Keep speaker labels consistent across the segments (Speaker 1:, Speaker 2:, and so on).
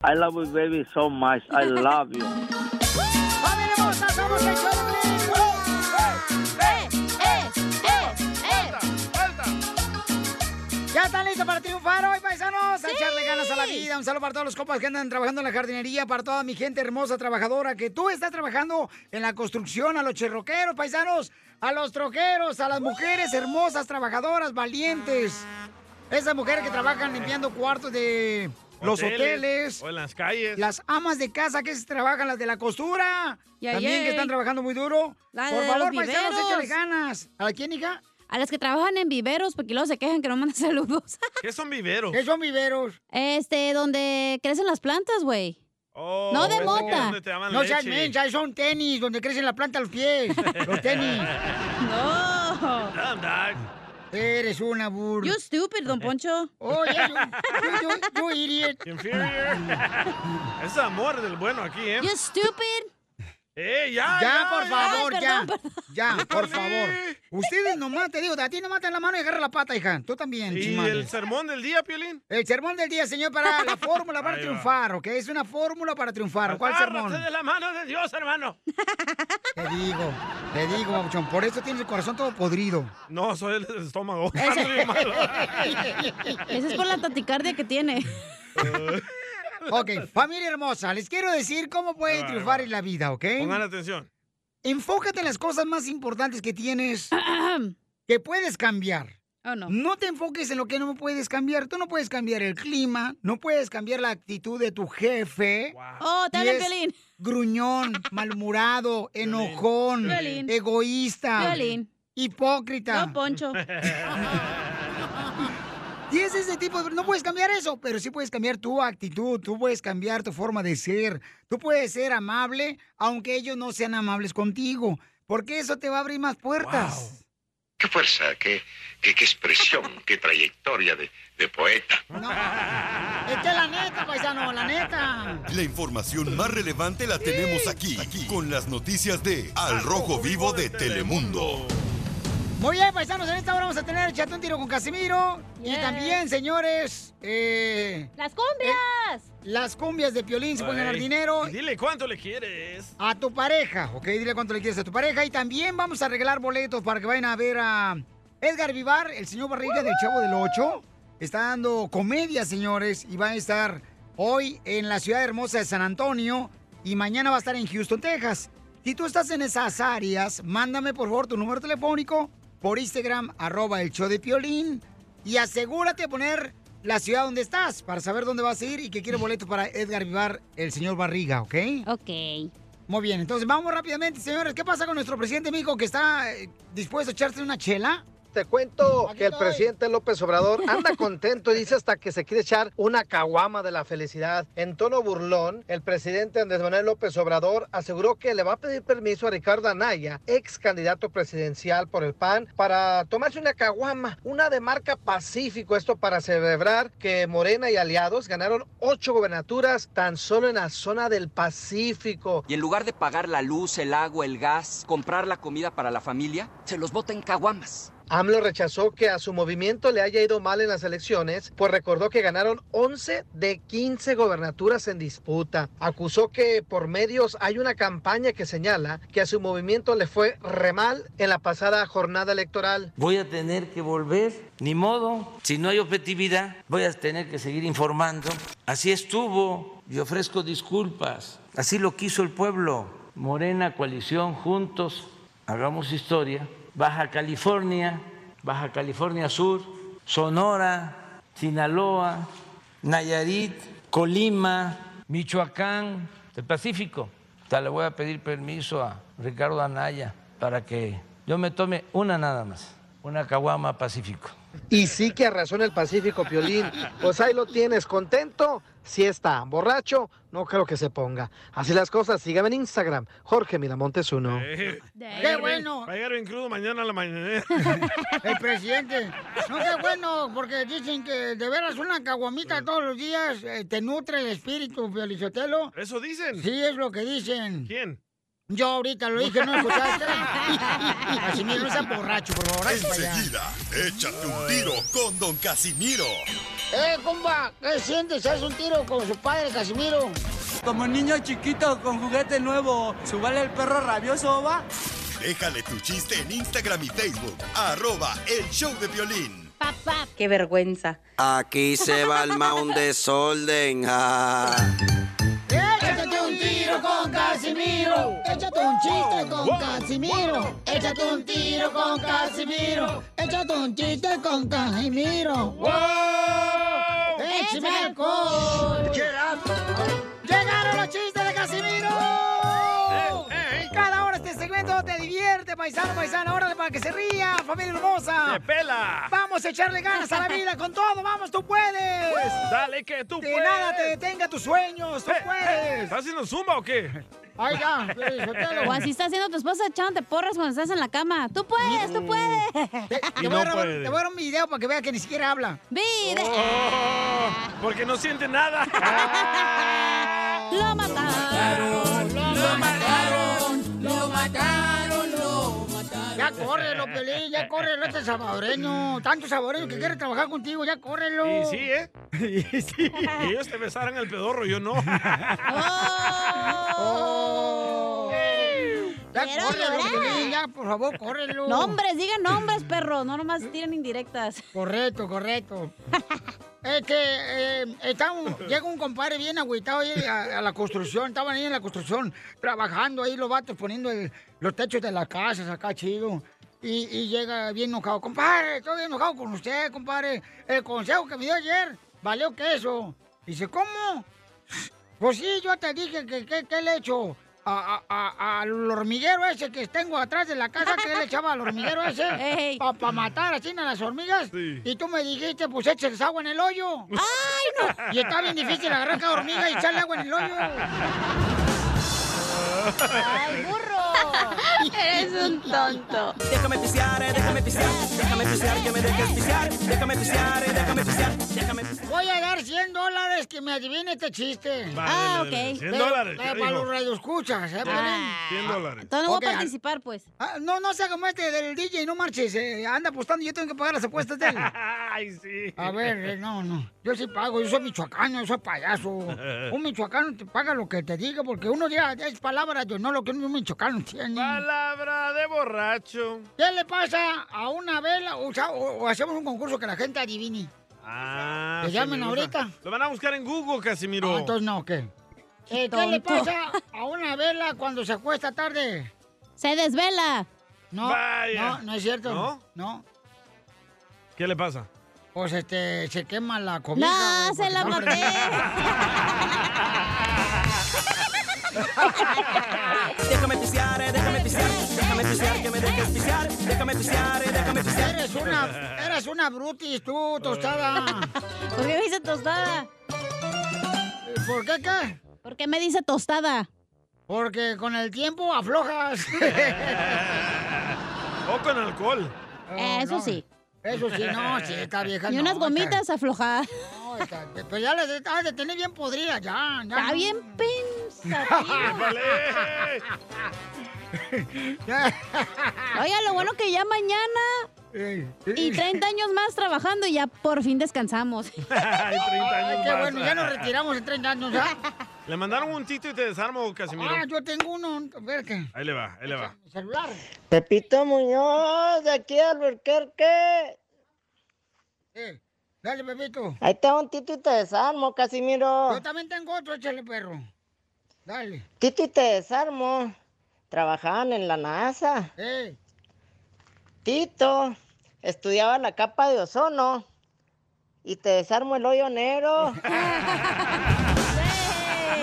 Speaker 1: I love you, baby, so much. I love you.
Speaker 2: ¡Familia hermosa, somos el show ¡Eh, de Piolín! eh, ¿Ya están listos para triunfar hoy, paisanos? A echarle ganas a la vida. Un saludo para todos los copas que andan trabajando en la jardinería, para toda mi gente hermosa, trabajadora, que tú estás trabajando en la construcción, a los cherroqueros, paisanos, a los troqueros, a las mujeres hermosas, trabajadoras, valientes. Esas mujeres que trabajan limpiando cuartos de los hoteles.
Speaker 3: O en las calles.
Speaker 2: Las amas de casa que se trabajan, las de la costura.
Speaker 3: Yay,
Speaker 2: también que
Speaker 3: yay.
Speaker 2: están trabajando muy duro.
Speaker 4: La
Speaker 2: Por
Speaker 4: de
Speaker 2: favor,
Speaker 4: los
Speaker 2: paisanos,
Speaker 4: viveros.
Speaker 2: échale ganas. ¿A quién, hija?
Speaker 4: A las que trabajan en viveros, porque luego se quejan que no mandan saludos.
Speaker 3: ¿Qué son viveros?
Speaker 2: son viveros?
Speaker 4: Este, donde crecen las plantas, güey. no de
Speaker 3: pensé Oh, que
Speaker 4: mota.
Speaker 3: donde te daban
Speaker 2: No seas
Speaker 3: leche.
Speaker 2: mensa, son tenis, donde crecen la planta a los pies. Los tenis.
Speaker 4: No.
Speaker 2: Eres una burra.
Speaker 4: You stupid, don Poncho.
Speaker 2: Oye, you, you, idiot.
Speaker 3: Inferior. es amor del bueno aquí, ¿eh?
Speaker 4: You stupid.
Speaker 3: ¡Eh, ya!
Speaker 2: Ya, por favor,
Speaker 3: Ay,
Speaker 2: ya.
Speaker 3: perdón,
Speaker 2: Ya, por
Speaker 3: perdí.
Speaker 2: favor. Ustedes nomás, te digo, a ti nomás te dan la mano y agarra la pata, hija. Tú también,
Speaker 3: ¿Y
Speaker 2: chimales.
Speaker 3: el sermón del día, Piolín?
Speaker 2: El sermón del día, señor, para la fórmula para
Speaker 3: Ahí va.
Speaker 2: triunfar, ¿ok? Es una fórmula para triunfar. ¿Cuál sermón?
Speaker 3: Agárrate de la mano de Dios, hermano.
Speaker 2: Te digo, te digo, babuchón. Por eso tienes el corazón todo podrido.
Speaker 3: No, soy el estómago.
Speaker 2: Ese-
Speaker 3: Malo.
Speaker 4: Esa es por la taticardia que tiene.
Speaker 2: Ok, familia hermosa, les quiero decir cómo pueden
Speaker 3: va,
Speaker 2: triunfar en la vida, ¿ok?
Speaker 3: Pongan atención.
Speaker 2: Enfócate en las cosas más importantes que tienes que puedes cambiar.
Speaker 4: Oh, no.
Speaker 2: No te enfoques en lo que no puedes cambiar. Tú no puedes cambiar el clima, no puedes cambiar la actitud de tu jefe.
Speaker 4: Oh, te
Speaker 2: Y
Speaker 4: hablan,
Speaker 2: es
Speaker 4: Piolín.
Speaker 2: Gruñón, malhumorado, enojón,
Speaker 4: Piolín.
Speaker 2: egoísta,
Speaker 4: Piolín.
Speaker 2: hipócrita.
Speaker 4: No, Poncho.
Speaker 2: Y es ese tipo, de- no puedes cambiar eso, pero sí puedes cambiar tu actitud, tú puedes cambiar tu forma de ser, tú puedes ser amable, aunque ellos no sean amables contigo, porque eso te va a abrir más puertas.
Speaker 5: qué fuerza, qué, qué, qué expresión, qué trayectoria de, de poeta.
Speaker 2: Es que la neta, paisano, la neta.
Speaker 6: La información más relevante la tenemos aquí, aquí, con las noticias de Al Rojo Vivo de Telemundo.
Speaker 2: Muy bien, paisanos, en esta hora vamos a tener Echate un tiro con Casimiro. Y
Speaker 4: Yes.
Speaker 2: también, señores, eh,
Speaker 4: ¡Las cumbias!
Speaker 2: las cumbias de Piolín se pueden ganar
Speaker 3: Ay,
Speaker 2: dinero.
Speaker 3: Dile cuánto le quieres.
Speaker 2: a tu pareja, ¿ok? Dile cuánto le quieres a tu pareja. Y también vamos a regalar boletos para que vayan a ver a Edgar Vivar, el señor Barriga del Chavo del Ocho. Está dando comedia, señores, y va a estar hoy en la ciudad hermosa de San Antonio y mañana va a estar en Houston, Texas. Si tú estás en esas áreas, mándame por favor tu número telefónico por Instagram, arroba el show de Piolín, y asegúrate de poner la ciudad donde estás para saber dónde vas a ir y que quiero boletos para Edgar Vivar, el señor Barriga, ¿ok?
Speaker 4: Ok.
Speaker 2: Muy bien, entonces vamos rápidamente, señores. ¿Qué pasa con nuestro presidente Mico que está eh, dispuesto a echarse una chela?
Speaker 7: Te cuento que el presidente López Obrador anda contento y dice hasta que se quiere echar una caguama de la felicidad. En tono burlón, el presidente Andrés Manuel López Obrador aseguró que le va a pedir permiso a Ricardo Anaya, ex candidato presidencial por el PAN, para tomarse una caguama, una de marca Pacífico. Esto para celebrar que Morena y aliados ganaron ocho gobernaturas tan solo en la zona del Pacífico.
Speaker 8: Y en lugar de pagar la luz, el agua, el gas, comprar la comida para la familia, se los bota en caguamas.
Speaker 7: AMLO rechazó que a su movimiento le haya ido mal en las elecciones, pues recordó que ganaron 11 de 15 gobernaturas en disputa. Acusó que por medios hay una campaña que señala que a su movimiento le fue re mal en la pasada jornada electoral.
Speaker 9: Voy a tener que volver, ni modo, si no hay objetividad, voy a tener que seguir informando. Así estuvo y ofrezco disculpas. Así lo quiso el pueblo. Morena, coalición, juntos, hagamos historia. Baja California, Baja California Sur, Sonora, Sinaloa, Nayarit, Colima, Michoacán, el Pacífico. Hasta le voy a pedir permiso a Ricardo Anaya para que yo me tome una nada más, una caguama Pacífico.
Speaker 7: Y sí que arrasó en el Pacífico, Piolín. Pues ahí lo tienes, contento. Si está borracho, no creo que se ponga. Así las cosas, síganme en Instagram, Jorge Miramontes uno.
Speaker 3: Eh, va a
Speaker 2: ¡Qué
Speaker 3: llegar
Speaker 2: bueno!
Speaker 3: bien- Va a llegar bien crudo mañana a la mañanera.
Speaker 2: El presidente. No, qué bueno, porque dicen que de veras una caguamita todos los días eh, te nutre el espíritu, Felicitelo.
Speaker 3: ¿Eso dicen?
Speaker 2: Sí, es lo que dicen.
Speaker 3: ¿Quién?
Speaker 2: Yo ahorita lo dije, ¿no escuchaste? Así mismo, no seas borracho, por favor. hazte para allá.
Speaker 6: Enseguida, échate un tiro con Don Casimiro.
Speaker 2: ¡Eh, compa! ¿Qué sientes? ¿Haz un tiro con su padre, Casimiro?
Speaker 9: Como niño chiquito con juguete nuevo, ¿subale el perro rabioso, va?
Speaker 6: Déjale tu chiste en Instagram y Facebook. Arroba El Show de Violín.
Speaker 10: Papá, qué vergüenza.
Speaker 11: Aquí se va el un desorden. Ah.
Speaker 2: Échate un tiro con Casimiro. Échate un chiste con Casimiro. Échate un tiro con Casimiro. Échate un chiste con Casimiro. ¡Wow! ¡Échame alcohol! ¡Llegaron los chistes de Casimiro! Cada hora este segmento te divierte, paisano, paisano. Órale para que se ría, familia hermosa.
Speaker 3: ¡Me pela!
Speaker 12: Vamos a echarle ganas a la vida con todo. Vamos, tú puedes.
Speaker 3: Dale que tú
Speaker 12: Que
Speaker 3: puedes.
Speaker 12: nada te detenga tus sueños. Tú
Speaker 3: Eh, eh,
Speaker 12: puedes.
Speaker 3: ¿Estás haciendo zumba o qué?
Speaker 12: Ay, ya,
Speaker 2: pues,
Speaker 12: Piolín, suéltalo.
Speaker 4: O así está haciendo tu esposa echándote porras cuando estás en la cama. Tú puedes, tú puedes.
Speaker 12: Te voy, a grabar, te voy a dar un video para que vea que ni siquiera habla.
Speaker 4: Video.
Speaker 3: Oh, porque no siente nada.
Speaker 4: Lo mataron.
Speaker 2: Lo mataron, lo mataron, lo mataron. Ya córrelo, Pelín, ya córrelo este salvadoreño. Tanto salvadoreño que quiere trabajar contigo, ya córrelo.
Speaker 3: Y sí, ¿eh?
Speaker 12: Y sí.
Speaker 3: ellos te besaran el pedorro, yo no.
Speaker 2: Oh. Ya
Speaker 4: Quiero
Speaker 2: córrelo,
Speaker 4: llorar.
Speaker 2: Pelín, ya, por favor, córrelo.
Speaker 4: Nombres, digan nombres, perro. No nomás tiren indirectas.
Speaker 2: Correcto, correcto. Es que eh, está un- llega un compadre bien agüitado ahí a, a la construcción, estaban ahí en la construcción, trabajando ahí los vatos, poniendo el- los techos de las casas acá chido. Y, y llega bien enojado, compadre, estoy bien enojado con usted, compadre. El consejo que me dio ayer valió queso. Dice, ¿cómo? Pues sí, yo te dije que, que, que le echo a- a- a- al hormiguero ese que tengo atrás de la casa, que le echaba al hormiguero ese para matar así a las hormigas. Y tú me dijiste, pues échales agua en el hoyo. ¡Ay, no! Y está bien difícil agarrar cada hormiga y echarle agua en el hoyo.
Speaker 10: ¡Ay, burro! Eres un tonto.
Speaker 9: Déjame pisear, eh, déjame pisear, déjame pisear, que me dejes pisear, déjame pisear, eh, déjame pisear, déjame pisear.
Speaker 2: Voy a dar 100 dólares que me adivine este chiste.
Speaker 3: Vale, Ah, ok. 100
Speaker 2: Pero,
Speaker 3: dólares,
Speaker 2: eh,
Speaker 3: ya
Speaker 2: para
Speaker 3: dijo.
Speaker 2: los radioescuchas, ¿eh?
Speaker 3: Ah. 100 dólares.
Speaker 4: Entonces no voy
Speaker 2: Ok,
Speaker 4: a participar, pues.
Speaker 2: Ah, no, no sea como este del DJ, no marches. eh, anda apostando, yo tengo que pagar las apuestas de él.
Speaker 3: Ay, sí.
Speaker 2: A ver, eh, no, no. Yo sí pago, yo soy michoacano, yo soy payaso. Un michoacano te paga lo que te diga, porque uno ya es palabra yo no lo que un michoacano tiene.
Speaker 3: Palabra de borracho.
Speaker 2: ¿Qué le pasa a una vela? O, sea, o- o hacemos un concurso que la gente adivine.
Speaker 3: Ah,
Speaker 2: Que
Speaker 3: sí,
Speaker 2: llamen
Speaker 3: me gusta.
Speaker 2: ahorita.
Speaker 3: Lo van a buscar en Google, Casimiro.
Speaker 2: Ah, entonces no, ¿qué? Eh, ¿Qué le
Speaker 4: Tonto.
Speaker 2: pasa a una vela cuando se acuesta tarde?
Speaker 4: Se desvela.
Speaker 2: No,
Speaker 3: Vaya.
Speaker 2: no, no es cierto.
Speaker 3: ¿No?
Speaker 2: No.
Speaker 3: ¿Qué le pasa?
Speaker 2: Pues este, se quema la cobija.
Speaker 4: no,
Speaker 2: güey,
Speaker 4: se
Speaker 2: porque
Speaker 4: la
Speaker 2: está
Speaker 4: maté.
Speaker 6: Ah,
Speaker 9: Déjame pisear, eh, déjame pisear, déjame pisear, que me dejes pisear, déjame pisear, eh, déjame pisear.
Speaker 2: Eres una, eres una brutis tú, tostada.
Speaker 4: ¿Por qué me dice tostada?
Speaker 2: ¿Por qué qué?
Speaker 4: ¿Por qué me dice tostada?
Speaker 2: Porque con el tiempo aflojas.
Speaker 3: O con alcohol.
Speaker 2: No,
Speaker 4: Eh, Eso
Speaker 2: Oh, no,
Speaker 4: sí.
Speaker 2: Eso sí, no, sí, está vieja.
Speaker 4: Y
Speaker 2: no,
Speaker 4: unas
Speaker 2: está-
Speaker 4: gomitas aflojadas.
Speaker 2: no, está- pero ya las has de tener bien podrida, ya. ya
Speaker 4: Está
Speaker 2: no.
Speaker 4: bien pensativa. Oiga, lo bueno que ya mañana
Speaker 2: Ey,
Speaker 4: y 30 años más trabajando y ya por fin descansamos.
Speaker 3: Ay, 30 años
Speaker 2: Ay, qué
Speaker 3: más.
Speaker 2: bueno, ya nos retiramos en 30 años, ¿ya?
Speaker 3: Le mandaron un tito y te desarmo, Casimiro.
Speaker 2: Ah, yo tengo uno, espérate,
Speaker 3: Ahí le va, ahí le va.
Speaker 2: mi celular.
Speaker 10: Pepito Muñoz, de aquí a Albuquerque.
Speaker 2: Eh, dale, bebito.
Speaker 10: Ahí está un tito y te desarmo, Casimiro.
Speaker 4: Oh.
Speaker 2: Yo también tengo otro, échale, perro. Dale,
Speaker 10: Tito y te desarmo. Trabajaban en la NASA.
Speaker 2: eh.
Speaker 10: Tito estudiaba la capa de ozono. Y te desarmo el hoyo negro.
Speaker 2: No,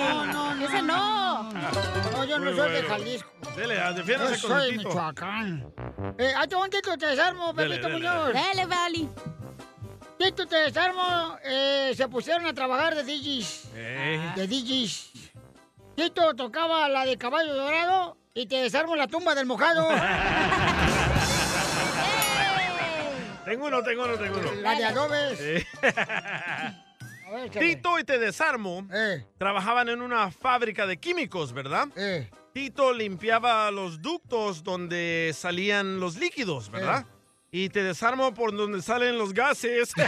Speaker 2: no, no.
Speaker 4: Ese no.
Speaker 2: No, yo no
Speaker 3: Muy
Speaker 2: soy de
Speaker 3: bueno.
Speaker 2: Jalisco.
Speaker 3: Dele,
Speaker 2: Yo
Speaker 3: defiéndase con
Speaker 2: soy
Speaker 3: el
Speaker 2: de
Speaker 3: tito.
Speaker 2: Michoacán. Eh, ahí te va un tito, te desarmo,
Speaker 3: Dale,
Speaker 2: Pepito
Speaker 3: dale,
Speaker 2: Muñoz.
Speaker 4: Dale, Vali.
Speaker 2: Tito, te desarmo. eh, se pusieron a trabajar de DJs.
Speaker 3: Ey.
Speaker 2: De DJs. Tito tocaba la de caballo dorado y te desarmo la tumba del mojado.
Speaker 3: Tengo uno, tengo uno, tengo uno.
Speaker 2: la de adobes.
Speaker 3: Eh.
Speaker 2: A ver, échale.
Speaker 3: Tito y te desarmo
Speaker 2: Eh,
Speaker 3: trabajaban en una fábrica de químicos, ¿verdad?
Speaker 2: eh. Eh.
Speaker 3: Tito limpiaba los ductos donde salían los líquidos, ¿verdad? Y te desarmo por donde salen los gases.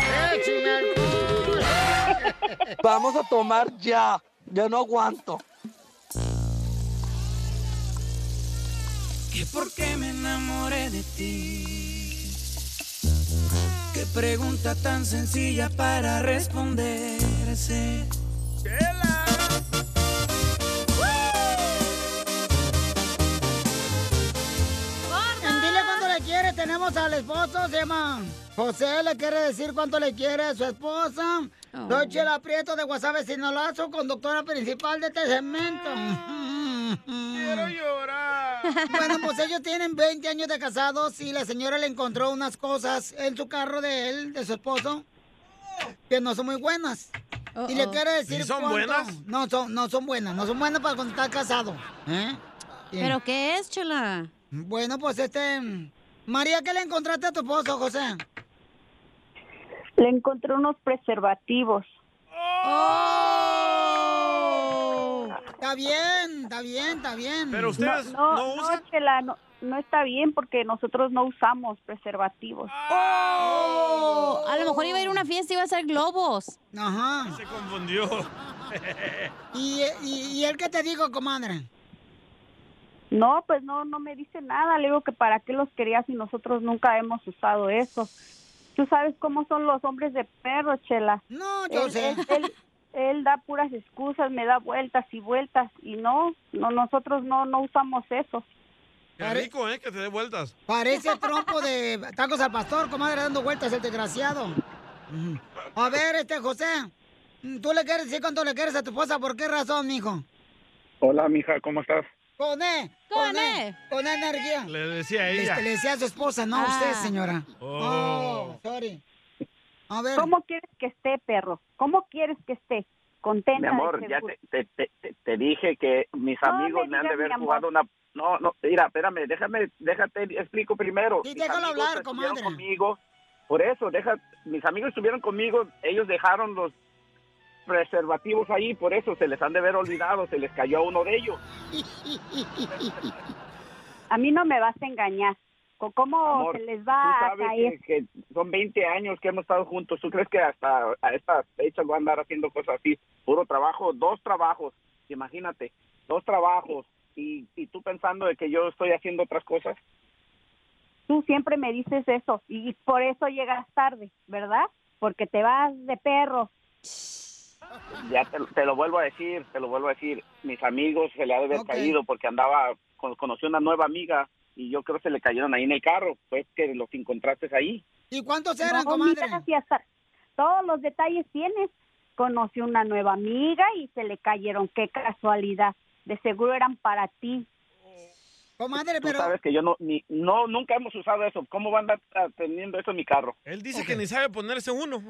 Speaker 2: Eh,
Speaker 13: Vamos a tomar ya. Yo no aguanto.
Speaker 12: Que por qué me enamoré de ti. Qué pregunta tan sencilla para responderse.
Speaker 2: En Dile cuánto le quiere, tenemos al esposo, se llama José, le quiere decir cuánto le quiere a su esposa.
Speaker 4: Oh.
Speaker 2: Soy Chela Prieto de Guasave Sinolazo, conductora principal de este segmento. Quiero llorar. Bueno, pues ellos tienen 20 años de casados y la señora le encontró unas cosas en su carro de él, de su esposo, que no son muy buenas. Y le
Speaker 14: Uh-oh.
Speaker 2: quiere decir
Speaker 14: ¿Sí son
Speaker 2: cuánto-
Speaker 14: buenas?
Speaker 2: No, son, no son buenas, no son buenas para cuando está casado. ¿Eh?
Speaker 4: ¿Pero qué es, chula?
Speaker 2: Bueno, pues este. María, ¿qué le encontraste a tu esposo, José?
Speaker 15: Le encontré unos preservativos.
Speaker 4: ¡Oh!
Speaker 2: Está bien, está bien, está bien.
Speaker 15: no, no, no, Chela, no, no está bien porque nosotros no usamos preservativos.
Speaker 4: Oh, a lo mejor iba a ir a una fiesta y iba a hacer globos.
Speaker 2: Ajá.
Speaker 3: Se confundió.
Speaker 2: ¿Y, y, y él qué te dijo, comadre?
Speaker 15: No, pues no, no me dice nada. Le digo que para qué los quería si nosotros nunca hemos usado eso. Tú sabes cómo son los hombres de perro, Chela.
Speaker 2: No, yo
Speaker 15: él,
Speaker 2: sé.
Speaker 15: Él, él- él da puras excusas, me da vueltas y vueltas y no, no nosotros no, no usamos eso.
Speaker 3: Qué rico, ¿eh? Que te dé vueltas.
Speaker 2: Parece trompo de tacos al pastor, comadre, dando vueltas el desgraciado. A ver, este José, ¿tú le quieres decir cuánto le quieres a tu esposa? ¿Por qué razón, mijo?
Speaker 16: Hola, mija, ¿cómo estás?
Speaker 2: Con E, con E, con E energía.
Speaker 3: Le decía a ella.
Speaker 2: Este, le decía a su esposa, no a usted, señora.
Speaker 3: Oh.
Speaker 2: sorry. A ver.
Speaker 15: ¿Cómo quieres que esté, perro? ¿Cómo quieres que esté? Contenta.
Speaker 16: Mi
Speaker 15: de
Speaker 16: amor, ya
Speaker 15: seguro.
Speaker 16: te, te, te- te- te dije que mis
Speaker 15: No
Speaker 16: amigos
Speaker 15: me
Speaker 16: me han de
Speaker 15: digas,
Speaker 16: haber
Speaker 15: mi amor.
Speaker 16: jugado una... No, no, mira, espérame, déjame, déjate, explico primero.
Speaker 2: Sí,
Speaker 16: Mis
Speaker 2: déjalo
Speaker 16: amigos
Speaker 2: hablar,
Speaker 16: estuvieron
Speaker 2: comadre.
Speaker 16: Conmigo, por eso, deja, mis amigos estuvieron conmigo, ellos dejaron los preservativos ahí, por eso se les han de haber olvidado, se les cayó a uno de ellos.
Speaker 15: A mí no me vas a engañar. Co- ¿Cómo
Speaker 16: Amor,
Speaker 15: se les
Speaker 16: Tú
Speaker 15: va a
Speaker 16: sabes
Speaker 15: caer?
Speaker 16: que, que son 20 años que hemos estado juntos. ¿Tú crees que hasta a esta fecha voy a andar haciendo cosas así? Puro trabajo, dos trabajos. Imagínate, dos trabajos. Y, y tú pensando de que yo estoy haciendo otras cosas.
Speaker 15: Tú siempre me dices eso y por eso llegas tarde, ¿verdad? Porque te vas de perro.
Speaker 16: Ya te, te lo vuelvo a decir, te lo vuelvo a decir. Mis amigos se le ha de haber caído porque andaba, con- conocí una nueva amiga y yo creo que se le cayeron ahí en el carro. Pues que los encontraste ahí.
Speaker 2: ¿Y cuántos
Speaker 15: eran, comadre? todos los detalles tienes. Conoció una nueva amiga y se le cayeron. Qué casualidad. De seguro eran para ti.
Speaker 2: Comadre,
Speaker 16: Tú sabes que yo no, ni, no, nunca hemos usado eso. ¿Cómo va a andar ah, teniendo eso en mi carro?
Speaker 3: Él dice que ni sabe ponerse uno.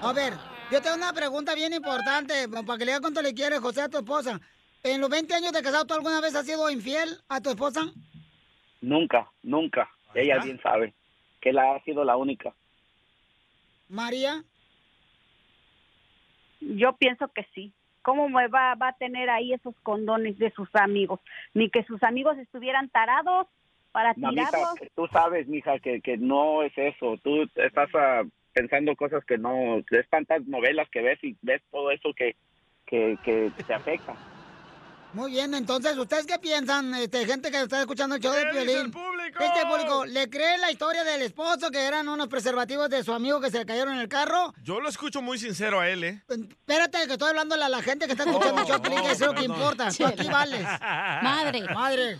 Speaker 2: A ver, yo tengo una pregunta bien importante pa- para que le diga cuánto le quieres, José, a tu esposa. En los 20 años de casado, ¿tú alguna vez has sido infiel a tu esposa?
Speaker 16: Nunca, nunca. Ella bien sabe que la ha sido la única.
Speaker 2: María.
Speaker 15: Yo pienso que sí. ¿Cómo me va, va a tener ahí esos condones de sus amigos? Ni que sus amigos estuvieran tarados para
Speaker 16: Mamita,
Speaker 15: tirarlos.
Speaker 16: tú sabes, mija, que, que no es eso. Tú estás ah, pensando cosas que no... Es tantas novelas que ves y ves todo eso que, que, que te afecta.
Speaker 2: Muy bien, entonces, ¿ustedes qué piensan, este, gente que está escuchando el show de Piolín? ¿Qué dice el público? ¿Le cree la historia del esposo que eran unos preservativos de su amigo que se le cayeron en el carro?
Speaker 3: Yo lo escucho muy sincero a él, ¿eh?
Speaker 2: Espérate, que estoy hablando a la gente que está escuchando el show de Piolín, que es lo que
Speaker 3: perdón.
Speaker 2: importa. Tú aquí vales. Madre.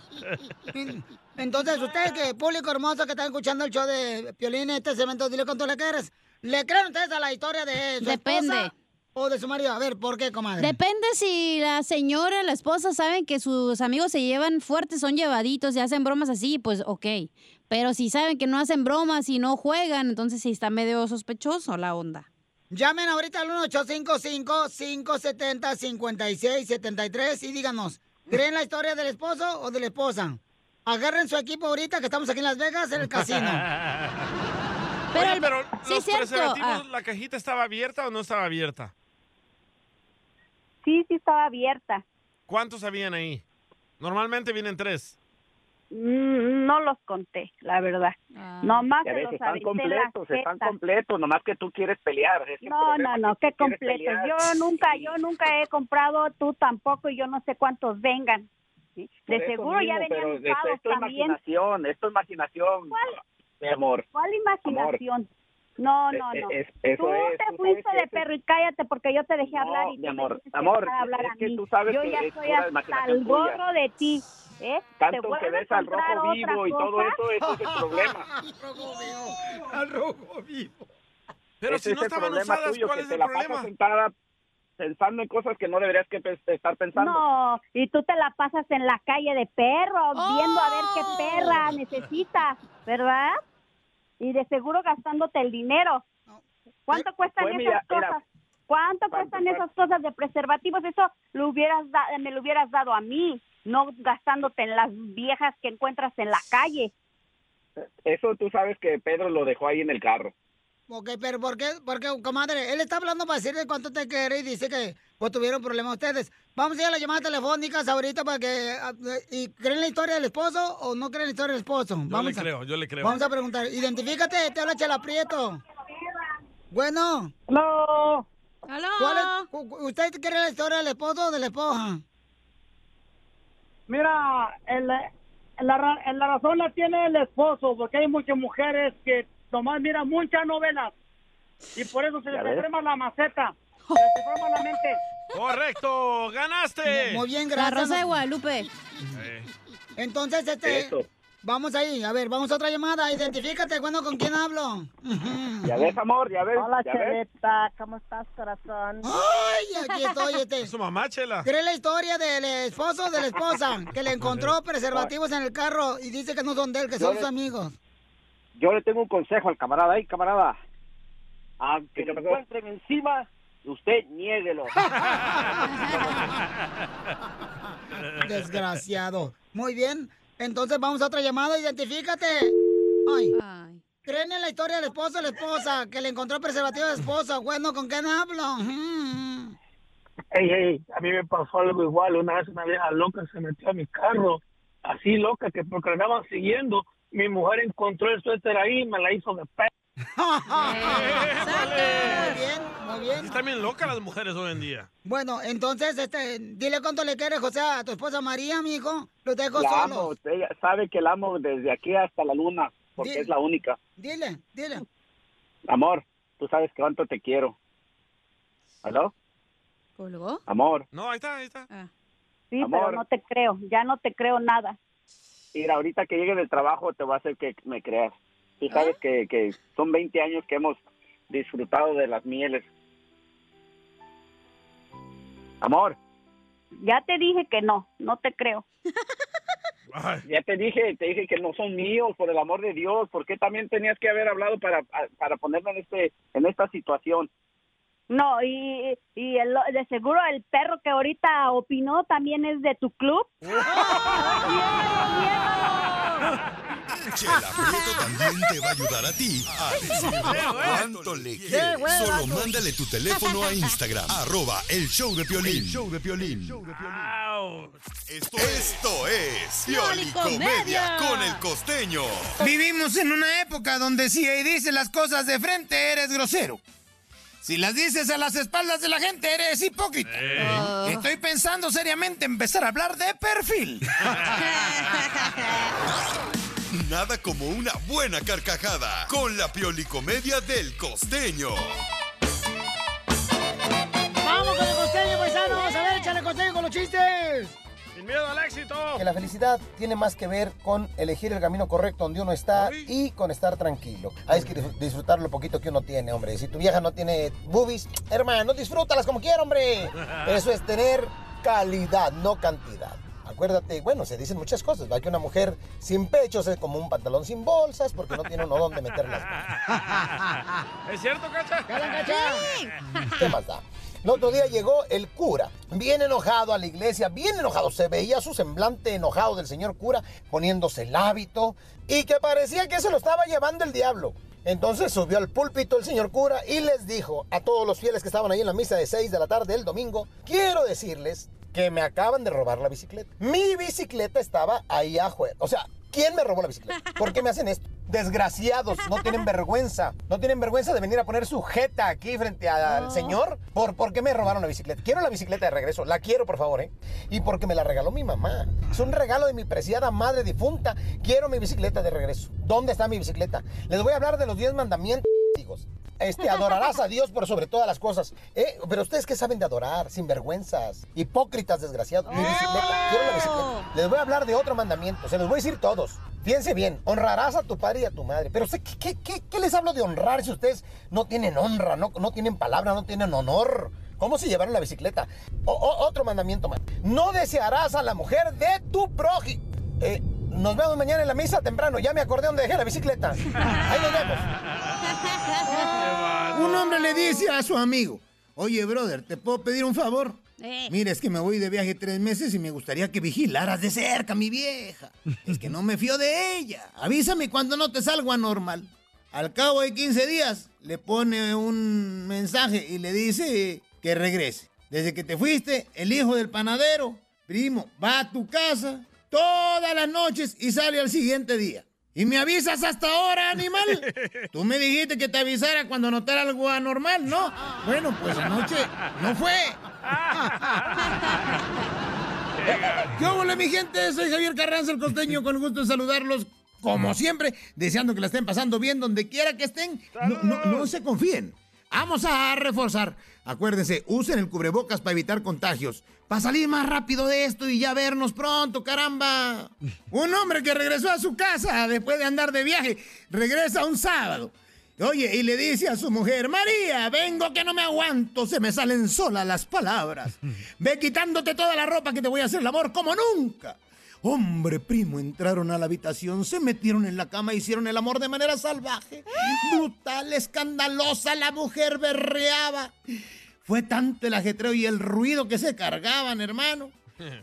Speaker 2: Entonces, ustedes que, público hermoso que está escuchando el show de Piolín, este cemento, dile cuánto le quieres. ¿Le creen ustedes a la historia de su
Speaker 4: Depende.
Speaker 2: esposa o de su marido? A ver, ¿por qué, comadre?
Speaker 4: Depende si la señora, la esposa saben que sus amigos se llevan fuertes, son llevaditos y hacen bromas así, pues ok. Pero si saben que no hacen bromas y no juegan, entonces sí está medio sospechoso la onda.
Speaker 2: Llamen ahorita al 1-855-570-5673 y díganos, ¿creen la historia del esposo o de la esposa? Agarren su equipo ahorita que estamos aquí en Las Vegas en el casino.
Speaker 3: Pero,
Speaker 2: Pero
Speaker 3: Oye,
Speaker 2: el-
Speaker 3: pero
Speaker 2: sí,
Speaker 3: los
Speaker 2: cierto,
Speaker 3: preservativos,
Speaker 2: ah.
Speaker 3: ¿la cajita estaba abierta o no estaba abierta?
Speaker 15: Sí, sí estaba abierta.
Speaker 3: ¿Cuántos habían ahí? Normalmente vienen tres.
Speaker 15: Mm, No los conté, la verdad. Nomás
Speaker 16: Ya
Speaker 15: se
Speaker 16: ves,
Speaker 15: los
Speaker 16: están
Speaker 15: aventé en la
Speaker 16: completos, están
Speaker 15: jeta.
Speaker 16: completos, nomás que tú quieres pelear. es el
Speaker 15: No,
Speaker 16: problema,
Speaker 15: no, no,
Speaker 16: que
Speaker 15: qué
Speaker 16: tú quieres
Speaker 15: completo.
Speaker 16: pelear.
Speaker 15: Yo nunca, yo nunca he comprado, tú tampoco, y yo no sé cuántos vengan. ¿sí?
Speaker 16: Por
Speaker 15: De
Speaker 16: eso
Speaker 15: seguro ya
Speaker 16: mismo,
Speaker 15: venían
Speaker 16: pero esto-
Speaker 15: usados
Speaker 16: Esto es
Speaker 15: también.
Speaker 16: imaginación, esto es imaginación, mi amor.
Speaker 15: ¿Cuál imaginación? No,
Speaker 16: Eh,
Speaker 15: no,
Speaker 16: eh,
Speaker 15: no.
Speaker 16: es- eso
Speaker 15: tú
Speaker 16: es,
Speaker 15: te
Speaker 16: tú
Speaker 15: fuiste
Speaker 16: sabes
Speaker 15: de
Speaker 16: que
Speaker 15: perro y cállate porque yo te dejé hablar y tú
Speaker 16: mi
Speaker 15: me
Speaker 16: amor,
Speaker 15: tienes que
Speaker 16: amor,
Speaker 15: dejar hablar
Speaker 16: es
Speaker 15: a
Speaker 16: que
Speaker 15: mí.
Speaker 16: tú sabes
Speaker 15: yo
Speaker 16: que
Speaker 15: ya
Speaker 16: es
Speaker 15: estoy
Speaker 16: pura
Speaker 15: hasta
Speaker 16: imaginación
Speaker 15: el
Speaker 16: tuya.
Speaker 15: gorro de ti. ¿eh?
Speaker 16: Tanto
Speaker 15: ¿Te
Speaker 16: que
Speaker 15: vuelvo a
Speaker 16: ves al
Speaker 15: comprar
Speaker 16: rojo
Speaker 15: otra
Speaker 16: vivo y todo
Speaker 15: cosa?
Speaker 16: eso, eso es el problema.
Speaker 2: Al rojo vivo, al rojo vivo.
Speaker 3: Pero
Speaker 16: Ese
Speaker 3: si
Speaker 16: es
Speaker 3: no
Speaker 16: el
Speaker 3: estaban
Speaker 16: problema
Speaker 3: usadas,
Speaker 16: tuyo,
Speaker 3: ¿cuál
Speaker 16: que
Speaker 3: es
Speaker 16: te
Speaker 3: el
Speaker 16: la pasas
Speaker 3: problema?
Speaker 16: sentada pensando en cosas que no deberías que pe- estar pensando.
Speaker 15: No, y tú te la pasas en la calle de perro, viendo a ver qué perra necesitas, ¿verdad? Y de seguro gastándote el dinero. ¿Cuánto cuestan
Speaker 16: Fue mi-
Speaker 15: esas
Speaker 16: Pues mira,
Speaker 15: cosas? ¿Cuánto
Speaker 16: para
Speaker 15: cuestan
Speaker 16: empezar-
Speaker 15: esas cosas de preservativos? Eso lo hubieras da- me lo hubieras dado a mí, no gastándote en las viejas que encuentras en la calle.
Speaker 16: Eso tú sabes que Pedro lo dejó ahí en el carro.
Speaker 2: Ok, pero ¿por qué? Porque, comadre, él está hablando para decirle cuánto te quiere y dice que pues tuvieron problemas ustedes. Vamos a ir a las llamadas telefónicas ahorita para que... ah, ¿Y creen la historia del esposo o no creen la historia del esposo?
Speaker 3: Yo
Speaker 2: Vamos
Speaker 3: le
Speaker 2: a-
Speaker 3: creo, yo le creo.
Speaker 2: Vamos a preguntar. Identifícate, te habla Chela Prieto. Bueno.
Speaker 15: Hello.
Speaker 2: ¿Cuál es- cu- cu- ¿Usted quiere la historia del esposo o de la esposa?
Speaker 17: Mira, el- la, ra- la razón la tiene el esposo, porque hay muchas mujeres que nomás miran muchas novelas y por eso se
Speaker 3: Ya
Speaker 17: les
Speaker 3: ves.
Speaker 17: enferma la maceta, se les enferma la mente.
Speaker 3: ¡Correcto! ¡Ganaste!
Speaker 2: Muy bien,
Speaker 18: La
Speaker 2: gracias.
Speaker 18: Rosa de
Speaker 2: Guadalupe.
Speaker 3: Eh,
Speaker 2: Entonces, este...
Speaker 16: Eso.
Speaker 2: Vamos ahí, a ver, vamos a otra llamada. Identifícate, bueno, ¿con quién hablo?
Speaker 16: Ya ves, amor, ya ves.
Speaker 2: Hola,
Speaker 16: ya ves.
Speaker 2: Chelita, ¿cómo estás, corazón? Ay, aquí estoy, este.
Speaker 3: Su mamá, Chela.
Speaker 2: ¿Cree la historia del esposo de la esposa que le encontró preservativos en el carro y dice que no son de él, que
Speaker 19: Yo
Speaker 2: son
Speaker 19: le-
Speaker 2: sus amigos?
Speaker 19: Yo le tengo un consejo al camarada. Ahí, camarada. Aunque
Speaker 16: ¿Qué
Speaker 19: lo
Speaker 16: pasó?
Speaker 19: encuentren encima, usted niéguelo.
Speaker 2: Desgraciado. Muy bien, entonces vamos a otra llamada, identifícate. Ay. ¿Creen en la historia del esposo de la esposa que le encontró preservativos a la esposa? Bueno, ¿con quién hablo? Mm.
Speaker 20: Ey, ey, a mí me pasó algo igual. Una vez una vieja loca se metió a mi carro, así loca que porque la andaban siguiendo, mi mujer encontró el suéter ahí y me la hizo de pe.
Speaker 2: Muy bien, muy bien.
Speaker 3: Están bien locas las mujeres hoy en día.
Speaker 2: Bueno, entonces, este, dile cuánto le quieres, José, a tu esposa María, mijo. Los dejo
Speaker 16: La
Speaker 2: solos.
Speaker 16: amo, ella sabe que la amo desde aquí hasta la luna, porque
Speaker 2: Di-
Speaker 16: es la única.
Speaker 2: Dile, dile.
Speaker 16: Amor, tú sabes cuánto te quiero. ¿Aló?
Speaker 18: ¿Colgó?
Speaker 16: Amor,
Speaker 3: No, ahí está, ahí está.
Speaker 15: Sí,
Speaker 16: Amor.
Speaker 15: pero no te creo, ya no te creo nada.
Speaker 16: mira, ahorita que llegue del trabajo te va a hacer que me creas. Tú
Speaker 3: ¿Ah?
Speaker 16: sabes que, que son 20 años que hemos disfrutado de las mieles. Amor.
Speaker 15: Ya te dije que no, no te creo.
Speaker 16: Ya te dije, te dije que no son míos, por el amor de Dios. ¿Por qué también tenías que haber hablado para, para ponerme en, este, en esta situación?
Speaker 15: No, y, y el- de seguro el perro que ahorita opinó también es de tu club.
Speaker 6: Chela Prieto también te va a ayudar a ti a decirle cuánto le quieres. Solo mándale tu teléfono a Instagram, arroba el show de Piolín. Show de Piolín. Esto, esto es Pioli Comedia con el costeño.
Speaker 12: Vivimos en una época donde si ahí dices las cosas de frente eres grosero. Si las dices a las espaldas de la gente eres hipócrita.
Speaker 6: Ah.
Speaker 12: Estoy pensando seriamente empezar a hablar de perfil.
Speaker 6: Nada como una buena carcajada con la Pioli Comedia del costeño.
Speaker 2: ¡Vamos con el costeño, paisanos! A ver, échale costeño con los chistes.
Speaker 3: ¡Sin miedo al éxito!
Speaker 21: Que la felicidad tiene más que ver con elegir el camino correcto donde uno está y con estar tranquilo. Hay que dis- disfrutar lo poquito que uno tiene, hombre. Si tu vieja no tiene boobies, hermano, disfrútalas como quiera, hombre. Eso es tener calidad, no cantidad. Acuérdate, bueno, se dicen muchas cosas, ¿va? Que una mujer sin pechos es como un pantalón sin bolsas porque no tiene uno dónde meter las
Speaker 3: ¿Es cierto, Cacha?
Speaker 21: ¿Qué más da? El otro día llegó el cura, bien enojado a la iglesia, bien enojado. Se veía su semblante enojado del señor cura poniéndose el hábito y que parecía que se lo estaba llevando el diablo. Entonces subió al púlpito el señor cura y les dijo a todos los fieles que estaban ahí en la misa de 6 de la tarde el domingo, quiero decirles
Speaker 22: que me acaban de robar la bicicleta. Mi bicicleta estaba ahí afuera. O sea, ¿quién me robó la bicicleta? ¿Por qué me hacen esto? Desgraciados, no tienen vergüenza. No tienen vergüenza de venir a poner su jeta aquí frente a- al
Speaker 1: No.
Speaker 22: señor. ¿Por, ¿Por qué me robaron la bicicleta? Quiero la bicicleta de regreso. La quiero, por favor, ¿eh? Y porque me la regaló mi mamá. Es un regalo de mi preciada madre difunta. Quiero mi bicicleta de regreso. ¿Dónde está mi bicicleta? Les voy a hablar de los 10 mandamientos. hijos. Este, adorarás a Dios por sobre todas las cosas. ¿Eh? Pero ustedes qué saben de adorar, sinvergüenzas, hipócritas, desgraciados. Mi bicicleta, quiero la bicicleta. Les voy a hablar de otro mandamiento, se los voy a decir todos. Fíjense bien, honrarás a tu padre y a tu madre. Pero usted, ¿qué, qué, qué- qué les hablo de honrar si ustedes no tienen honra, no, no tienen palabra, no tienen honor? ¿Cómo se llevaron la bicicleta? O- o- otro mandamiento más. No desearás a la mujer de tu prójimo. Eh, nos vemos mañana en la misa temprano. Ya me acordé dónde dejé la bicicleta. Ahí nos vemos.
Speaker 21: Un hombre le dice a su amigo, oye, brother, ¿te puedo pedir un favor?
Speaker 1: Eh.
Speaker 21: Mira, es que me voy de viaje tres meses y me gustaría que vigilaras de cerca a mi vieja. Es que no me fío de ella. Avísame cuando no te salgo anormal. Al cabo de 15 días, le pone un mensaje y le dice que regrese. Desde que te fuiste, el hijo del panadero, primo, va a tu casa todas las noches y sale al siguiente día. ¿Y me avisas hasta ahora, animal? Tú me dijiste que te avisara cuando notara algo anormal, ¿no? Bueno, pues anoche no fue. ¿Qué hola, mi gente? Soy Javier Carranza, el costeño, con gusto de saludarlos. Como siempre, deseando que la estén pasando bien donde quiera que estén. No, no- no se confíen. Vamos a reforzar. Acuérdense, usen el cubrebocas para evitar contagios. Para salir más rápido de esto y ya vernos pronto, caramba. Un hombre que regresó a su casa después de andar de viaje, regresa un sábado. Oye, y le dice a su mujer, María, vengo que no me aguanto, se me salen solas las palabras. Ve quitándote toda la ropa que te voy a hacer el amor como nunca. Hombre, primo, entraron a la habitación, se metieron en la cama, hicieron el amor de manera salvaje, brutal, escandalosa, la mujer berreaba. Fue tanto el ajetreo y el ruido que se cargaban, hermano,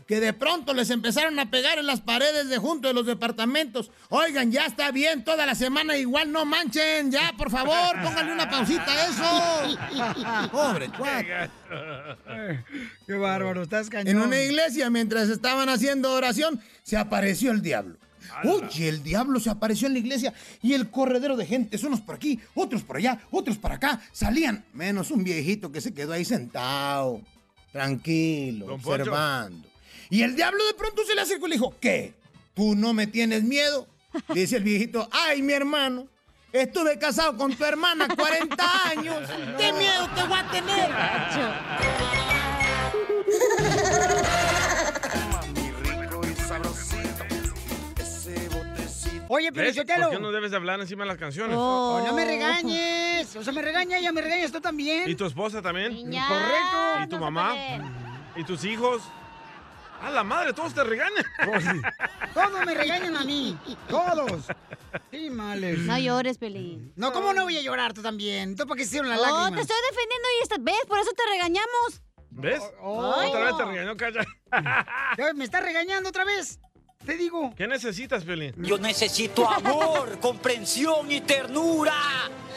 Speaker 21: que de pronto les empezaron a pegar en las paredes de junto de los departamentos. Oigan, ya está bien, toda la semana igual, no manchen, ya, por favor, pónganle una pausita a eso. Pobre cuate.
Speaker 2: Qué bárbaro, estás cañón.
Speaker 21: En una iglesia, mientras estaban haciendo oración, se apareció el diablo. Oye, el diablo se apareció en la iglesia y el corredero de gentes, unos por aquí, otros por allá, otros para acá, salían, menos un viejito que se quedó ahí sentado, tranquilo,
Speaker 1: Don Poncho.
Speaker 21: observando. Y el diablo de pronto se le acercó y le dijo, ¿qué? ¿Tú no me tienes miedo? Dice el viejito, ay, mi hermano, estuve casado con tu hermana 40 años, ¿qué miedo te voy a tener?
Speaker 2: Oye, pero
Speaker 3: ¿Ves?
Speaker 2: yo te
Speaker 3: ¿Por
Speaker 2: lo.
Speaker 3: qué no debes de hablar encima de las canciones?
Speaker 2: Oh, no me regañes. O sea, me regaña ella, me regañas tú también.
Speaker 3: ¿Y tu esposa también?
Speaker 2: Niña, Correcto.
Speaker 3: ¿Y tu
Speaker 2: no se
Speaker 3: mamá? ¿Y tus hijos? ¡A la madre! ¡Todos te regañan!
Speaker 2: Todos Oh, me regañan a mí. Todos. Sí, males.
Speaker 4: No llores, Pelín.
Speaker 2: No, ¿cómo no voy a llorar tú también? ¿Tú para qué hicieron la
Speaker 4: No,
Speaker 2: lágrima?
Speaker 4: te estoy defendiendo y esta vez, por eso te regañamos.
Speaker 3: ¿Ves?
Speaker 4: Oh.
Speaker 3: Otra vez te regañó, calla.
Speaker 2: Ya ¿Me estás regañando otra vez? Te digo.
Speaker 3: Ah. ¿Qué necesitas, Pelín?
Speaker 23: Yo necesito amor, comprensión y ternura.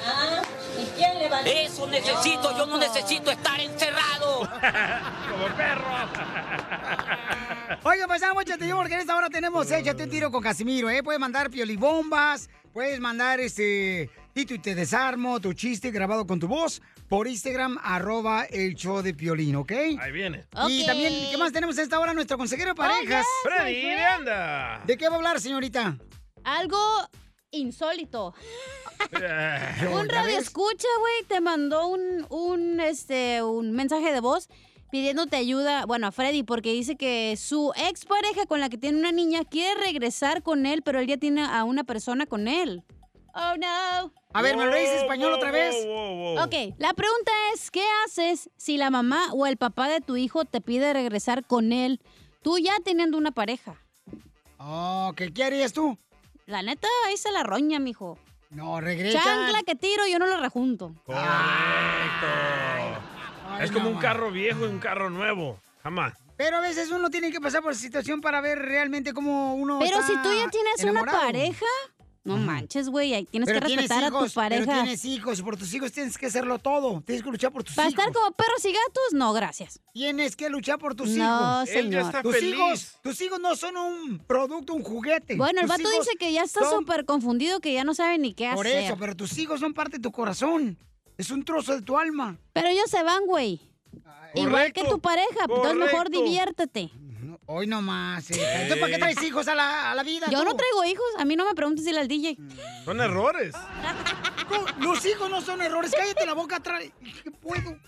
Speaker 1: Ah, ¿Y quién le vale?
Speaker 23: Eso necesito, yo no necesito estar encerrado. Como perro.
Speaker 2: Oiga, pues vamos, échate yo, porque en esta hora tenemos échate un tiro con Casimiro, ¿eh? Puedes mandar piolibombas, puedes mandar este. Tito y te desarmo, tu chiste grabado con tu voz por Instagram, arroba el show de Piolín, ¿ok?
Speaker 3: Ahí viene.
Speaker 2: Y también, ¿qué más tenemos en esta hora? Nuestro consejero de parejas.
Speaker 3: Oh, yes, my Freddy friend. Miranda.
Speaker 2: ¿De qué va a hablar, señorita?
Speaker 4: Algo insólito.
Speaker 2: Yo,
Speaker 4: un
Speaker 2: ¿ya
Speaker 4: radio
Speaker 2: ves?
Speaker 4: escucha, güey, te mandó un, un, este, un mensaje de voz pidiéndote ayuda, bueno, a Freddy, porque dice que su expareja con la que tiene una niña quiere regresar con él, pero él ya tiene a una persona con él. Oh, no.
Speaker 2: A ver, ¿me lo dices en español otra vez?
Speaker 4: Ok, la pregunta es, ¿qué haces si la mamá o el papá de tu hijo te pide regresar con él, tú ya teniendo una pareja?
Speaker 2: Oh, ¿qué, qué harías tú?
Speaker 4: La neta, ahí se la roña, mijo.
Speaker 2: No, regresa.
Speaker 4: Chancla que tiro, yo no la rejunto.
Speaker 3: es como un carro viejo y un carro nuevo. Jamás.
Speaker 2: Pero a veces uno tiene que pasar por esa situación para ver realmente cómo uno.
Speaker 4: Pero
Speaker 2: está
Speaker 4: si tú ya tienes
Speaker 2: enamorado.
Speaker 4: una pareja, No manches, güey. ahí Tienes
Speaker 2: Pero
Speaker 4: que respetar
Speaker 2: tienes
Speaker 4: a tu
Speaker 2: hijos, pero
Speaker 4: pareja.
Speaker 2: tienes hijos, por tus hijos tienes que hacerlo todo. Tienes que luchar por tus
Speaker 4: ¿Para
Speaker 2: hijos.
Speaker 4: estar como perros y gatos? No, gracias.
Speaker 2: Tienes que luchar por tus
Speaker 4: No,
Speaker 2: hijos.
Speaker 4: Él ya señor. está
Speaker 2: tus
Speaker 4: feliz.
Speaker 2: hijos, tus hijos no son un producto, un juguete.
Speaker 4: Bueno, el
Speaker 2: Tus
Speaker 4: vato
Speaker 2: hijos
Speaker 4: dice que ya está
Speaker 2: son-
Speaker 4: súper confundido, que ya no sabe ni qué
Speaker 2: Por
Speaker 4: hacer.
Speaker 2: eso, pero tus hijos son parte de tu corazón. Es un trozo de tu alma.
Speaker 4: Pero ellos se van, güey. Igual que tu pareja, pues, entonces mejor
Speaker 2: correcto.
Speaker 4: diviértete.
Speaker 2: Hoy nomás. eh. Entonces, ¿para qué traes hijos a la, a la vida?
Speaker 4: Yo
Speaker 2: tú?
Speaker 4: no traigo hijos, a mí no me preguntes si al DJ.
Speaker 3: Son errores.
Speaker 2: Mm. Los hijos no son errores. Cállate la boca atrás. ¿Qué puedo?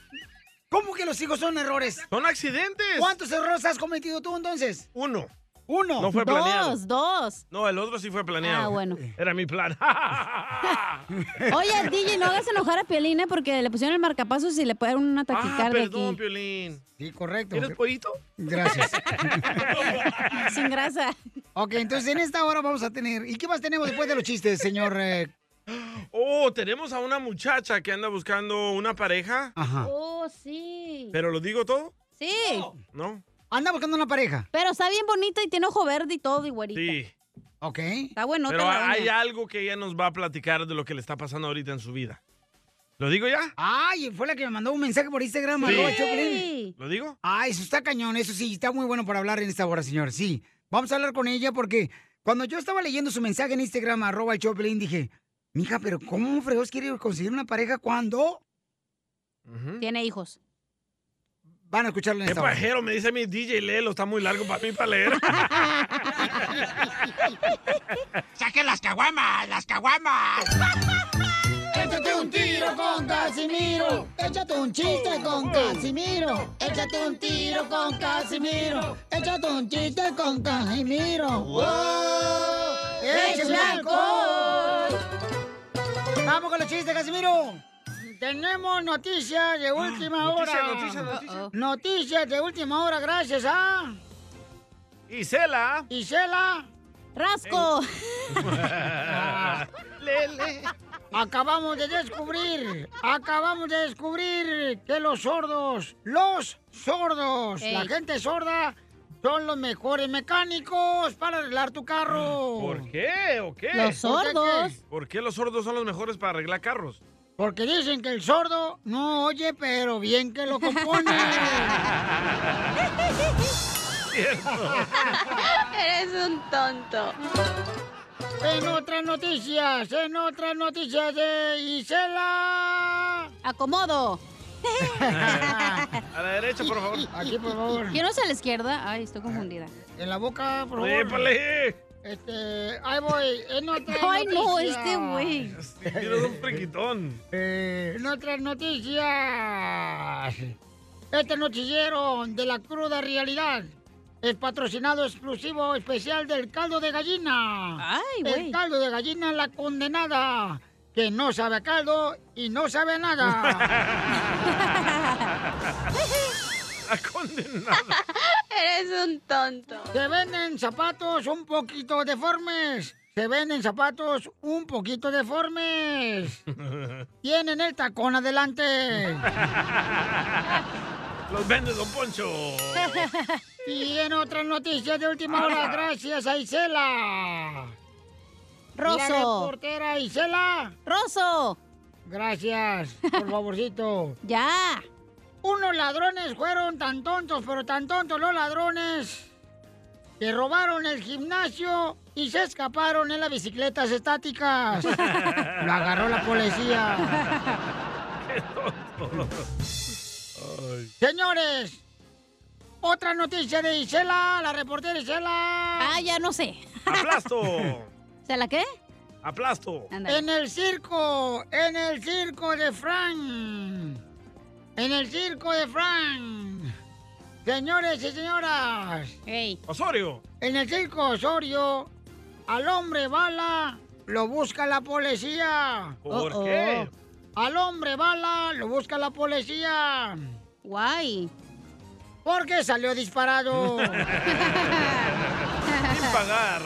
Speaker 2: ¿Cómo que los hijos son errores?
Speaker 3: Son accidentes.
Speaker 2: ¿Cuántos errores has cometido tú entonces?
Speaker 3: Uno.
Speaker 2: Uno.
Speaker 3: No fue planeado.
Speaker 4: Dos, dos.
Speaker 3: No, el otro sí fue planeado.
Speaker 4: Ah, bueno.
Speaker 3: Era mi plan.
Speaker 4: Oye, al DJ, no hagas enojar a Piolín, ¿eh? porque le pusieron el marcapasos y le puede dar una
Speaker 3: Ah,
Speaker 4: taquicardia
Speaker 3: perdón,
Speaker 4: aquí.
Speaker 3: Piolín.
Speaker 2: Sí, correcto.
Speaker 3: ¿Eres pollito?
Speaker 2: Gracias.
Speaker 4: Sin grasa.
Speaker 2: Ok, entonces en esta hora vamos a tener. ¿Y qué más tenemos después de los chistes, señor? eh?
Speaker 3: Oh, tenemos a una muchacha que anda buscando una pareja.
Speaker 2: Ajá.
Speaker 4: Oh, sí.
Speaker 3: ¿Pero lo digo todo?
Speaker 4: Sí.
Speaker 3: ¿No?
Speaker 2: Anda buscando una pareja.
Speaker 4: Pero está bien bonita y tiene ojo verde y todo, y güerita.
Speaker 3: Sí.
Speaker 2: Ok.
Speaker 4: Está bueno.
Speaker 3: Pero hay algo que ella nos va a platicar de lo que le está pasando ahorita en su vida. ¿Lo digo ya?
Speaker 2: Ay, fue la que me mandó un mensaje por Instagram.
Speaker 3: Sí.
Speaker 2: arroba Choplin.
Speaker 3: ¿Lo digo?
Speaker 2: Ay, eso está cañón. Eso sí, está muy bueno para hablar en esta hora, señor. Sí. Vamos a hablar con ella porque cuando yo estaba leyendo su mensaje en Instagram, arroba el Choplin, dije, mija, pero ¿cómo freos quiere conseguir una pareja cuando
Speaker 4: Tiene hijos.
Speaker 2: van a escucharla en
Speaker 3: Qué
Speaker 2: esta hora?
Speaker 3: pajero, me dice mi DJ, léelo, está muy largo para mí para leer.
Speaker 5: ¡Saquen las caguamas! ¡Las caguamas!
Speaker 12: Échate un tiro con Casimiro. Échate un chiste con Casimiro. Échate un tiro con Casimiro. Échate un chiste con Casimiro.
Speaker 2: ¡Wow!
Speaker 12: ¡Échame alcohol!
Speaker 2: Vamos con los chistes, Casimiro. Tenemos Mm, noticias de última
Speaker 12: Noticia,
Speaker 2: hora.
Speaker 12: noticia, noticia. Uh-oh.
Speaker 2: Noticias de última hora, gracias
Speaker 12: ¿ah?
Speaker 2: a.
Speaker 3: Isela.
Speaker 2: Isela.
Speaker 4: Rasco.
Speaker 2: Acabamos de descubrir, acabamos de descubrir que los sordos, los sordos,
Speaker 12: Ey.
Speaker 2: la gente sorda, son los mejores mecánicos para arreglar tu carro.
Speaker 3: ¿Por qué o qué?
Speaker 2: Los
Speaker 3: ¿Por qué
Speaker 2: sordos.
Speaker 3: qué? ¿Por qué los sordos son los mejores para arreglar carros?
Speaker 2: Porque dicen que el sordo no oye, pero bien que lo compone.
Speaker 12: Eres un tonto.
Speaker 2: En otras noticias, en otras noticias de Isela.
Speaker 4: Acomodo.
Speaker 3: a la derecha, por favor.
Speaker 2: Aquí, por favor.
Speaker 4: ¿Quién no es a la izquierda? Ay, estoy confundida.
Speaker 2: En la boca, por favor.
Speaker 3: ¡Épale!
Speaker 9: Eh,
Speaker 2: Este, ahí voy, en otras
Speaker 4: Ay, no,
Speaker 2: noticias.
Speaker 4: este güey.
Speaker 3: Tienes un friquitón.
Speaker 2: En otras noticias, este noticiero de la cruda realidad es patrocinado exclusivo especial del caldo de gallina.
Speaker 4: Ay,
Speaker 2: El caldo de gallina, la condenada, que no sabe a caldo y no sabe a nada.
Speaker 12: Eres un tonto.
Speaker 2: Se venden zapatos un poquito deformes. Se venden zapatos un poquito deformes. Tienen el tacón adelante.
Speaker 3: Los vende Don Poncho.
Speaker 2: Y en otras noticias de última hora, gracias a Isela.
Speaker 12: Rosso.
Speaker 2: La reportera Isela.
Speaker 4: Rosso.
Speaker 2: Gracias, por favorcito.
Speaker 4: ya.
Speaker 2: Unos ladrones fueron tan tontos, pero tan tontos los ladrones, que robaron el gimnasio y se escaparon en las bicicletas estáticas. Lo agarró la policía. Señores, otra noticia de Isela, la reportera Isela.
Speaker 4: Ah, ya no sé.
Speaker 3: ¡Aplasto!
Speaker 4: ¿Se la qué?
Speaker 3: ¡Aplasto!
Speaker 2: En el circo, en el circo de Fran. En el circo de Fran. Señores y señoras.
Speaker 3: Osorio.
Speaker 2: En el circo Osorio, al hombre bala lo busca la policía.
Speaker 12: ¿Por Oh, oh. qué?
Speaker 2: Al hombre bala lo busca la policía.
Speaker 4: Guay.
Speaker 2: Porque salió disparado.
Speaker 3: Sin pagar.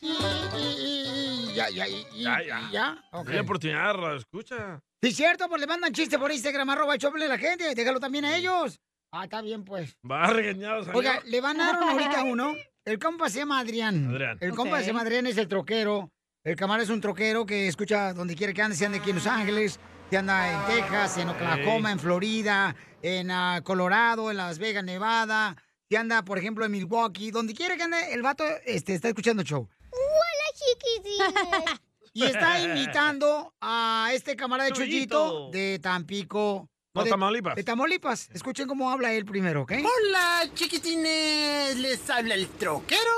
Speaker 2: y, y- y- y- ya, ya, y- y-
Speaker 3: ya, ya.
Speaker 2: y ya. Ok.
Speaker 3: Tiene oportunidad, radio escucha.
Speaker 2: Sí, cierto, pues le mandan chiste por Instagram, arroba el Choplin a la gente, déjalo también a ellos. Ah, está bien, pues.
Speaker 3: Va regañado, señor.
Speaker 2: Oiga, le van a dar uno ahorita a uno. El compa se llama Adrián.
Speaker 3: Adrián.
Speaker 2: El compa
Speaker 3: Ok.
Speaker 2: se llama Adrián, es el troquero. El camarada es un troquero que escucha donde quiera que ande, si anda aquí en Los Ángeles, si anda en Texas, en Oklahoma,
Speaker 12: Ey.
Speaker 2: en Florida, en ah, Colorado, en Las Vegas, Nevada, si anda, por ejemplo, en Milwaukee, donde quiera que ande, el vato este, está escuchando el show.
Speaker 8: Hola, chiquitines.
Speaker 2: Y está invitando a este camarada de Chuyito
Speaker 12: Chuyito.
Speaker 2: de Tampico.
Speaker 3: No,
Speaker 2: de-
Speaker 3: Tamaulipas.
Speaker 2: De Tamaulipas. Escuchen cómo habla él primero, ¿ok?
Speaker 9: Hola, chiquitines. Les habla el troquero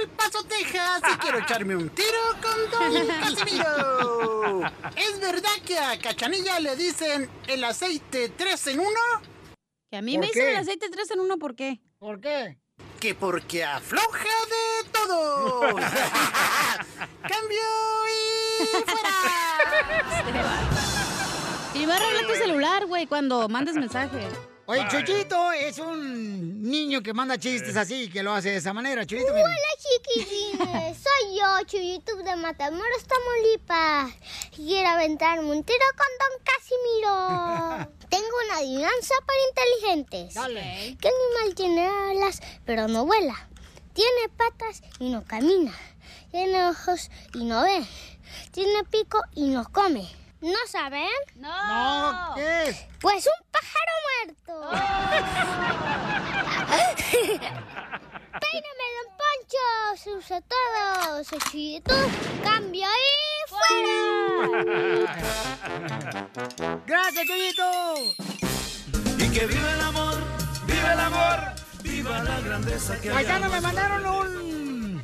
Speaker 9: del Paso, Texas. Y quiero echarme un tiro con Don Casimiro. ¿Es verdad que a Cachanilla le dicen el aceite 3 en 1?
Speaker 4: Que a mí me dicen el aceite 3 en 1, ¿por qué?
Speaker 2: ¿Por qué?
Speaker 9: Que porque afloja de todo. ¡Cambio y fuera!
Speaker 4: Y va a arreglar tu celular, güey, cuando mandes mensaje.
Speaker 2: Oye, Chuyito es un niño que manda chistes así, que lo hace de esa manera. Chuyito, mira.
Speaker 8: Hola, chiquitines. Soy yo, Chuyitub de Matamoros, Tamaulipas. Quiero aventarme un tiro con Don Casimiro. Tengo una adivinanza para inteligentes.
Speaker 24: Dale.
Speaker 8: ¿Qué animal tiene alas pero no vuela? Tiene patas y no camina. Tiene ojos y no ve. Tiene pico y no come. ¿No saben?
Speaker 2: No. ¿Qué es?
Speaker 8: Pues un pájaro muerto. ¡Peíname, don Poncho! ¡Se usa todo! ¡Se chillito! ¡Cambio y fuera!
Speaker 2: ¡Gracias, Chuyito!
Speaker 25: Y que viva el amor, viva el amor, viva la grandeza que
Speaker 2: Paisano, me mandaron un,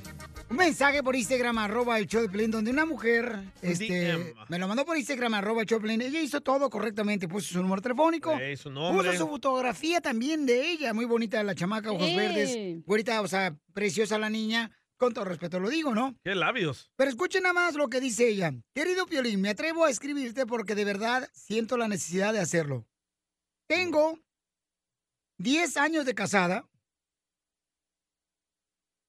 Speaker 2: un mensaje por Instagram, arroba el show de Piolín, donde una mujer este,
Speaker 3: DM.
Speaker 2: me lo mandó por Instagram, arroba el show de Piolín. Ella hizo todo correctamente, puso su número telefónico,
Speaker 3: Ey, Eh, su nombre.
Speaker 2: puso su fotografía también de ella, muy bonita la chamaca, ojos
Speaker 3: Ey.
Speaker 2: verdes, güerita, o sea, preciosa la niña, con todo respeto lo digo, ¿no?
Speaker 3: ¿Qué labios?
Speaker 2: Pero escuchen nada más lo que dice ella. Querido Piolín, me atrevo a escribirte porque de verdad siento la necesidad de hacerlo. Tengo 10 años de casada.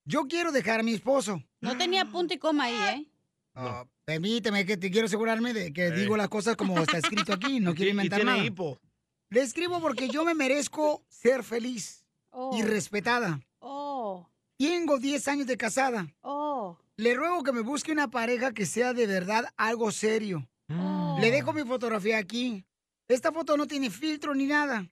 Speaker 2: Yo quiero dejar a mi esposo.
Speaker 4: No tenía punto y coma ahí, ¿eh?
Speaker 2: Ah, permíteme que te quiero asegurarme de que digo las cosas como está escrito aquí. No quiero
Speaker 3: Y- y
Speaker 2: inventar
Speaker 3: tiene
Speaker 2: nada.
Speaker 3: hipo.
Speaker 2: Le escribo porque yo me merezco ser feliz y respetada.
Speaker 4: Oh,
Speaker 2: Tengo 10 años de casada.
Speaker 4: oh.
Speaker 2: Le ruego que me busque una pareja que sea de verdad algo serio.
Speaker 4: Oh.
Speaker 2: Le dejo mi fotografía aquí. Esta foto no tiene filtro ni nada.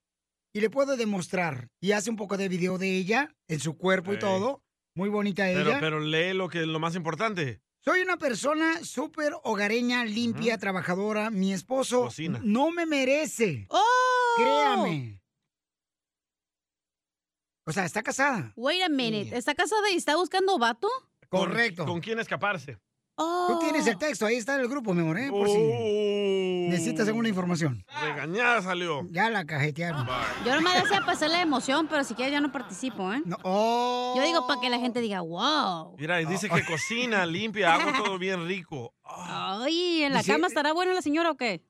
Speaker 2: Y le puedo demostrar. Y hace un poco de video de ella, en su cuerpo y
Speaker 3: Ey.
Speaker 2: todo. Muy bonita ella.
Speaker 3: Pero, pero lee lo que lo más importante.
Speaker 2: Soy una persona súper hogareña, limpia, trabajadora. Mi esposo
Speaker 3: Cocina.
Speaker 2: no me merece.
Speaker 4: ¡Oh!
Speaker 2: Créame. O sea, está casada.
Speaker 4: Wait a minute. ¿Está casada y está buscando vato?
Speaker 3: Con-
Speaker 2: Correcto.
Speaker 3: ¿Con quién escaparse?
Speaker 4: Oh.
Speaker 2: Tú tienes el texto, ahí está el grupo, me moré. Por si necesitas alguna información.
Speaker 3: Oh. Regañada salió.
Speaker 2: Ya la cajetearon.
Speaker 4: Yo nomás decía pasar la emoción, pero si quieres ya no participo, ¿eh?
Speaker 2: Oh.
Speaker 4: Yo digo para que la gente diga, wow.
Speaker 3: Mira, y
Speaker 2: Ah,
Speaker 3: dice que cocina, limpia, hago todo bien rico.
Speaker 4: Ay, ¿en la
Speaker 2: Dice-
Speaker 4: cama estará buena la señora o qué?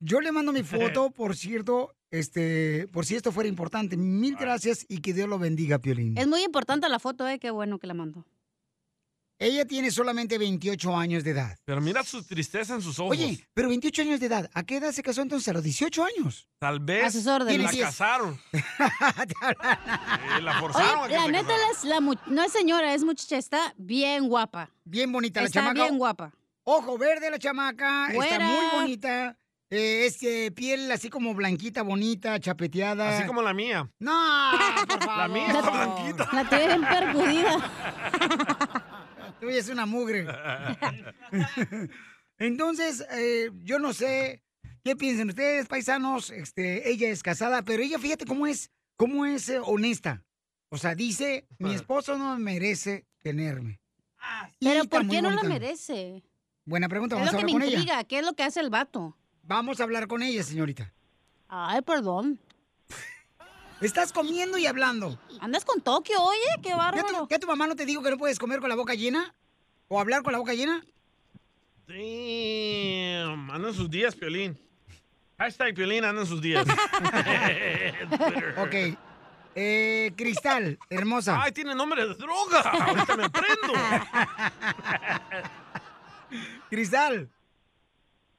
Speaker 2: Yo le mando mi foto, por cierto, este, por si esto fuera importante. Mil gracias y que Dios lo bendiga, Piolín.
Speaker 4: Es muy importante la foto, ¿eh? Qué bueno que la mandó.
Speaker 2: Ella tiene solamente 28 años de edad.
Speaker 3: Pero mira su tristeza en sus ojos.
Speaker 2: Oye, pero 28 años de edad, ¿a qué edad se casó entonces? A los 18 años.
Speaker 3: Tal vez
Speaker 2: a sus órdenes. Tienes
Speaker 3: la
Speaker 2: diez.
Speaker 3: casaron. Eh, la forzaron a
Speaker 4: Oye,
Speaker 3: que
Speaker 4: la
Speaker 3: se
Speaker 4: neta,
Speaker 3: casara.
Speaker 4: las- la mu- no es señora, es muchacha, está bien guapa.
Speaker 2: Bien bonita la
Speaker 4: está
Speaker 2: chamaca.
Speaker 4: bien guapa.
Speaker 2: Ojo verde la chamaca, está
Speaker 4: Güera.
Speaker 2: muy bonita. Eh, es eh, piel así como blanquita, bonita, chapeteada.
Speaker 3: Así como la mía.
Speaker 2: No, por favor.
Speaker 3: La mía está blanquita.
Speaker 4: La tuya bien percudida.
Speaker 2: La tuya es una mugre. Entonces, eh, yo no sé qué piensan ustedes, paisanos. Este, ella es casada, pero ella, fíjate cómo es, cómo es eh, honesta. O sea, dice, mi esposo no merece tenerme. Y
Speaker 4: Ah, Pero
Speaker 2: está
Speaker 4: ¿por
Speaker 2: muy
Speaker 4: qué no la
Speaker 2: bonita.
Speaker 4: merece?
Speaker 2: Buena pregunta,
Speaker 4: es
Speaker 2: vamos a
Speaker 4: lo que
Speaker 2: hablar
Speaker 4: me
Speaker 2: con
Speaker 4: intriga,
Speaker 2: ella.
Speaker 4: ¿qué es lo que hace el vato?
Speaker 2: Vamos a hablar con ella, señorita.
Speaker 4: Ay, perdón.
Speaker 2: Estás comiendo y hablando.
Speaker 4: Andas con Tokio, oye, qué bárbaro.
Speaker 2: ¿Ya tu, ya tu mamá no te dijo que no puedes comer con la boca llena? ¿O hablar con la boca llena?
Speaker 3: Damn, andan sus días, Piolín. Hashtag Piolín andan sus días. Twitter.
Speaker 2: ok. Eh, Cristal, hermosa.
Speaker 3: Ay, tiene nombre de droga. Ahorita me prendo.
Speaker 2: Cristal.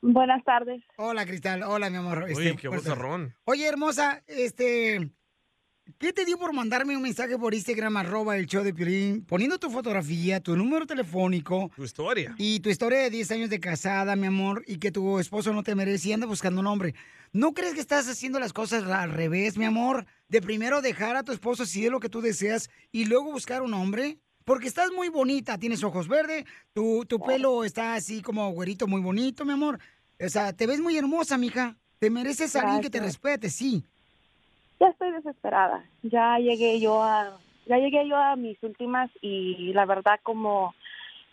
Speaker 26: Buenas tardes.
Speaker 2: Hola, Cristal. Hola, mi amor. Este,
Speaker 3: Uy, qué
Speaker 2: fuerte.
Speaker 3: bozarrón.
Speaker 2: Oye, hermosa, este. ¿Qué te dio por mandarme un mensaje por Instagram, arroba el show de Piolín, poniendo tu fotografía, tu número telefónico?
Speaker 3: Tu historia.
Speaker 2: Y tu historia de 10 años de casada, mi amor, y que tu esposo no te merece y anda buscando un hombre. ¿No crees que estás haciendo las cosas al revés, mi amor? De primero dejar a tu esposo si es lo que tú deseas y luego buscar un hombre. Porque estás muy bonita, tienes ojos verdes, tu, tu pelo está así como güerito muy bonito, mi amor. O sea, te ves muy hermosa, mija. Te mereces a alguien que te
Speaker 26: Gracias.
Speaker 2: respete, sí.
Speaker 26: Ya estoy desesperada. Ya llegué yo a ya llegué yo a mis últimas y la verdad como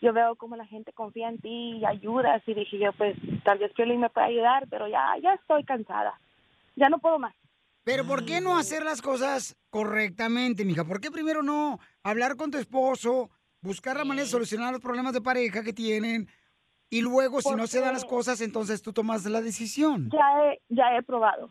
Speaker 26: yo veo como la gente confía en ti y ayudas y dije yo pues tal vez Piolín me puede ayudar, pero ya ya estoy cansada. Ya no puedo más.
Speaker 2: Pero ¿por qué no hacer las cosas correctamente, mija? ¿Por qué primero no hablar con tu esposo, buscar la manera de solucionar los problemas de pareja que tienen y luego si no se dan las cosas, entonces tú tomas la decisión?
Speaker 26: Ya he, ya he probado.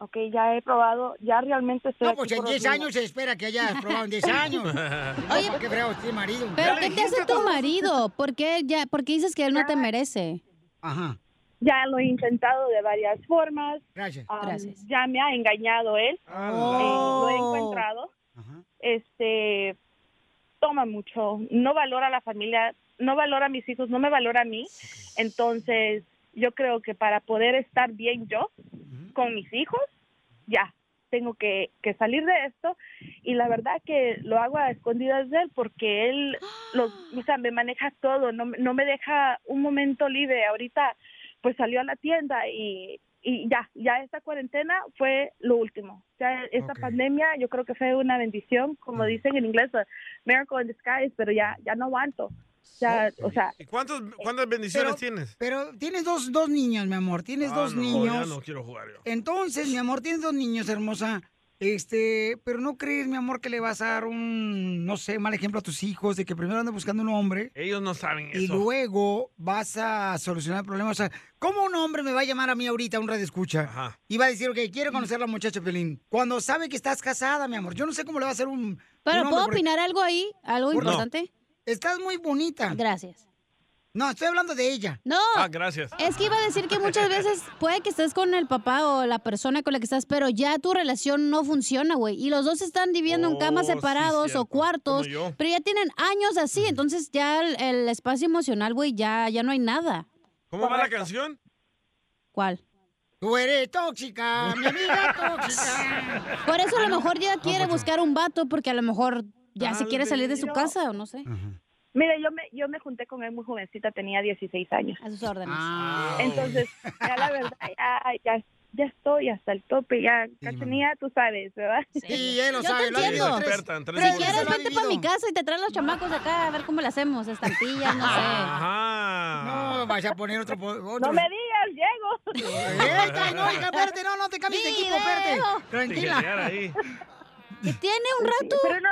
Speaker 26: Ok, ya he probado, ya realmente estoy
Speaker 2: No,
Speaker 26: aquí
Speaker 2: pues en
Speaker 26: por
Speaker 2: 10
Speaker 26: los
Speaker 2: años se espera que hayas probado en 10 años. Oye, qué fregado tiene marido.
Speaker 4: ¿Pero qué te hace tu marido? ¿Por qué, ya, ¿Por qué dices que él no te merece?
Speaker 2: Ajá.
Speaker 26: Ya lo he intentado de varias formas.
Speaker 2: Gracias.
Speaker 26: Am,
Speaker 4: Gracias.
Speaker 26: Ya me ha engañado él.
Speaker 4: Ah.
Speaker 26: Eh, lo he
Speaker 4: Oh.
Speaker 26: encontrado. Este toma mucho, no valora a la familia, no valora a mis hijos, no me valora a mí. Entonces, yo creo que para poder estar bien yo con mis hijos, ya tengo que, que salir de esto y la verdad que lo hago a escondidas de él porque él los, o sea, me maneja todo, no, no me deja un momento libre. Ahorita pues salió a la tienda y, y ya, ya esta cuarentena fue lo último. Ya esta pandemia yo creo que fue una bendición, como dicen en inglés, a miracle in disguise, pero ya, ya no aguanto. Ya, o sea,
Speaker 3: ¿Y cuántos, cuántas bendiciones tienes?
Speaker 2: Pero tienes dos, dos niños, mi amor. Tienes
Speaker 3: Ah,
Speaker 2: dos
Speaker 3: no,
Speaker 2: niños.
Speaker 3: ya no quiero jugar yo.
Speaker 2: Entonces, mi amor, tienes dos niños, hermosa. Este, pero no crees, mi amor, que le vas a dar un, no sé, mal ejemplo a tus hijos de que primero andan buscando un hombre
Speaker 3: Ellos no saben
Speaker 2: y
Speaker 3: eso.
Speaker 2: luego vas a solucionar el problema. O sea, ¿cómo un hombre me va a llamar a mí ahorita, un radio escucha? Y va a decir, ok, quiero conocer a la muchacha Pelín. Cuando sabe que estás casada, mi amor. Yo no sé cómo le va a hacer un.
Speaker 4: Pero, ¿puedo opinar
Speaker 2: algo ahí? ¿Algo
Speaker 4: importante?
Speaker 2: Estás muy bonita.
Speaker 4: Gracias.
Speaker 2: No, estoy hablando de ella.
Speaker 4: No.
Speaker 3: Ah, gracias.
Speaker 4: Es que iba a decir que muchas veces puede que estés con el papá o la persona con la que estás, pero ya tu relación no funciona, güey. Y los dos están viviendo en camas
Speaker 7: Oh, sí,
Speaker 4: separados o
Speaker 7: cierto.
Speaker 4: cuartos,
Speaker 7: Como yo. Mm.
Speaker 4: pero ya tienen años así, entonces ya el, el espacio emocional, güey, ya, ya no hay nada.
Speaker 3: ¿Cómo va la canción?
Speaker 4: ¿Cuál?
Speaker 2: Tú eres tóxica, mi amiga tóxica. Ah,
Speaker 4: Por eso a lo mejor ya quiere buscar un vato, porque a lo mejor ya se
Speaker 26: Tal
Speaker 4: quiere salir de su
Speaker 26: vez.
Speaker 4: casa o no sé.
Speaker 26: mira, yo me, yo me junté con él muy jovencita, tenía 16 años.
Speaker 4: A sus órdenes.
Speaker 2: Ah.
Speaker 26: Entonces, ya la verdad, ya, ya, ya estoy hasta el tope, ya, Cachanilla, tú sabes, ¿verdad?
Speaker 2: Sí, él lo
Speaker 4: Yo te
Speaker 2: sabe, lo ha
Speaker 4: entiendo.
Speaker 2: vivido tres-
Speaker 3: Experta en tres
Speaker 4: Si
Speaker 3: cosas.
Speaker 4: quieres, vente para mi casa y te traen los chamacos acá a ver cómo le hacemos, estampillas, no sé.
Speaker 3: Ajá.
Speaker 2: No, vaya a poner otro. po- otro.
Speaker 26: No me digas, llego.
Speaker 2: Ey, ay, no, hija, espérate, no, no te cambies de equipo, espérate.
Speaker 3: Tijerear
Speaker 2: Tranquila.
Speaker 3: ahí.
Speaker 4: tiene un rato.
Speaker 26: Pero no,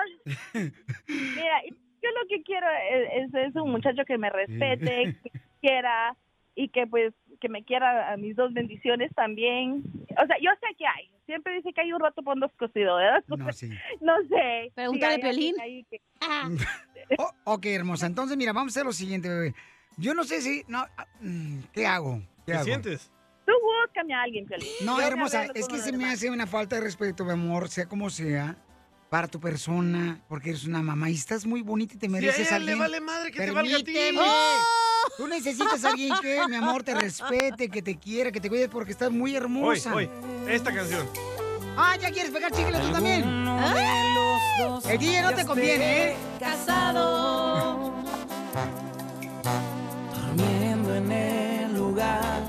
Speaker 26: mira, yo lo que quiero es, es- es un muchacho que me respete, que quiera y que pues que me quiera a mis dos bendiciones también. O sea, yo sé que hay. Siempre dice que hay un rato por un descosido, ¿verdad?
Speaker 2: No, sí.
Speaker 26: No sé.
Speaker 4: Pregúntale a
Speaker 26: Sí, hay
Speaker 4: Piolín.
Speaker 26: alguien
Speaker 4: Ah.
Speaker 26: ahí que-
Speaker 2: O- Oh, ok, hermosa. Entonces, mira, vamos a hacer lo siguiente, bebé. Yo no sé si. No, ah, mm, ¿Qué hago?
Speaker 3: ¿Qué
Speaker 2: hago?
Speaker 3: sientes?
Speaker 26: Tú búscame a alguien, Piolín. Yo
Speaker 2: No,
Speaker 26: me
Speaker 2: hermosa,
Speaker 26: arreglo
Speaker 2: es
Speaker 26: con
Speaker 2: que
Speaker 26: los
Speaker 2: se me hace una falta de respeto, mi amor, sea como sea, para tu persona, porque eres una mamá y estás muy bonita y te mereces
Speaker 3: ella
Speaker 2: a
Speaker 3: le
Speaker 2: alguien.
Speaker 3: vale madre que te valga a ti.
Speaker 2: Permíteme.
Speaker 3: ¡Oh!
Speaker 2: Tú necesitas a alguien que, mi amor, te respete, que te quiera, que te cuide, porque estás muy
Speaker 3: Hoy,
Speaker 2: hermosa.
Speaker 3: hoy. Esta canción.
Speaker 2: Ah, ya quieres pegar chicle tú también.
Speaker 7: dos
Speaker 2: El DJ no te
Speaker 7: ya
Speaker 2: conviene, ¿eh?
Speaker 7: Casado. Durmiendo en el lugar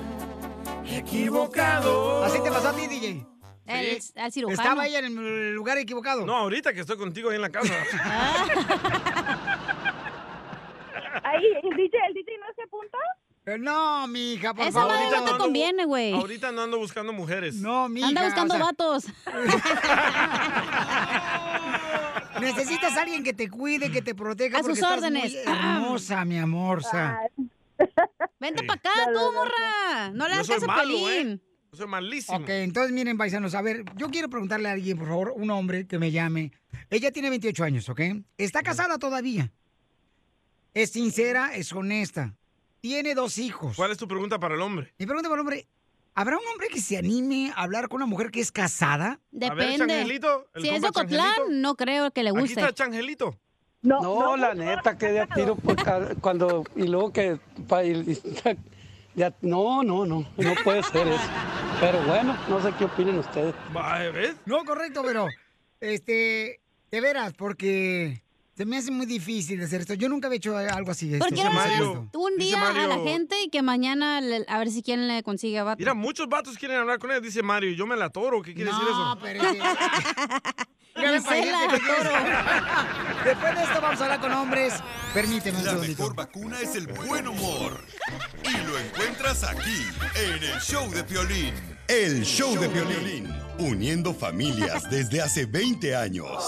Speaker 7: equivocado.
Speaker 2: Así te pasó a ti, DJ.
Speaker 4: El- al cirujano.
Speaker 2: Estaba ella en el lugar equivocado. Ah,
Speaker 3: No, ahorita que estoy contigo ahí en la casa.
Speaker 26: Ahí, el DJ, el DJ no se apunta.
Speaker 2: Pero Eh, no, mi hija, por
Speaker 4: Esa
Speaker 2: favor.
Speaker 4: madre no te conviene, güey.
Speaker 3: ahorita no ando buscando mujeres.
Speaker 2: No, mi
Speaker 4: Anda buscando vatos.
Speaker 2: Necesitas a alguien que te cuide, que te proteja.
Speaker 4: A sus
Speaker 2: porque estás
Speaker 4: órdenes.
Speaker 2: muy hermosa, mi amor. o sea.
Speaker 27: Ah,
Speaker 4: Vente para acá, tú, morra. No le
Speaker 3: Yo
Speaker 4: hagas
Speaker 3: soy
Speaker 4: caso a
Speaker 3: malo,
Speaker 4: Pelín.
Speaker 3: ¿eh? Yo soy malísimo.
Speaker 2: Ok, entonces miren, paisanos, a ver, yo quiero preguntarle a alguien, por favor, un hombre que me llame. Ella tiene 28 años, ¿ok? Está casada todavía. Es sincera, es honesta. Tiene dos hijos.
Speaker 3: ¿Cuál es tu pregunta para el hombre?
Speaker 2: Mi pregunta para el hombre, ¿Habrá un hombre que se anime a hablar con una mujer que es casada?
Speaker 4: Depende. si es de Cotlán, no creo que le
Speaker 2: Aquí
Speaker 4: guste.
Speaker 2: está
Speaker 3: Changelito.
Speaker 4: No,
Speaker 27: No, la neta, que de a tiro por cada- cuando. Y luego que. pa- y- de a- no, no, no. No puede ser eso. Pero bueno, no sé qué opinan ustedes.
Speaker 2: No, correcto, pero este, de veras, porque se me hace muy difícil hacer esto. Yo nunca había hecho algo así.
Speaker 4: ¿Por qué
Speaker 2: esto,
Speaker 4: no le
Speaker 2: hacer
Speaker 4: haces
Speaker 2: esto.
Speaker 4: tú un
Speaker 3: dice
Speaker 4: día a la
Speaker 3: Mario-
Speaker 4: gente y que mañana le- a ver si quién le consigue a vato?
Speaker 3: Mira, muchos vatos quieren hablar con él. Dice Mario, yo me la toro. ¿Qué quiere decir eso?
Speaker 4: No,
Speaker 2: pero Después de esto vamos a hablar con hombres. Permíteme un
Speaker 6: La
Speaker 2: segundito.
Speaker 6: mejor vacuna es el buen humor. Y lo encuentras aquí, en el show de Piolín. El show de Piolín. Uniendo familias desde hace 20 años.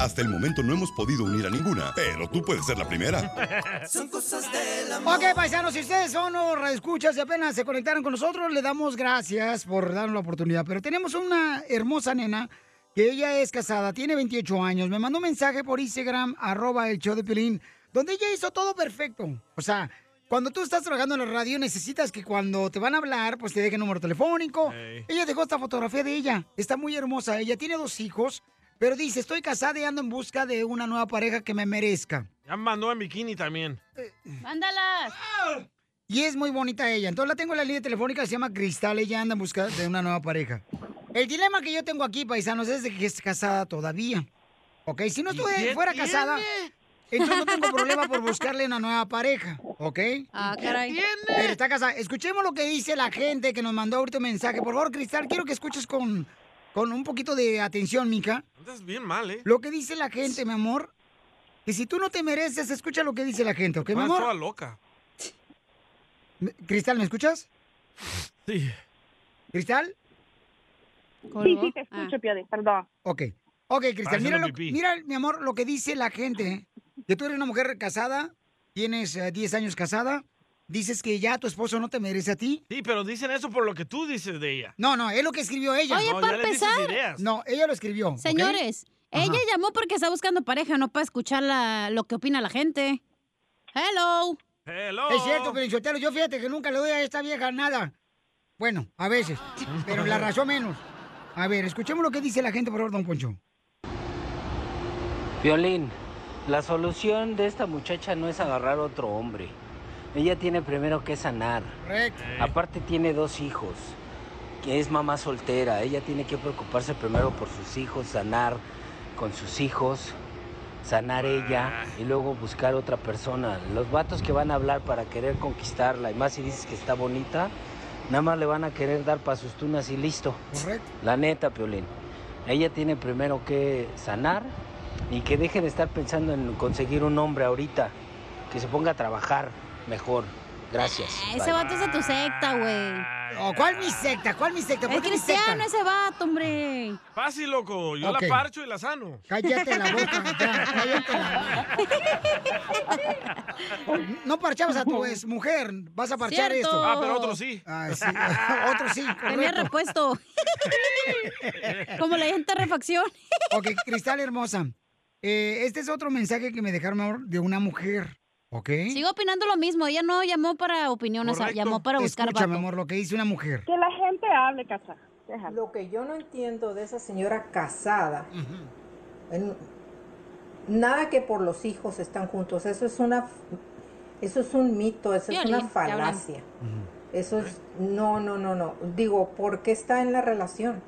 Speaker 6: Hasta el momento no hemos podido unir a ninguna, pero tú puedes ser la primera.
Speaker 2: Son cosas del amor. Ok, paisanos, si ustedes son o escuchas y apenas se conectaron con nosotros, le damos gracias por darnos la oportunidad. Pero tenemos una hermosa nena que ella es casada, tiene 28 años. Me mandó un mensaje por Instagram, arroba el show de Piolín, donde ella hizo todo perfecto. O sea, cuando tú estás trabajando en la radio, necesitas que cuando te van a hablar, pues te dejen número telefónico.
Speaker 12: Ey.
Speaker 2: Ella dejó esta fotografía de ella. Está muy hermosa. Ella tiene dos hijos, pero dice, estoy casada y ando en busca de una nueva pareja que me merezca.
Speaker 3: Ya me mandó en bikini también.
Speaker 4: ¡Mándalas!
Speaker 2: Y es muy bonita ella. Entonces la tengo en la línea telefónica, se llama Cristal, ella anda en busca de una nueva pareja. El dilema que yo tengo aquí, paisanos, es de que es casada todavía. ¿Ok? Si no estuve-
Speaker 12: qué
Speaker 2: fuera casada,
Speaker 12: tiene?
Speaker 2: entonces no tengo problema por buscarle una nueva pareja. ¿Ok?
Speaker 12: Ah, caray. ¿Qué tiene?
Speaker 2: Pero está casada. Escuchemos lo que dice la gente que nos mandó ahorita un mensaje. Por favor, Cristal, quiero que escuches con, con un poquito de atención, mija.
Speaker 3: Andas bien mal, ¿eh?
Speaker 2: Lo que dice la gente, mi amor. Que si tú no te mereces, escucha lo que dice la gente, ¿ok, mi
Speaker 3: Andas
Speaker 2: amor?
Speaker 3: toda loca.
Speaker 2: Me- Cristal, ¿me escuchas?
Speaker 3: Sí.
Speaker 2: ¿Cristal?
Speaker 26: Sí, sí, te
Speaker 4: Ah.
Speaker 26: escucho, Piolín, perdón.
Speaker 2: Ok. Ok, Cristal, mira,
Speaker 26: Haciendo
Speaker 2: lo-
Speaker 26: pipí.
Speaker 2: mira, mi amor, lo que dice la gente. ¿eh? Que tú eres una mujer casada, tienes eh, 10 años casada, dices que ya tu esposo no te merece a ti.
Speaker 3: Sí, pero dicen eso por lo que tú dices de ella.
Speaker 2: No, no, es lo que escribió ella.
Speaker 4: Oye, No, para ya le dices empezar- ideas.
Speaker 2: No, ella lo escribió. ¿ok?
Speaker 4: Señores, ella
Speaker 2: Ajá.
Speaker 4: llamó porque está buscando pareja, no para escuchar la- lo que opina la gente. Hello.
Speaker 3: Hello.
Speaker 2: Es cierto, Pelichotelo, yo fíjate que nunca le doy a esta vieja nada. Bueno, a veces, pero la razón menos. A ver, escuchemos lo que dice la gente, por favor, don Poncho.
Speaker 19: Violín, la solución de esta muchacha no es agarrar otro hombre. Ella tiene primero que sanar.
Speaker 2: Correcto.
Speaker 19: Aparte tiene dos hijos, que es mamá soltera. Ella tiene que preocuparse primero por sus hijos, sanar con sus hijos, sanar ella y luego buscar otra persona. Los vatos que van a hablar para querer conquistarla, y más si dices que está bonita, nada más le van a querer dar pa' sus tunas y listo.
Speaker 2: Correcto.
Speaker 19: La neta, Piolín. Ella tiene primero que sanar y que deje de estar pensando en conseguir un hombre ahorita. Que se ponga a trabajar mejor. Gracias.
Speaker 4: Ese
Speaker 19: Bye.
Speaker 4: vato es de tu secta, güey.
Speaker 2: Oh, ¿Cuál mi secta? ¿Cuál mi secta?
Speaker 3: ¿Por
Speaker 4: Es
Speaker 3: qué mi secta?
Speaker 4: cristiano ese vato, hombre.
Speaker 3: Fácil, loco. Yo
Speaker 4: Ok.
Speaker 3: la parcho y la sano.
Speaker 2: Cállate la boca, ya, cállate No parchabas a tu ex mujer, vas a parchar
Speaker 4: Cierto.
Speaker 2: esto.
Speaker 4: Ah, pero otro
Speaker 3: sí.
Speaker 2: Ay, sí. otro sí,
Speaker 4: Tenía
Speaker 2: correcto.
Speaker 4: repuesto. Como la gente refacción.
Speaker 2: Ok, Cristal hermosa. eh, este es otro mensaje que me dejaron mi amor, de una mujer, ¿ok?
Speaker 4: Sigo opinando lo mismo. Ella no llamó para opiniones, llamó para buscar
Speaker 2: Escucha, mi
Speaker 4: vato.
Speaker 2: amor, lo que dice una mujer.
Speaker 10: Que la gente hable, casa. Lo que yo no entiendo de esa señora casada, en- nada que por los hijos están juntos, eso es una, eso es un mito, eso es
Speaker 24: Violín,
Speaker 10: una
Speaker 24: te
Speaker 10: falacia. Eso es, no, no, no, no. Digo, ¿por qué está en la relación?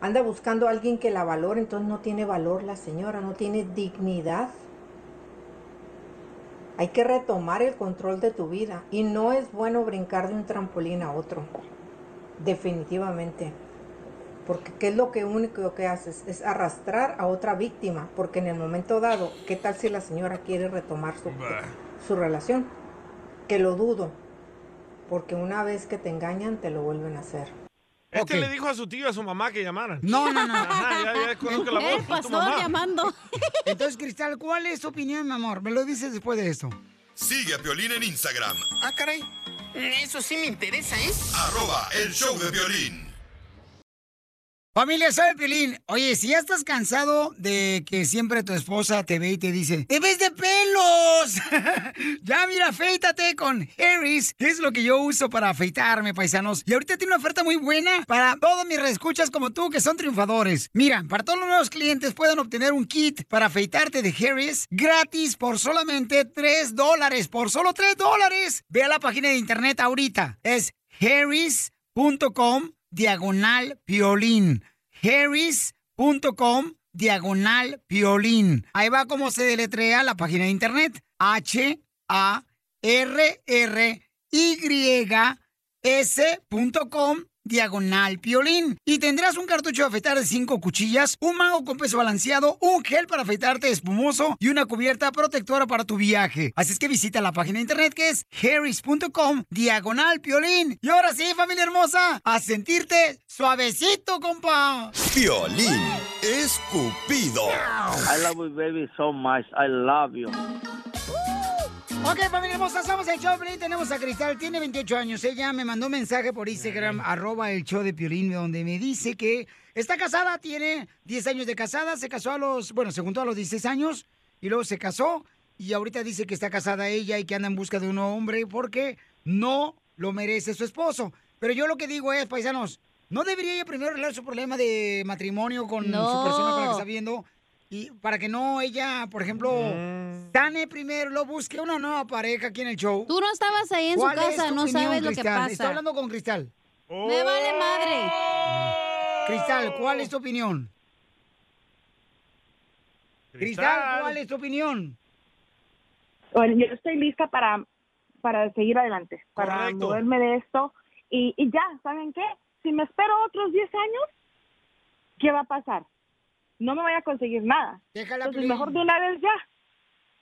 Speaker 10: Anda buscando a alguien que la valore, entonces no tiene valor la señora, no tiene dignidad. Hay que retomar el control de tu vida y no es bueno brincar de un trampolín a otro, definitivamente. Porque qué es lo que único que haces es arrastrar a otra víctima, porque en el momento dado, ¿qué tal si la señora quiere retomar su, su relación? Que lo dudo, porque una vez que te engañan te lo vuelven a hacer.
Speaker 3: Este
Speaker 10: Ok.
Speaker 3: le dijo a su tío y a su mamá que llamaran.
Speaker 10: No, no, no.
Speaker 3: Ajá, ya, ya conozco la voz. de tu mamá.
Speaker 4: llamando.
Speaker 2: Entonces, Cristal, ¿cuál es tu opinión, mi amor? Me lo dices después de esto.
Speaker 6: Sigue a Piolín en Instagram,
Speaker 2: Ah, caray.
Speaker 28: Eso sí me interesa, ¿eh?
Speaker 6: arroba el show de Piolín.
Speaker 2: Familia, soy Piolín. Oye, si ya estás cansado de que siempre tu esposa te ve y te dice, ¡te ves de pelos! ya mira, afeítate con Harris, que es lo que yo uso para afeitarme, paisanos. Y ahorita tiene una oferta muy buena para todos mis reescuchas como tú, que son triunfadores. Mira, para todos los nuevos clientes pueden obtener un kit para afeitarte de Harris gratis por solamente 3 dólares. Por solo 3 dólares. Ve a la página de internet ahorita. Es harris.com diagonal piolín. harris.com diagonal piolín. Ahí va como se deletrea la página de internet. H A R R Y S.com diagonal piolín. Y tendrás un cartucho de afeitar de 5 cuchillas, un mango con peso balanceado, un gel para afeitarte espumoso y una cubierta protectora para tu viaje. Así es que visita la página de internet que es harris.com diagonal piolín. Y ahora sí, familia hermosa, a sentirte suavecito, compa.
Speaker 6: Piolín escupido.
Speaker 20: I love you, baby, so much. I love you.
Speaker 2: Ok, familia hermosa, somos el show de Piolín. Tenemos a Cristal, tiene 28 años. Ella me mandó un mensaje por Instagram, arroba el show de Piolín, donde me dice que está casada, tiene 10 años de casada, se casó a los, bueno, se juntó a los 16 años y luego se casó y ahorita dice que está casada ella y que anda en busca de un hombre porque no lo merece su esposo. Pero yo lo que digo es, paisanos, ¿no debería ella primero arreglar su problema de matrimonio con su
Speaker 4: No.
Speaker 2: persona con la que está viendo? Y para que no ella, por ejemplo, sane primero, lo busque una nueva pareja aquí en el show.
Speaker 4: Tú no estabas ahí en su
Speaker 2: ¿Cuál es
Speaker 4: casa,
Speaker 2: tu
Speaker 4: no
Speaker 2: opinión,
Speaker 4: sabes lo que
Speaker 2: Cristal?
Speaker 4: pasa.
Speaker 2: Estoy hablando con Cristal.
Speaker 4: Me vale madre.
Speaker 2: Cristal, ¿cuál es tu opinión? Cristal, ¿cuál es tu opinión?
Speaker 26: Bueno, yo estoy lista para, para seguir adelante, para
Speaker 2: Correcto.
Speaker 26: moverme de esto. Y, y ya, ¿saben qué? Si me espero otros 10 años, ¿qué va a pasar? No me voy a conseguir nada. Entonces,
Speaker 2: Piolín.
Speaker 26: mejor de una vez ya.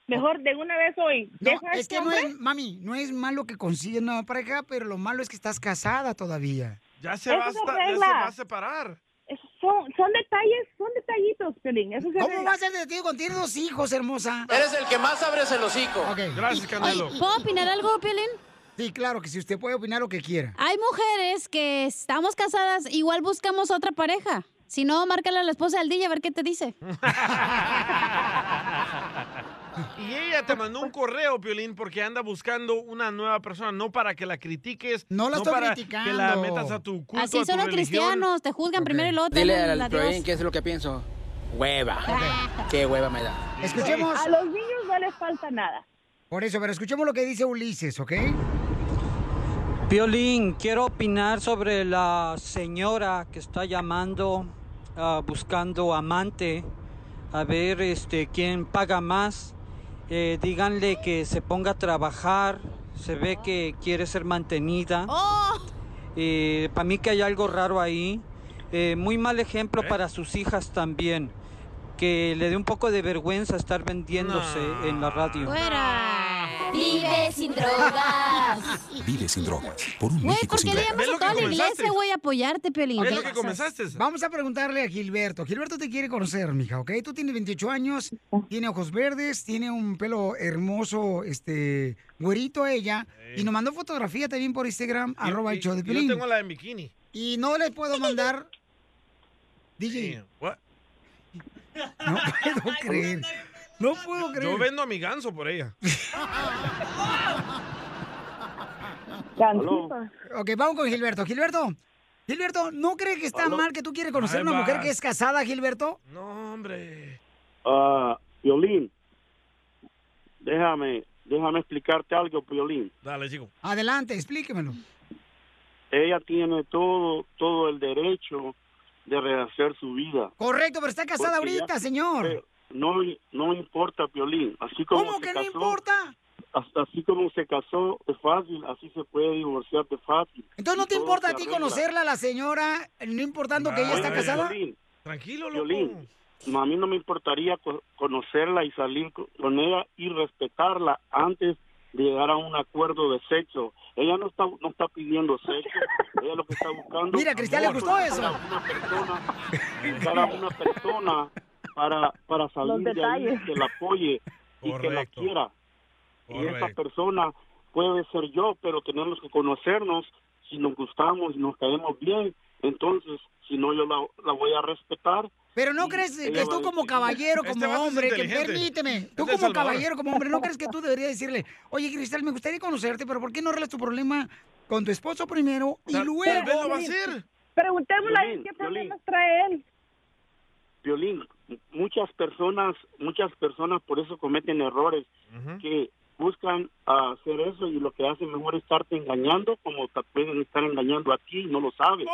Speaker 26: Mejor de una vez hoy.
Speaker 2: No,
Speaker 26: Deja a
Speaker 2: es
Speaker 26: este
Speaker 2: que no
Speaker 26: hombre.
Speaker 2: es, mami, no es malo que consigas una pareja, pero lo malo es que estás casada todavía.
Speaker 3: Ya se,
Speaker 26: Eso
Speaker 3: va a,
Speaker 26: es
Speaker 3: esta- ya se
Speaker 26: regla.
Speaker 3: va a separar.
Speaker 26: Esos Son, son detalles, son detallitos, Piolín. Eso se
Speaker 2: ¿Cómo
Speaker 26: arregla.
Speaker 2: vas a ser detenido cuando tienes dos hijos, hermosa?
Speaker 26: Eres el que más
Speaker 2: abres el hocico.
Speaker 26: Gracias,
Speaker 4: Canelo. Oye, ¿puedo opinar algo, Piolín?
Speaker 2: Sí, claro, que si usted puede opinar lo que quiera.
Speaker 4: Hay mujeres que estamos casadas, igual buscamos otra pareja. Si no, márcale a la esposa del DJ a ver qué te dice.
Speaker 3: Y ella te mandó un correo, Piolín, porque anda buscando una nueva persona, no para que la critiques,
Speaker 2: no
Speaker 4: la estoy
Speaker 3: para
Speaker 4: criticando.
Speaker 3: que la metas a tu culto, a
Speaker 4: Así
Speaker 3: tu
Speaker 4: son los
Speaker 3: religión.
Speaker 4: cristianos, te juzgan primero y luego te
Speaker 19: Dile
Speaker 4: dan
Speaker 19: al
Speaker 4: la
Speaker 19: Piolín
Speaker 4: Dios.
Speaker 19: qué es lo que pienso. Hueva. Qué hueva me da.
Speaker 26: A los niños no les falta nada.
Speaker 2: Por eso, pero escuchemos lo que dice Ulises, ¿ok?
Speaker 27: Piolín, quiero opinar sobre la señora que está llamando ah, buscando amante. A ver este quién paga más. Eh, díganle que se ponga a trabajar. Se ve que quiere ser mantenida. Para mí que hay algo raro ahí. Eh, muy mal ejemplo para sus hijas también. Que le dé un poco de vergüenza estar vendiéndose en la radio.
Speaker 3: Ah.
Speaker 4: Vive sin drogas.
Speaker 6: Vive sin drogas. Por un
Speaker 4: Güey,
Speaker 6: México
Speaker 4: ¿por
Speaker 6: sin
Speaker 4: qué le
Speaker 6: drogas.
Speaker 4: llamas a toda la iglesia, güey, a apoyarte, Piolín?
Speaker 2: Ok.
Speaker 4: ¿Qué pasas?
Speaker 2: Vamos a preguntarle a Gilberto. Gilberto te quiere conocer, mija, ¿ok? Tú tienes 28 años, tiene ojos verdes, tiene un pelo hermoso, este, güerito ella. Y nos mandó fotografía también por Instagram, arroba el show de
Speaker 3: Yo
Speaker 2: Piolín.
Speaker 3: tengo la de bikini.
Speaker 2: Y no les puedo mandar... DJ,
Speaker 3: What?
Speaker 2: no puedo creer. No puedo creer.
Speaker 3: Yo vendo a mi ganso por ella.
Speaker 26: Gansito.
Speaker 2: Ok, vamos con Gilberto. Gilberto, Gilberto, ¿no crees que está
Speaker 26: Aló.
Speaker 2: mal que tú quieres conocer a
Speaker 26: Ahí
Speaker 2: una mujer
Speaker 26: vas.
Speaker 2: que es casada, Gilberto?
Speaker 3: No, hombre.
Speaker 20: Ah, Piolín, déjame, déjame explicarte algo, Piolín.
Speaker 3: Dale, chico.
Speaker 2: Adelante, explíquemelo.
Speaker 20: Ella tiene todo, todo el derecho de rehacer su vida.
Speaker 2: Correcto, pero está casada
Speaker 20: Porque ya-
Speaker 2: ahorita, señor.
Speaker 20: Pero No, no importa, Piolín. Así como
Speaker 2: ¿Cómo
Speaker 20: se
Speaker 2: que no
Speaker 20: casó,
Speaker 2: importa?
Speaker 20: as- Así como se casó de fácil, así se puede divorciar de fácil.
Speaker 2: Entonces no te
Speaker 20: Y todo
Speaker 2: importa a
Speaker 20: se
Speaker 2: ti
Speaker 20: arregla.
Speaker 2: conocerla, la señora, no importando que ella está
Speaker 20: Oye,
Speaker 2: casada.
Speaker 20: Piolín,
Speaker 3: Tranquilo, loco.
Speaker 20: Piolín, a mí no me importaría co- conocerla y salir co- con ella y respetarla antes de llegar a un acuerdo de sexo. Ella no está, no está pidiendo sexo, ella lo que está buscando...
Speaker 2: Mira, Cristian, ¿le
Speaker 20: amor,
Speaker 2: gustó
Speaker 20: conocer
Speaker 2: eso?
Speaker 20: a una persona, buscar a una persona para, para
Speaker 26: Los
Speaker 20: salir de ahí,
Speaker 26: detalles.
Speaker 20: que la apoye y que la
Speaker 3: Correcto.
Speaker 20: quiera. Y esa
Speaker 3: Correcto.
Speaker 20: persona puede ser yo, pero tenemos que conocernos. Si nos gustamos y nos caemos bien, Entonces, si no, yo la, la voy a respetar.
Speaker 2: Pero no crees
Speaker 20: ella
Speaker 2: que
Speaker 20: va a
Speaker 2: tú como
Speaker 20: decir-
Speaker 2: caballero, como
Speaker 20: Este vato es
Speaker 2: hombre, que
Speaker 20: inteligente.
Speaker 2: permíteme,
Speaker 20: Es
Speaker 2: tú
Speaker 20: de
Speaker 2: como
Speaker 20: Salvador.
Speaker 2: caballero, como hombre, ¿no crees que tú deberías decirle, oye Cristal, me gustaría conocerte, pero ¿por qué no arreglas tu problema con tu esposo primero y
Speaker 20: Tal-
Speaker 2: luego?
Speaker 20: tal vez lo va a hacer. Preguntémosle a él Violín, qué problemas
Speaker 2: trae él.
Speaker 20: Violín, m- muchas personas, muchas personas por eso cometen errores que buscan ah, hacer eso y lo que hacen mejor es estarte engañando como te pueden estar engañando a ti y no lo sabes.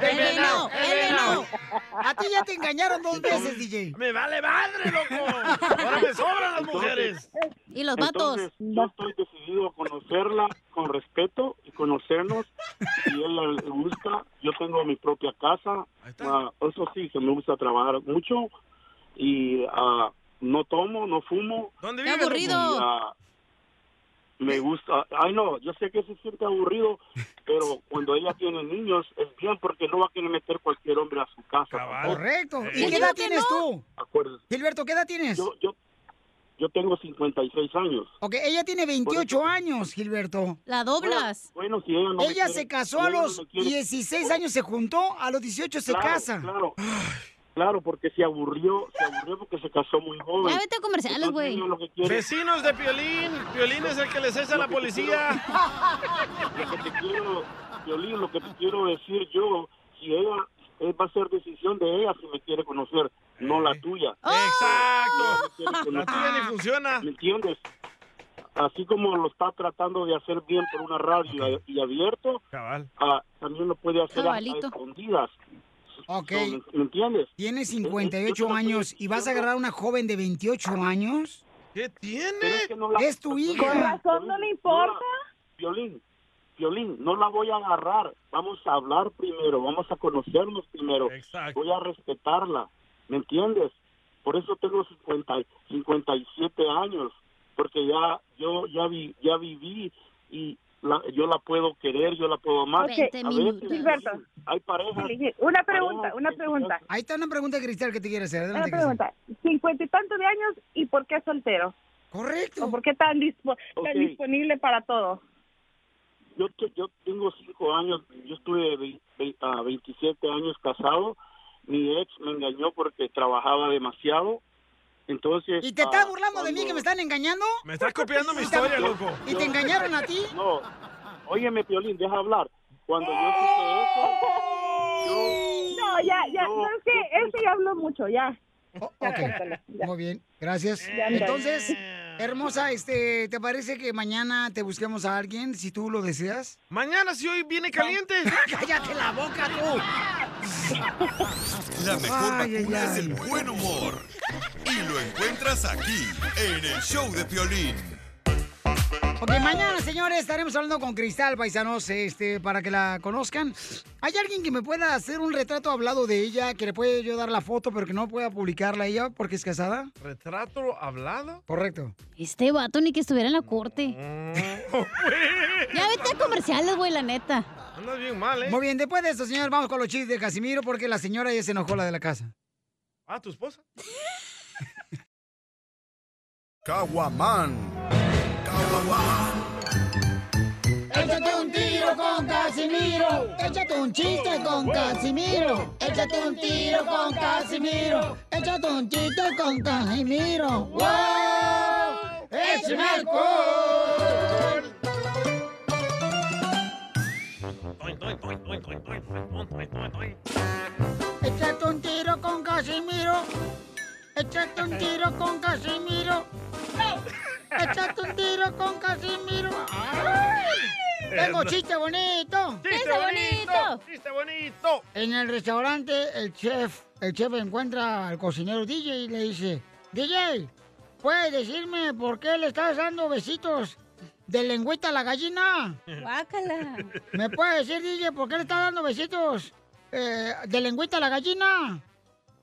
Speaker 3: ¡El venado! ¡El venado!
Speaker 2: A ti ya te engañaron dos veces, DJ.
Speaker 3: ¡Me vale madre, loco! ¡Ahora me sobran las mujeres!
Speaker 4: Y los
Speaker 20: Entonces,
Speaker 4: vatos.
Speaker 20: yo estoy decidido a conocerla con respeto y conocernos. Si ella le gusta, yo tengo mi propia casa. Ah, eso sí, que me gusta trabajar mucho y ah, no tomo, no fumo.
Speaker 3: ¿Dónde
Speaker 4: Qué vive, loco? aburrido.
Speaker 20: Y, ah, me gusta, ay no, yo sé que se siente aburrido, pero cuando ella tiene niños es bien porque no va a querer meter cualquier hombre a su casa.
Speaker 2: Correcto. ¿Y
Speaker 20: Eh.
Speaker 2: qué edad tienes tú?
Speaker 20: Acuérdese.
Speaker 2: Gilberto, ¿qué edad tienes?
Speaker 20: Yo, yo, yo tengo 56 años.
Speaker 2: Ok, ella tiene 28 años, Gilberto.
Speaker 4: La doblas.
Speaker 20: Bueno, si ella no me
Speaker 2: Ella
Speaker 20: quiere,
Speaker 2: se
Speaker 20: si
Speaker 2: casó a
Speaker 20: ella no
Speaker 2: los
Speaker 20: me quiere-
Speaker 2: 16 años, se juntó, a los 18 se
Speaker 20: Claro,
Speaker 2: casa.
Speaker 20: Claro, claro, porque se aburrió, se aburrió porque se casó muy joven.
Speaker 4: Ya vete a comerciales, güey.
Speaker 3: Vecinos de Piolín, Piolín es el que les echa a la policía.
Speaker 20: Lo que te quiero, Violín, lo que te quiero decir yo, si ella eh, va a ser decisión de ella si me quiere conocer, no la tuya.
Speaker 3: Exacto. Oh. La tuya ni funciona.
Speaker 20: Ah. ¿Me entiendes? Así como lo está tratando de hacer bien por una radio y y abierto, ah, también lo puede hacer a- a
Speaker 2: Cabalito.
Speaker 20: escondidas.
Speaker 2: Ok.
Speaker 20: ¿Me- ¿Me entiendes?
Speaker 2: Tienes 58 años y vas a agarrar a una joven de 28 años.
Speaker 3: ¿Qué tiene?
Speaker 2: Es tu hija.
Speaker 20: Con
Speaker 2: razón
Speaker 20: no le importa. Violín, Violín, no la voy a agarrar. Vamos a hablar primero, vamos a conocernos primero. Voy a respetarla, ¿me entiendes? Por eso tengo 50, 57 años, porque ya yo ya vi, ya viví y la- yo la puedo querer, yo la puedo amar.
Speaker 2: Ok,
Speaker 20: A veces
Speaker 2: Gilberto.
Speaker 20: hay parejas.
Speaker 26: Una pregunta, una pregunta.
Speaker 2: Ahí está una pregunta, Cristal, que te quiere hacer.
Speaker 26: Una
Speaker 2: Adelante,
Speaker 26: pregunta. Cincuenta y tantos de años y por qué soltero.
Speaker 2: Correcto.
Speaker 26: ¿O por qué tan, dispo-
Speaker 20: Ok.
Speaker 26: tan disponible para todo?
Speaker 20: yo, te- yo tengo cinco años, yo estuve vei- vei- ah, 27 años casado, mi ex me engañó porque trabajaba demasiado, entonces...
Speaker 2: ¿Y te
Speaker 20: ah,
Speaker 2: estás burlando de mí
Speaker 20: cuando-
Speaker 2: que me están engañando?
Speaker 3: Me estás copiando mi
Speaker 2: ¿Y te-
Speaker 3: historia, loco.
Speaker 2: ¿Y te engañaron a ti?
Speaker 20: No, óyeme, Piolín, deja hablar. Cuando yo
Speaker 2: ¡Oh!
Speaker 20: supe
Speaker 3: ¡Oh!
Speaker 20: eso, yo...
Speaker 26: No, ya, ya,
Speaker 20: yo-
Speaker 26: no, es que él se ya habló mucho, ya.
Speaker 2: Oh, Ok, muy bien, gracias.
Speaker 26: Ya, ándale.
Speaker 2: Entonces, hermosa, este, ¿te parece que mañana te busquemos a alguien, si tú lo deseas?
Speaker 3: Mañana si hoy viene caliente.
Speaker 2: Cállate la boca tú.
Speaker 6: La mejor
Speaker 2: Ay, ay,
Speaker 6: vacuna es ay. el buen humor. Y lo encuentras aquí, en el show de Piolín.
Speaker 2: Ok, mañana, señores, estaremos hablando con Cristal, paisanos, este, para que la conozcan. ¿Hay alguien que me pueda hacer un retrato hablado de ella, que le puede yo dar la foto, pero que no pueda publicarla ella porque es casada?
Speaker 3: ¿Retrato hablado?
Speaker 2: Correcto.
Speaker 4: Este vato ni que estuviera en la corte. ya vete a comerciales, güey, la neta.
Speaker 3: Andas bien mal, ¿eh?
Speaker 2: Muy bien, después de esto, señores, vamos con los chistes de Casimiro porque la señora ya se enojó la de la casa.
Speaker 3: Ah, tu esposa.
Speaker 6: Caguaman.
Speaker 2: Échate un tiro con Casimiro. Échate un chiste con Casimiro. Échate un tiro con Casimiro. Échate un chiste con Casimiro. ¡Wow!
Speaker 12: ¡Échame
Speaker 2: alcohol! Échate un tiro con Casimiro. Échate un tiro con Casimiro. Échate un tiro con Casimiro. ¡Ay! Tengo chiste bonito.
Speaker 12: ¡Chiste bonito!
Speaker 3: ¡Chiste bonito!
Speaker 2: En el restaurante, el chef, el chef encuentra al cocinero DJ y le dice, DJ, ¿puedes decirme por qué le estás dando besitos de lengüita a la gallina?
Speaker 4: Guácala.
Speaker 2: ¿Me puedes decir, DJ, por qué le estás dando besitos eh, de lengüita a la gallina?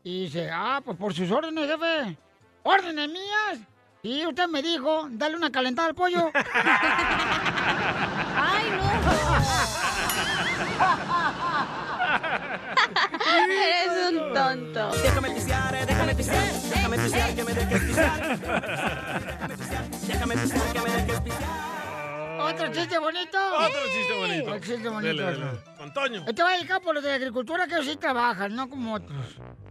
Speaker 2: Y dice, ah, pues por sus órdenes, jefe. ¿Órdenes mías? Y usted me dijo, dale una calentada al pollo.
Speaker 12: ¡Ay, no!
Speaker 19: Eres un tonto. Déjame pisear, eh, déjame pisear, déjame pisear, que me dejes pisear. Déjame pisear, déjame pisear, que me dejes pisear.
Speaker 2: ¿Otro chiste bonito?
Speaker 3: Otro chiste bonito.
Speaker 2: Otro chiste bonito.
Speaker 3: Dele, dele. Con Toño.
Speaker 2: Este va a dedicar por los de agricultura que ellos sí trabajan, no como otros.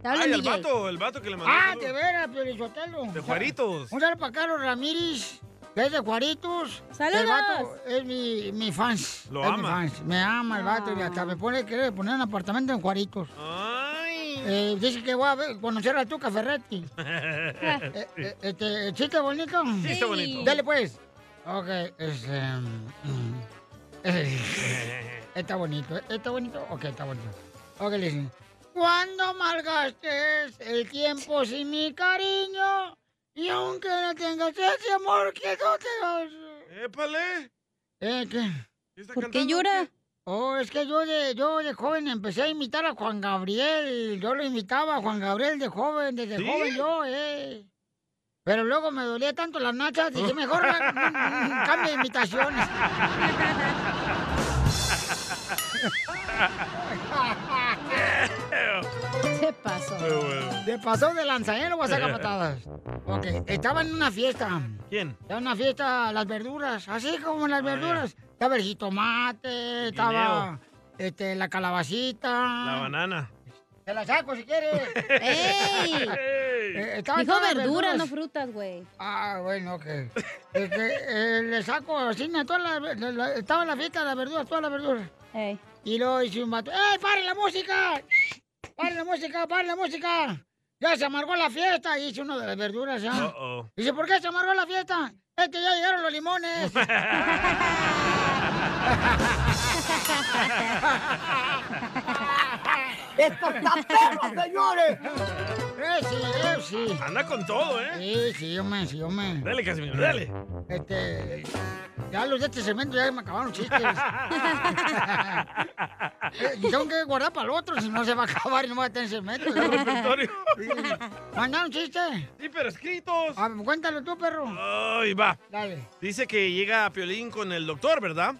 Speaker 3: Ay, el vato, el vato que le mandó.
Speaker 2: Ah,
Speaker 3: saludos.
Speaker 2: de veras, Piolizotelo.
Speaker 3: De Juaritos.
Speaker 2: Un saludo para Carlos Ramírez, que es de Juaritos.
Speaker 3: ¡Saludos!
Speaker 2: El vato es mi, mi fans.
Speaker 3: Lo
Speaker 2: Es mi
Speaker 3: ama.
Speaker 2: fans. Me ama el vato y hasta me pone, quiere poner un apartamento en Juaritos.
Speaker 3: Ah. Ay.
Speaker 2: Eh, dice que voy a ver- conocer a Tuca Ferretti. Eh, eh, este, ¿Chiste bonito?
Speaker 3: Chiste bonito.
Speaker 2: Dale, pues. Ok, este... mm, eh, está bonito, está bonito. Ok, está bonito. Ok, listen. Cuando malgastes el tiempo sin mi cariño y aunque no tengas ese amor que no te das.
Speaker 3: ¡Épale!
Speaker 2: Eh, ¿qué?
Speaker 3: ¿Por qué cantando llora? o
Speaker 2: Oh,
Speaker 3: qué?
Speaker 2: es que yo de, yo de joven empecé a imitar a Juan Gabriel. Yo lo imitaba a Juan Gabriel de joven, desde
Speaker 12: ¿Sí?
Speaker 2: joven yo, eh. Pero luego me dolía tanto las nachas, dije, mejor la- mm, mm, cambio de imitaciones.
Speaker 4: Se pasó.
Speaker 2: Te pasó de lanza, ¿eh? Lo voy a sacar patadas. Ok, estaba en una fiesta.
Speaker 3: ¿Quién? Ah,
Speaker 2: Estaba en una fiesta, las verduras, así como las verduras. Estaba el jitomate, estaba este, la calabacita.
Speaker 3: La banana.
Speaker 2: Te la saco si quieres.
Speaker 4: ¡Ey!
Speaker 2: Eh, estaban
Speaker 4: Dijo
Speaker 2: todas las
Speaker 4: verduras, no frutas, güey.
Speaker 2: Ah, bueno, ok. Este, eh, le saco así, na, todas las ver- la- la- estaba en la fiesta de las verduras, todas las verduras. Y luego hice un vato, ¡eh, pare la música! ¡Pare la música, pare la música! Ya se amargó la fiesta, y hice uno de las verduras, ¿ya?
Speaker 3: Uh-oh.
Speaker 2: Dice, ¿por qué se amargó la fiesta? Es que ya llegaron los limones.
Speaker 12: ¡Esto está perro, señores!
Speaker 2: Eh, sí, eh, sí.
Speaker 3: Anda con todo,
Speaker 2: ¿eh? Sí, sí, hombre, sí, hombre.
Speaker 3: Dale, Casimiro, dale.
Speaker 2: Este. Ya los de este cemento ya me acabaron los chistes. Eh, Tengo que guardar para el otro, si no se va a acabar y no voy a tener cemento. Sí. ¿Mandaron chiste? Ah,
Speaker 3: Sí, pero escritos. Ah.
Speaker 2: cuéntalo tú, perro.
Speaker 3: Ay, va.
Speaker 2: Dale.
Speaker 3: Dice que llega Piolín con el doctor, ¿verdad?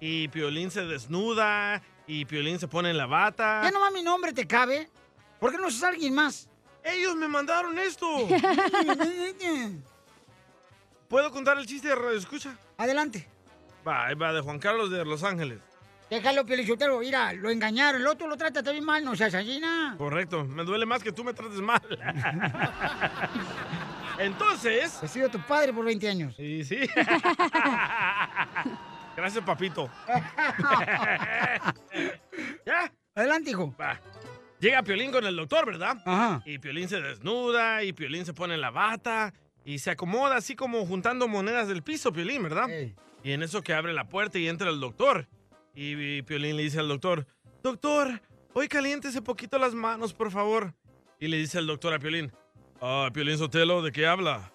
Speaker 3: Y Piolín se desnuda y Piolín se pone en la bata.
Speaker 2: Ya nomás mi nombre te cabe. ¿Por qué no usas a alguien más?
Speaker 3: Ellos me mandaron esto. ¿Puedo contar el chiste de Radio Escucha?
Speaker 2: Adelante.
Speaker 3: Va, ahí va, de Juan Carlos de Los Ángeles.
Speaker 2: Déjalo, Pielichotero. Mira, lo engañaron. El otro lo trata bien mal, no seas gallina.
Speaker 3: Correcto, me duele más que tú me trates mal. Entonces.
Speaker 2: He sido tu padre por 20 años.
Speaker 3: Sí, sí. Gracias, papito. ¿Ya?
Speaker 2: Adelante, hijo.
Speaker 3: Va. Llega Piolín con el doctor, ¿verdad?
Speaker 2: Ajá.
Speaker 3: Y Piolín se desnuda, y Piolín se pone la bata, y se acomoda así como juntando monedas del piso, Piolín, ¿verdad? Y en eso que abre la puerta y entra el doctor. Y, y Piolín le dice al doctor, doctor, hoy caliéntese poquito las manos, por favor. Y le dice el doctor a Piolín, ah, Piolín Sotelo, ¿de qué habla?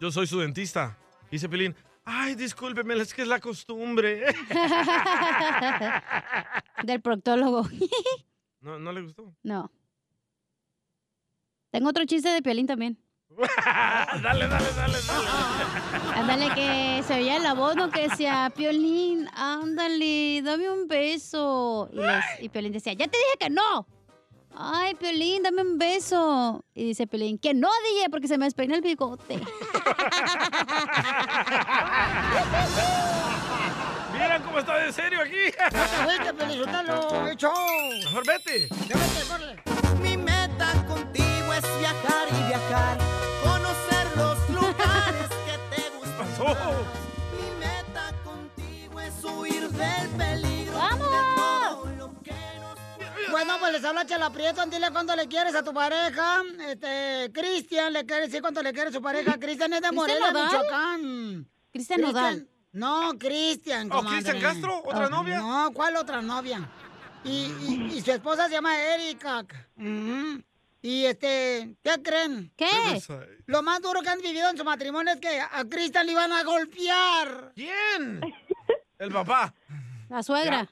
Speaker 3: Yo soy su dentista. Dice Piolín, ay, discúlpeme, es que es la costumbre.
Speaker 4: Del proctólogo.
Speaker 3: no, no le gustó.
Speaker 4: no. Tengo otro chiste de Piolín también.
Speaker 3: dale, dale, dale,
Speaker 4: dale. Ándale, que se oía la voz, ¿no? Que decía, Piolín, ándale, dame un beso. Y, les- y Piolín decía, ya te dije que no. Ay, Piolín, dame un beso. Y dice Piolín, que no, DJ, porque se me despeina el bigote.
Speaker 3: ¿Vieron cómo está de serio aquí?
Speaker 2: ¡Vete, Pelizotelo! ¡Hecho!
Speaker 3: Mejor vete.
Speaker 7: Mi meta contigo es viajar y viajar, conocer los lugares que te gustan. Mi meta contigo es huir del peligro. ¡Vamos!
Speaker 2: Bueno, pues les habla Chela Prieto, dile cuánto le quieres a tu pareja. Este, Cristian, le quieres decir cuánto le quieres a su pareja. Cristian es de
Speaker 4: ¿Cristian
Speaker 2: Morelia,
Speaker 4: Nodal?
Speaker 2: Michoacán.
Speaker 4: ¿Cristian Nodal?
Speaker 2: No, Cristian,
Speaker 4: Oh,
Speaker 2: comadre.
Speaker 4: ¿Cristian Castro? ¿Otra
Speaker 2: Oh,
Speaker 4: novia?
Speaker 2: No, ¿cuál otra novia? Y, y- y su esposa se llama Erika. Ujú. Y este, ¿qué creen?
Speaker 4: ¿Qué?
Speaker 2: Lo más duro que han vivido en su matrimonio es que a Cristian le iban a golpear.
Speaker 3: ¿Quién? El papá.
Speaker 4: La suegra.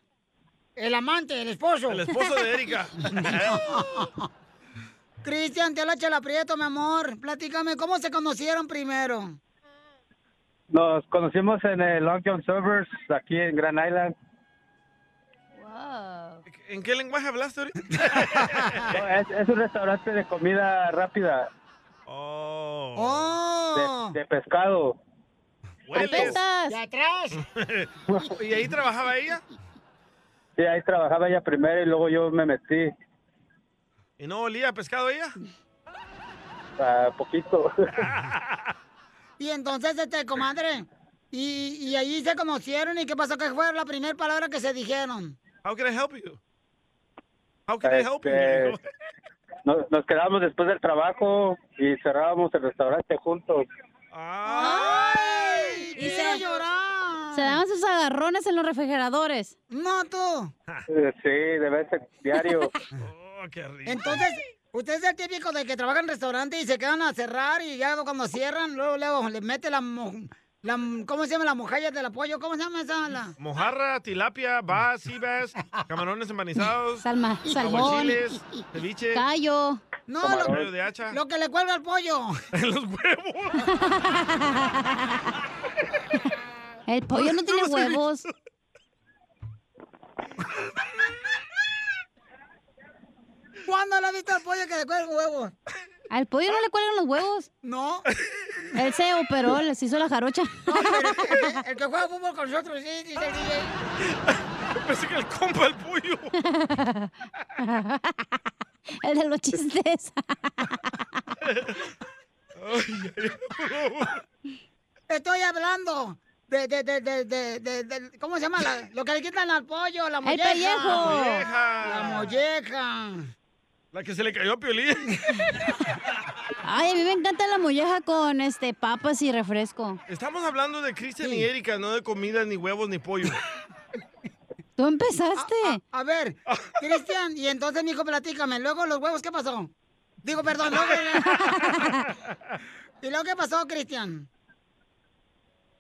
Speaker 2: El amante, el esposo.
Speaker 3: El esposo de Erika.
Speaker 2: Cristian, te la chela prieto, mi amor. Platícame, ¿cómo se conocieron primero?
Speaker 16: Nos conocimos en el Long John Servers, aquí en Grand Island.
Speaker 3: ¿En qué lenguaje hablaste ahorita?
Speaker 16: No, es, es un restaurante de comida rápida,
Speaker 3: Oh.
Speaker 16: de, de pescado.
Speaker 3: Hueles.
Speaker 2: ¡De atrás!
Speaker 3: ¿Y ahí trabajaba ella?
Speaker 28: Sí, ahí trabajaba ella primero y luego yo me metí
Speaker 3: ¿Y no olía a pescado ella?
Speaker 28: a poquito.
Speaker 2: Y entonces, este, comadre, y, y ahí se conocieron y qué pasó, que fue la primera palabra que se dijeron.
Speaker 3: How can I help you? How can I help you?
Speaker 28: Este, nos, nos quedábamos después del trabajo y cerrábamos el restaurante juntos.
Speaker 2: ¡Ay! quiero llorar!
Speaker 4: Se daban sus agarrones en los refrigeradores.
Speaker 2: No, tú.
Speaker 3: Ah.
Speaker 28: Eh, Sí, de vez en diario.
Speaker 2: Entonces, usted es el típico de que trabaja en restaurante y se quedan a cerrar y ya cuando cierran, luego, luego le mete la, mo- la ¿cómo se llama? La mojalla del apoyo, ¿cómo se llama esa? La...
Speaker 3: Mojarra, tilapia, vas, ibas, camarones empanizados,
Speaker 4: Salma, salmón.
Speaker 3: aguachiles, ceviche,
Speaker 4: Callo.
Speaker 2: No,
Speaker 3: camarón de hacha.
Speaker 2: Lo que le cuelga al pollo.
Speaker 3: los
Speaker 4: El pollo no tiene huevos.
Speaker 2: ¿Cuándo le has visto al pollo que le cuelga huevos?
Speaker 4: ¿Al pollo no le cuelgan los huevos?
Speaker 2: No.
Speaker 4: Él se operó, les hizo la jarocha.
Speaker 2: El que juega fútbol con nosotros, sí, dice el DJ.
Speaker 3: Pensé que el compa el pollo.
Speaker 4: El de los chistes.
Speaker 2: Estoy hablando de, de, de, de, de, de- de- ¿cómo se llama? La- lo que le quitan al pollo, la molleja.
Speaker 4: pellejo.
Speaker 2: La molleja.
Speaker 3: La que se le cayó a Piolín.
Speaker 4: Ay, a mí me encanta la molleja con este papas y refresco.
Speaker 3: Estamos hablando de Cristian y Erika, no de comida, ni huevos, ni pollo.
Speaker 4: Tú empezaste.
Speaker 2: A ver, Cristian, y entonces, mijo, platícame. Luego, los huevos, ¿qué pasó? Digo, perdón, luego. ¿Y luego qué pasó, Cristian?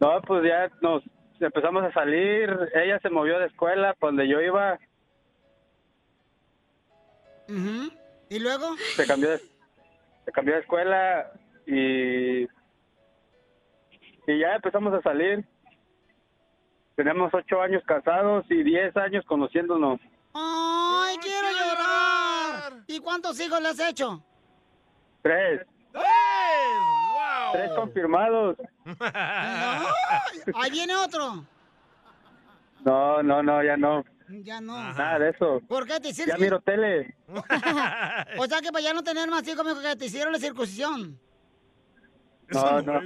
Speaker 28: No, pues ya nos empezamos a salir. Ella se movió de escuela pa' donde yo iba.
Speaker 2: Ujú. ¿Y luego?
Speaker 28: Se cambió de, se cambió de escuela y, y ya empezamos a salir. Tenemos ocho años casados y diez años conociéndonos.
Speaker 2: ¡Ay, quiero llorar! ¿Y cuántos hijos le has hecho?
Speaker 28: Tres. Tres confirmados.
Speaker 2: ¡Ay! Ahí viene otro.
Speaker 28: No, no, no, ya no.
Speaker 2: Ya no.
Speaker 28: Nada de eso.
Speaker 2: ¿Por qué te hicieron?
Speaker 28: Ya miro tele.
Speaker 2: O sea que para ya no tener más hijos, mijo, que te hicieron la circuncisión.
Speaker 28: No, no.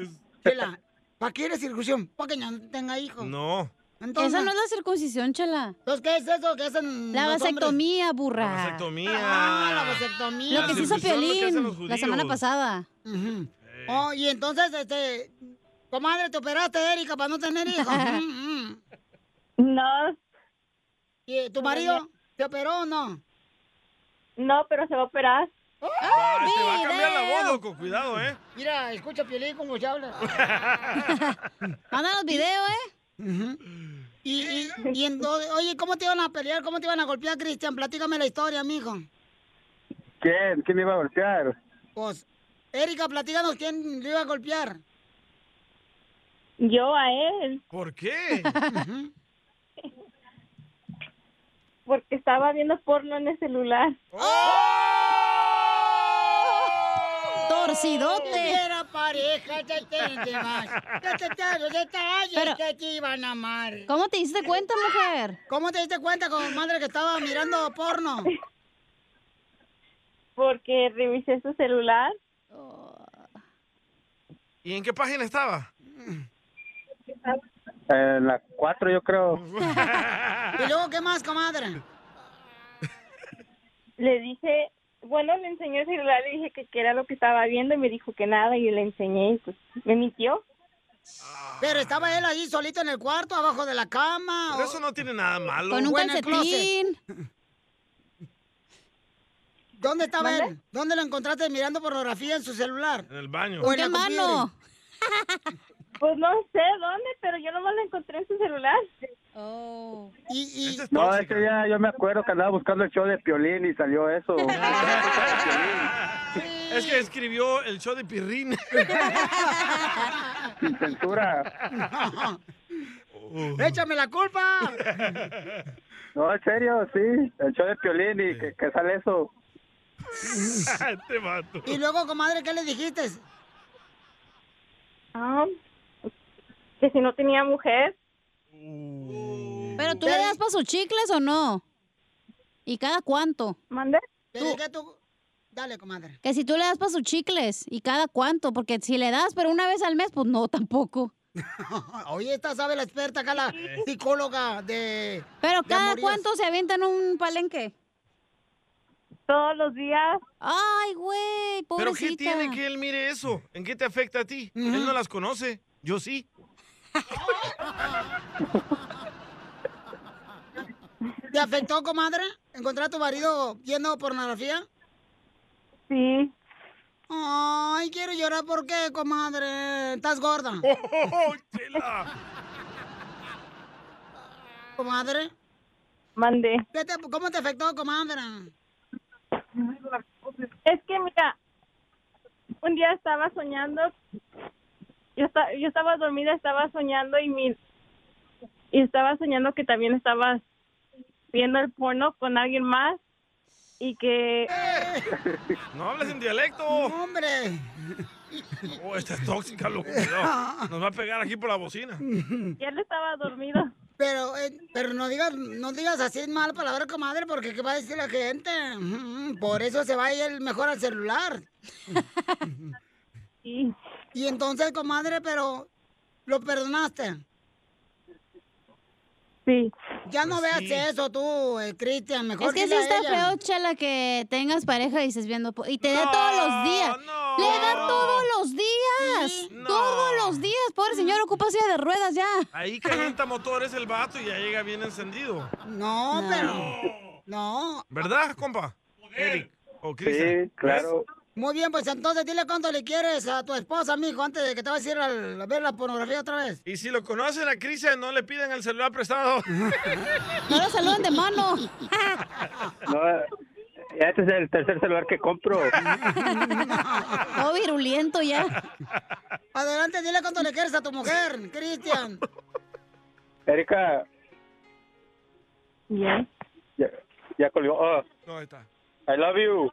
Speaker 2: Chela, ¿para qué la circuncisión? Para que ya no tenga hijos.
Speaker 3: No.
Speaker 4: Esa no es la circuncisión, chela.
Speaker 2: Entonces, ¿qué es eso que hacen
Speaker 4: La
Speaker 2: los
Speaker 4: vasectomía, burra. La
Speaker 3: vasectomía.
Speaker 2: Ah, la vasectomía.
Speaker 4: Lo que se hizo Piolín la semana pasada.
Speaker 2: Ujú. Oh, y entonces, este, comadre, te operaste, Erika, para no tener hijos.
Speaker 7: Mm,
Speaker 26: No.
Speaker 2: ¿Y tu marido te operó o no?
Speaker 26: No, pero se va a operar.
Speaker 3: Ah, te va a cambiar la voz, loco. Cuidado, ¿eh?
Speaker 2: Mira, escucha Piolín como se habla.
Speaker 4: Mándanos video, ¿eh?
Speaker 2: Y, y, y entonces, oye, ¿cómo te iban a pelear? ¿Cómo te iban a golpear, Cristian? Platícame la historia, mijo.
Speaker 28: ¿Quién? ¿Quién me iba a golpear?
Speaker 2: Pues, Erika, platícanos quién le iba a golpear.
Speaker 26: Yo a él.
Speaker 3: ¿Por qué?
Speaker 26: Porque estaba viendo porno en el celular.
Speaker 3: ¡Oh!
Speaker 4: ¡Torcidote!
Speaker 2: Era pareja, ya te más. Ya te los detalles
Speaker 4: Pero-
Speaker 2: que te iban a amar.
Speaker 4: ¿Cómo te diste cuenta, mujer?
Speaker 2: ¿Cómo te diste cuenta, comadre, que estaba mirando porno?
Speaker 26: Porque revisé su celular.
Speaker 3: ¿Y en qué página estaba?
Speaker 28: En la cuatro, yo creo.
Speaker 2: ¿Y luego qué más, comadre?
Speaker 26: Le dije, bueno, le enseñé el celular, le dije que, que era lo que estaba viendo y me dijo que nada y le enseñé y pues me mintió.
Speaker 2: Pero estaba él ahí solito en el cuarto, abajo de la cama.
Speaker 3: Pero eso no tiene nada malo.
Speaker 2: Con un calcetín. ¿Dónde estaba
Speaker 3: ¿Mande?
Speaker 2: él? ¿Dónde lo encontraste mirando pornografía en su celular?
Speaker 3: En el baño.
Speaker 2: ¿O en la computer?
Speaker 26: Pues no sé dónde, pero yo nomás lo encontré en su celular.
Speaker 4: Oh.
Speaker 2: Y, y...
Speaker 28: No, ese día yo me acuerdo que andaba buscando el show de Piolín y salió eso.
Speaker 3: Es que escribió el show de Pirrín.
Speaker 28: Sin censura.
Speaker 2: ¡Échame la culpa!
Speaker 28: No, en serio, sí. El show de Piolín y que, que sale eso.
Speaker 3: Te mato.
Speaker 2: Y luego, comadre, ¿qué le dijiste?
Speaker 26: Ah, que si no tenía mujer,
Speaker 2: Mm.
Speaker 4: ¿Pero tú le das para sus chicles o no? ¿Y cada cuánto?
Speaker 26: ¿Mande?
Speaker 2: Pero que tú... Dale, comadre.
Speaker 4: Que si tú le das para sus chicles y cada cuánto, porque si le das, pero una vez al mes, pues no, tampoco.
Speaker 2: Oye, esta sabe la experta acá, la psicóloga de...
Speaker 4: Pero
Speaker 2: de
Speaker 4: cada
Speaker 2: amoríos.
Speaker 4: cuánto se avientan un palenque.
Speaker 26: Todos los días.
Speaker 4: Ay, güey,
Speaker 3: ¿Pero
Speaker 4: pobrecita.
Speaker 3: qué tiene que él mire eso? ¿En qué te afecta a ti? Él no las conoce, yo sí.
Speaker 2: ¿Te afectó, comadre? ¿Encontrar a tu marido viendo pornografía?
Speaker 26: Sí.
Speaker 2: Ay, quiero llorar, ¿por qué, comadre? Estás gorda.
Speaker 4: Oh,
Speaker 2: comadre.
Speaker 26: Mande.
Speaker 2: ¿Qué te- ¿Cómo te afectó, comadre?
Speaker 26: Es que mira, un día estaba soñando, yo, esta- yo estaba dormida, estaba soñando y mi y estaba soñando que también estabas viendo el porno con alguien más y que
Speaker 3: ¡Eh! No hables en dialecto.
Speaker 2: ¡Hombre!
Speaker 3: Oh, esta es tóxica, lo cuidado. Nos va a pegar aquí por la bocina.
Speaker 26: y él estaba dormido.
Speaker 2: Pero, eh, pero no digas, no digas así mal palabra, comadre, porque ¿qué va a decir la gente? Mm, Por eso se va a ir mejor al celular. Y entonces, comadre, pero lo perdonaste.
Speaker 26: Sí.
Speaker 2: Ya no
Speaker 4: Pues
Speaker 2: veas
Speaker 4: sí.
Speaker 2: eso tú, eh, Cristian, mejor
Speaker 4: es que sí
Speaker 2: dile a
Speaker 4: está
Speaker 2: ella.
Speaker 4: feo, chala, que tengas pareja y estés viendo... po- Y te da todos los días. ¡Le da todos los días! ¡Todos los días! Pobre señor, ocupa silla de ruedas ya.
Speaker 3: Ahí calienta motores el vato y ya llega bien encendido.
Speaker 2: No, pero... No.
Speaker 3: ¿Verdad, compa? Eric. O Cristian.
Speaker 28: Sí, claro.
Speaker 2: Muy bien, pues entonces dile cuánto le quieres a tu esposa, mijo, antes de que te vas a ir al- a ver la pornografía otra vez.
Speaker 3: Y si lo conocen a Cristian, no le piden el celular prestado.
Speaker 4: No lo saludan de mano.
Speaker 28: No, este es el tercer celular que compro.
Speaker 4: Todo virulento ya.
Speaker 2: Adelante, dile cuánto le quieres a tu mujer, Cristian.
Speaker 28: Erika.
Speaker 26: ¿Ya?
Speaker 28: Ya, ya colgó. Oh,
Speaker 3: No, ahí está.
Speaker 28: I love you.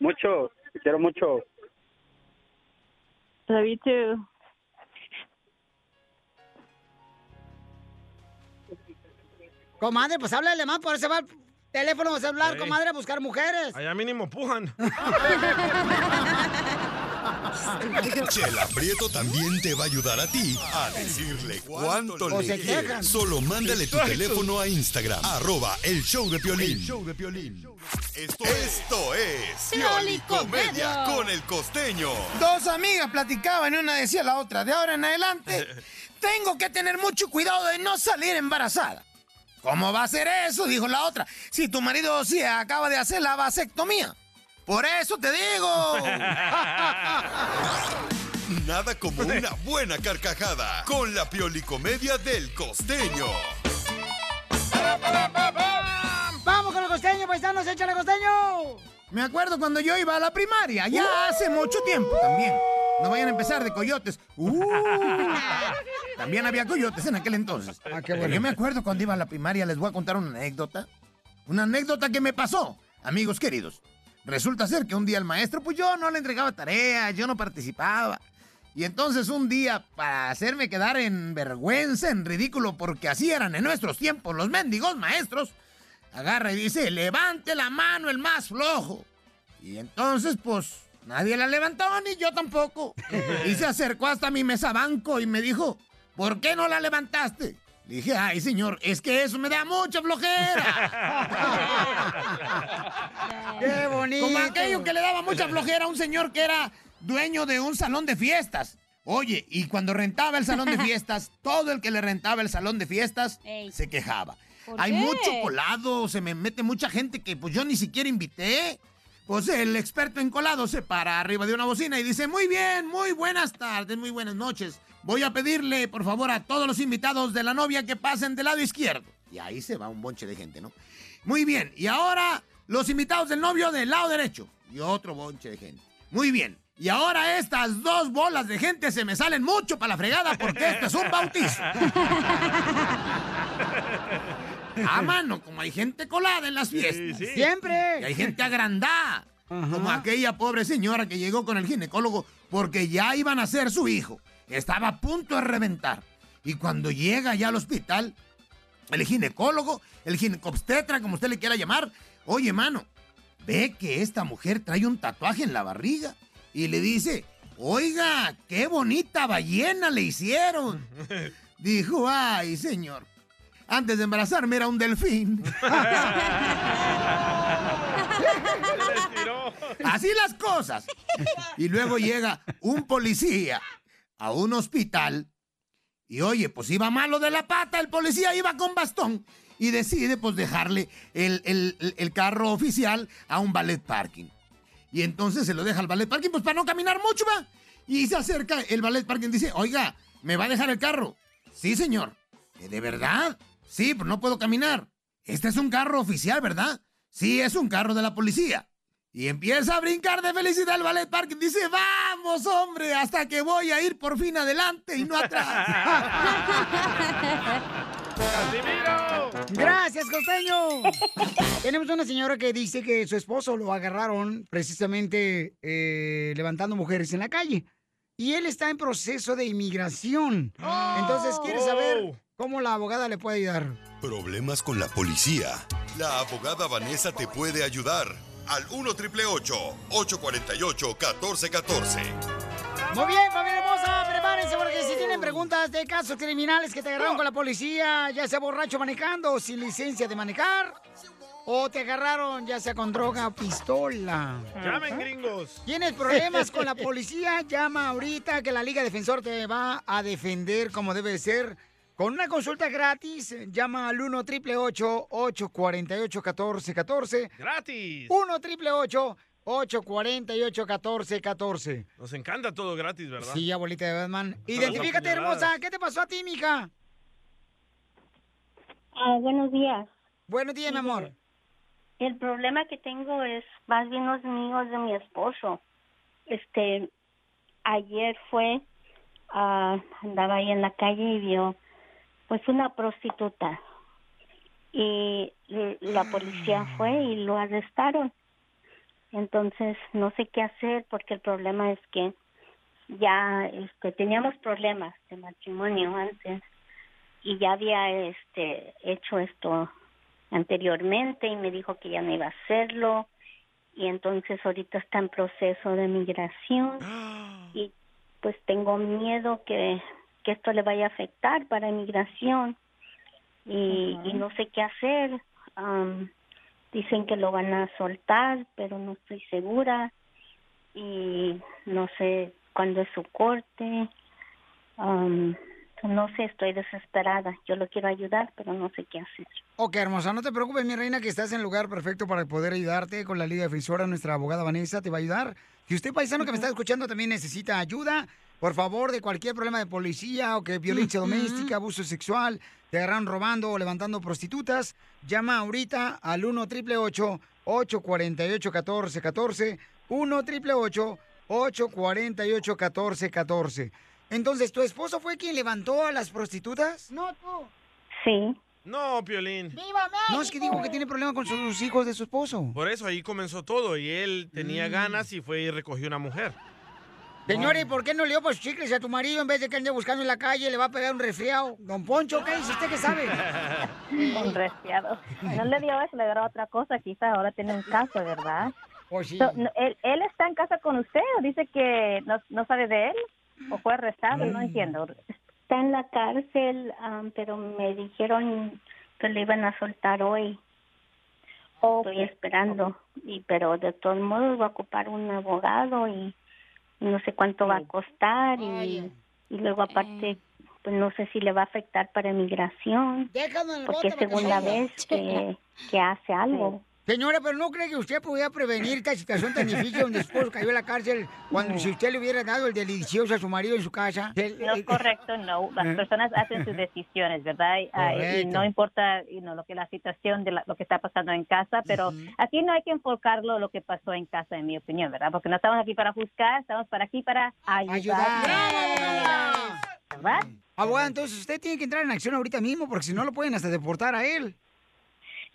Speaker 28: Mucho. Te quiero mucho.
Speaker 26: Love you too.
Speaker 2: Comadre, pues háblale más, por eso va al teléfono celular,
Speaker 3: Ey.
Speaker 2: comadre, a buscar mujeres.
Speaker 3: Allá mínimo pujan.
Speaker 6: Chela Prieto también te va a ayudar a ti a decirle cuánto O le se quieres. quejan. Solo mándale tu Exacto. teléfono a Instagram, arroba el show de Piolín. El show de Esto, esto es Piolicomedia con el costeño.
Speaker 21: Dos amigas platicaban y una decía a la otra, de ahora en adelante, tengo que tener mucho cuidado de no salir embarazada. ¿Cómo va a ser eso? Dijo la otra. Si tu marido sí acaba de hacer la vasectomía. Por eso te digo.
Speaker 6: Nada como una buena carcajada con la Piolicomedia del costeño.
Speaker 2: ¡Vamos con el costeño, paisanos! ¡Échale, costeño!
Speaker 21: Me acuerdo cuando yo iba a la primaria, ya hace mucho tiempo también. No vayan a empezar de coyotes. Uh. También había coyotes en aquel entonces. Pero
Speaker 12: bueno.
Speaker 21: Yo me acuerdo cuando iba a la primaria, les voy a contar una anécdota. Una anécdota que me pasó, amigos queridos. Resulta ser que un día el maestro, pues yo no le entregaba tareas, yo no participaba. Y entonces un día, para hacerme quedar en vergüenza, en ridículo, porque así eran en nuestros tiempos los mendigos maestros, agarra y dice, levante la mano el más flojo. Y entonces, pues, nadie la levantó, ni yo tampoco. Y se acercó hasta mi mesa banco y me dijo, ¿por qué no la levantaste? Le dije, ay, señor, es que eso me da mucha flojera.
Speaker 2: ¡Qué bonito!
Speaker 21: Como aquello que le daba mucha flojera a un señor que era dueño de un salón de fiestas. Oye, y cuando rentaba el salón de fiestas, todo el que le rentaba el salón de fiestas se quejaba.
Speaker 12: ¿Por
Speaker 21: Hay
Speaker 12: qué?
Speaker 21: mucho colado, se me mete mucha gente que pues yo ni siquiera invité. Pues el experto en colado se para arriba de una bocina y dice, muy bien, muy buenas tardes, muy buenas noches. Voy a pedirle, por favor, a todos los invitados de la novia que pasen del lado izquierdo. Y ahí se va un bonche de gente, ¿no? Muy bien, y ahora los invitados del novio del lado derecho. Y otro bonche de gente. Muy bien. Y ahora estas dos bolas de gente se me salen mucho para la fregada porque esto es un bautizo. A mano, como hay gente colada en las fiestas.
Speaker 2: Siempre.
Speaker 21: Y hay gente agrandada. Como aquella pobre señora que llegó con el ginecólogo porque ya iban a ser su hijo. Estaba a punto de reventar. Y cuando llega ya al hospital, el ginecólogo, el ginecobstetra, como usted le quiera llamar, oye, mano, ve que esta mujer trae un tatuaje en la barriga y le dice, oiga, qué bonita ballena le hicieron. Dijo, ay, señor, antes de embarazarme era un delfín. Así las cosas. Y luego llega un policía a un hospital y oye, pues iba malo de la pata, el policía iba con bastón y decide pues dejarle el, el- el carro oficial a un ballet parking. Y entonces se lo deja al ballet parking, pues para no caminar mucho, va. Y se acerca el ballet parking y dice, oiga, ¿me va a dejar el carro? Sí, señor. "¿Eh, ¿De verdad? Sí, pero no puedo caminar. Este es un carro oficial, ¿verdad? Sí, es un carro de la policía. Y empieza a brincar de felicidad el ballet parking. Dice, vamos, hombre, hasta que voy a ir por fin adelante y no atrás.
Speaker 2: Gracias, costeño. Tenemos una señora que dice que su esposo lo agarraron precisamente eh, levantando mujeres en la calle. Y él está en proceso de inmigración. Entonces quiere saber cómo la abogada le puede ayudar.
Speaker 6: Problemas con la policía. La abogada Vanessa te puede ayudar. Al 1 triple 848 1414.
Speaker 2: Muy bien, familia hermosa, prepárense porque si tienen preguntas de casos criminales que te agarraron con la policía, ya sea borracho manejando o sin licencia de manejar, o te agarraron ya sea con droga o pistola.
Speaker 3: Llamen, gringos.
Speaker 2: Tienes problemas con la policía, llama ahorita que la Liga Defensor te va a defender como debe de ser. Con una consulta gratis, llama al 1 888 848 1414
Speaker 3: Gratis.
Speaker 2: 1 888 848 1414
Speaker 3: Nos encanta todo gratis, ¿verdad?
Speaker 2: Sí, abuelita de Batman. Identifícate, hermosa. ¿Qué te pasó a ti, mija?
Speaker 29: Ah, buenos días.
Speaker 2: Buenos días, mi amor.
Speaker 29: El problema que tengo es más bien los amigos de mi esposo. Este, ayer fue, ah, andaba ahí en la calle y vio, pues, una prostituta. Y l- la policía fue y lo arrestaron. Entonces, no sé qué hacer porque el problema es que ya este, teníamos problemas de matrimonio antes y ya había este, hecho esto anteriormente y me dijo que ya no iba a hacerlo y entonces ahorita está en proceso de migración y pues tengo miedo que, que esto le vaya a afectar para migración y, y no sé qué hacer. Am, dicen que lo van a soltar, pero no estoy segura y no sé cuándo es su corte. Am, no sé, estoy desesperada. Yo lo quiero ayudar, pero no sé qué hacer.
Speaker 2: Ok, hermosa, no te preocupes, mi reina, que estás en el lugar perfecto para poder ayudarte con la Liga Defensora. Nuestra abogada Vanessa te va a ayudar. Y usted, paisano que me está escuchando, también necesita ayuda. Por favor, de cualquier problema de policía o que violencia doméstica, abuso sexual, te agarran robando o levantando prostitutas, llama ahorita al 1 888 848 1414 1 888 848 1414 Entonces, ¿tu esposo fue quien levantó a las prostitutas? No, tú.
Speaker 29: Sí.
Speaker 3: No, Piolín.
Speaker 2: No, es que digo que tiene problemas con sus hijos de su esposo.
Speaker 3: Por eso ahí comenzó todo y él tenía
Speaker 2: Mm.
Speaker 3: ganas y fue y recogió una mujer.
Speaker 2: Señores, ¿por qué no le dio por sus chicles a tu marido en vez de que ande buscando en la calle? Le va a pegar un resfriado. Don Poncho, ¿qué dice usted que sabe?
Speaker 29: Un resfriado. No le dio eso, le dio otra cosa. Quizá ahora tiene un caso, ¿verdad?
Speaker 2: sí.
Speaker 29: So, no, él, él está en casa con usted o dice que no, no sabe de él? ¿O fue arrestado? No entiendo. Está en la cárcel, am, pero me dijeron que le iban a soltar hoy. Estoy esperando. Y pero de todos modos va a ocupar un abogado y no sé cuánto va a costar y, y luego
Speaker 2: Eh.
Speaker 29: aparte pues no sé si le va a afectar para migración.
Speaker 2: Déjame en el
Speaker 29: Porque es
Speaker 2: bote,
Speaker 29: segunda
Speaker 2: vacaciones.
Speaker 29: vez que, que hace algo.
Speaker 2: Señora, pero ¿no cree que usted podía prevenir esta situación tan difícil donde su esposo cayó en la cárcel cuando si usted le hubiera dado el delicioso a su marido en su casa?
Speaker 30: No es correcto, no. Las personas hacen sus decisiones, ¿verdad? Y, ah, Y
Speaker 2: Correcto.
Speaker 30: no importa you know, lo que la situación de la- lo que está pasando en casa, pero aquí no hay que enfocarlo lo que pasó en casa, en mi opinión, ¿verdad? Porque no estamos aquí para juzgar, estamos para aquí para ayudar.
Speaker 2: ¿Verdad? Abogada, entonces usted tiene que entrar en acción ahorita mismo porque si no lo pueden hasta deportar a él.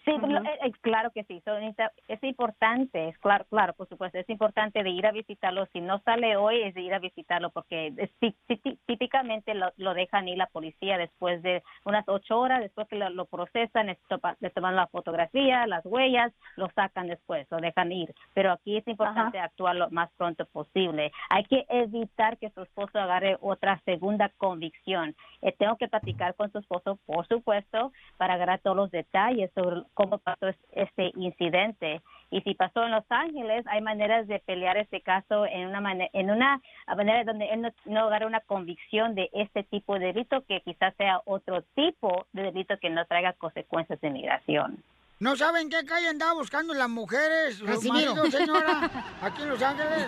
Speaker 30: Sí, lo- eh, eh, claro que sí. son insta- es importante, es claro, claro, por supuesto, es importante de ir a visitarlo. Si no sale hoy, es de ir a visitarlo porque es tí- tí- tí- típicamente lo, lo dejan ir la policía después de unas ocho horas, después que lo, lo procesan, es topa- le toman la fotografía, las huellas, lo sacan después, lo dejan ir. Pero aquí es importante actuar lo más pronto posible. Hay que evitar que su esposo agarre otra segunda convicción. Eh, tengo que platicar con su esposo, por supuesto, para agarrar todos los detalles sobre cómo pasó es- este incidente. Y si pasó en Los Ángeles, hay maneras de pelear este caso en una, mane- en una manera donde él no, no agarre una convicción de este tipo de delito, que quizás sea otro tipo de delito que no traiga consecuencias de migración.
Speaker 2: ¿No saben qué calle andaba buscando las mujeres? Los
Speaker 30: Casimiro.
Speaker 2: maridos, señora, aquí en Los Ángeles.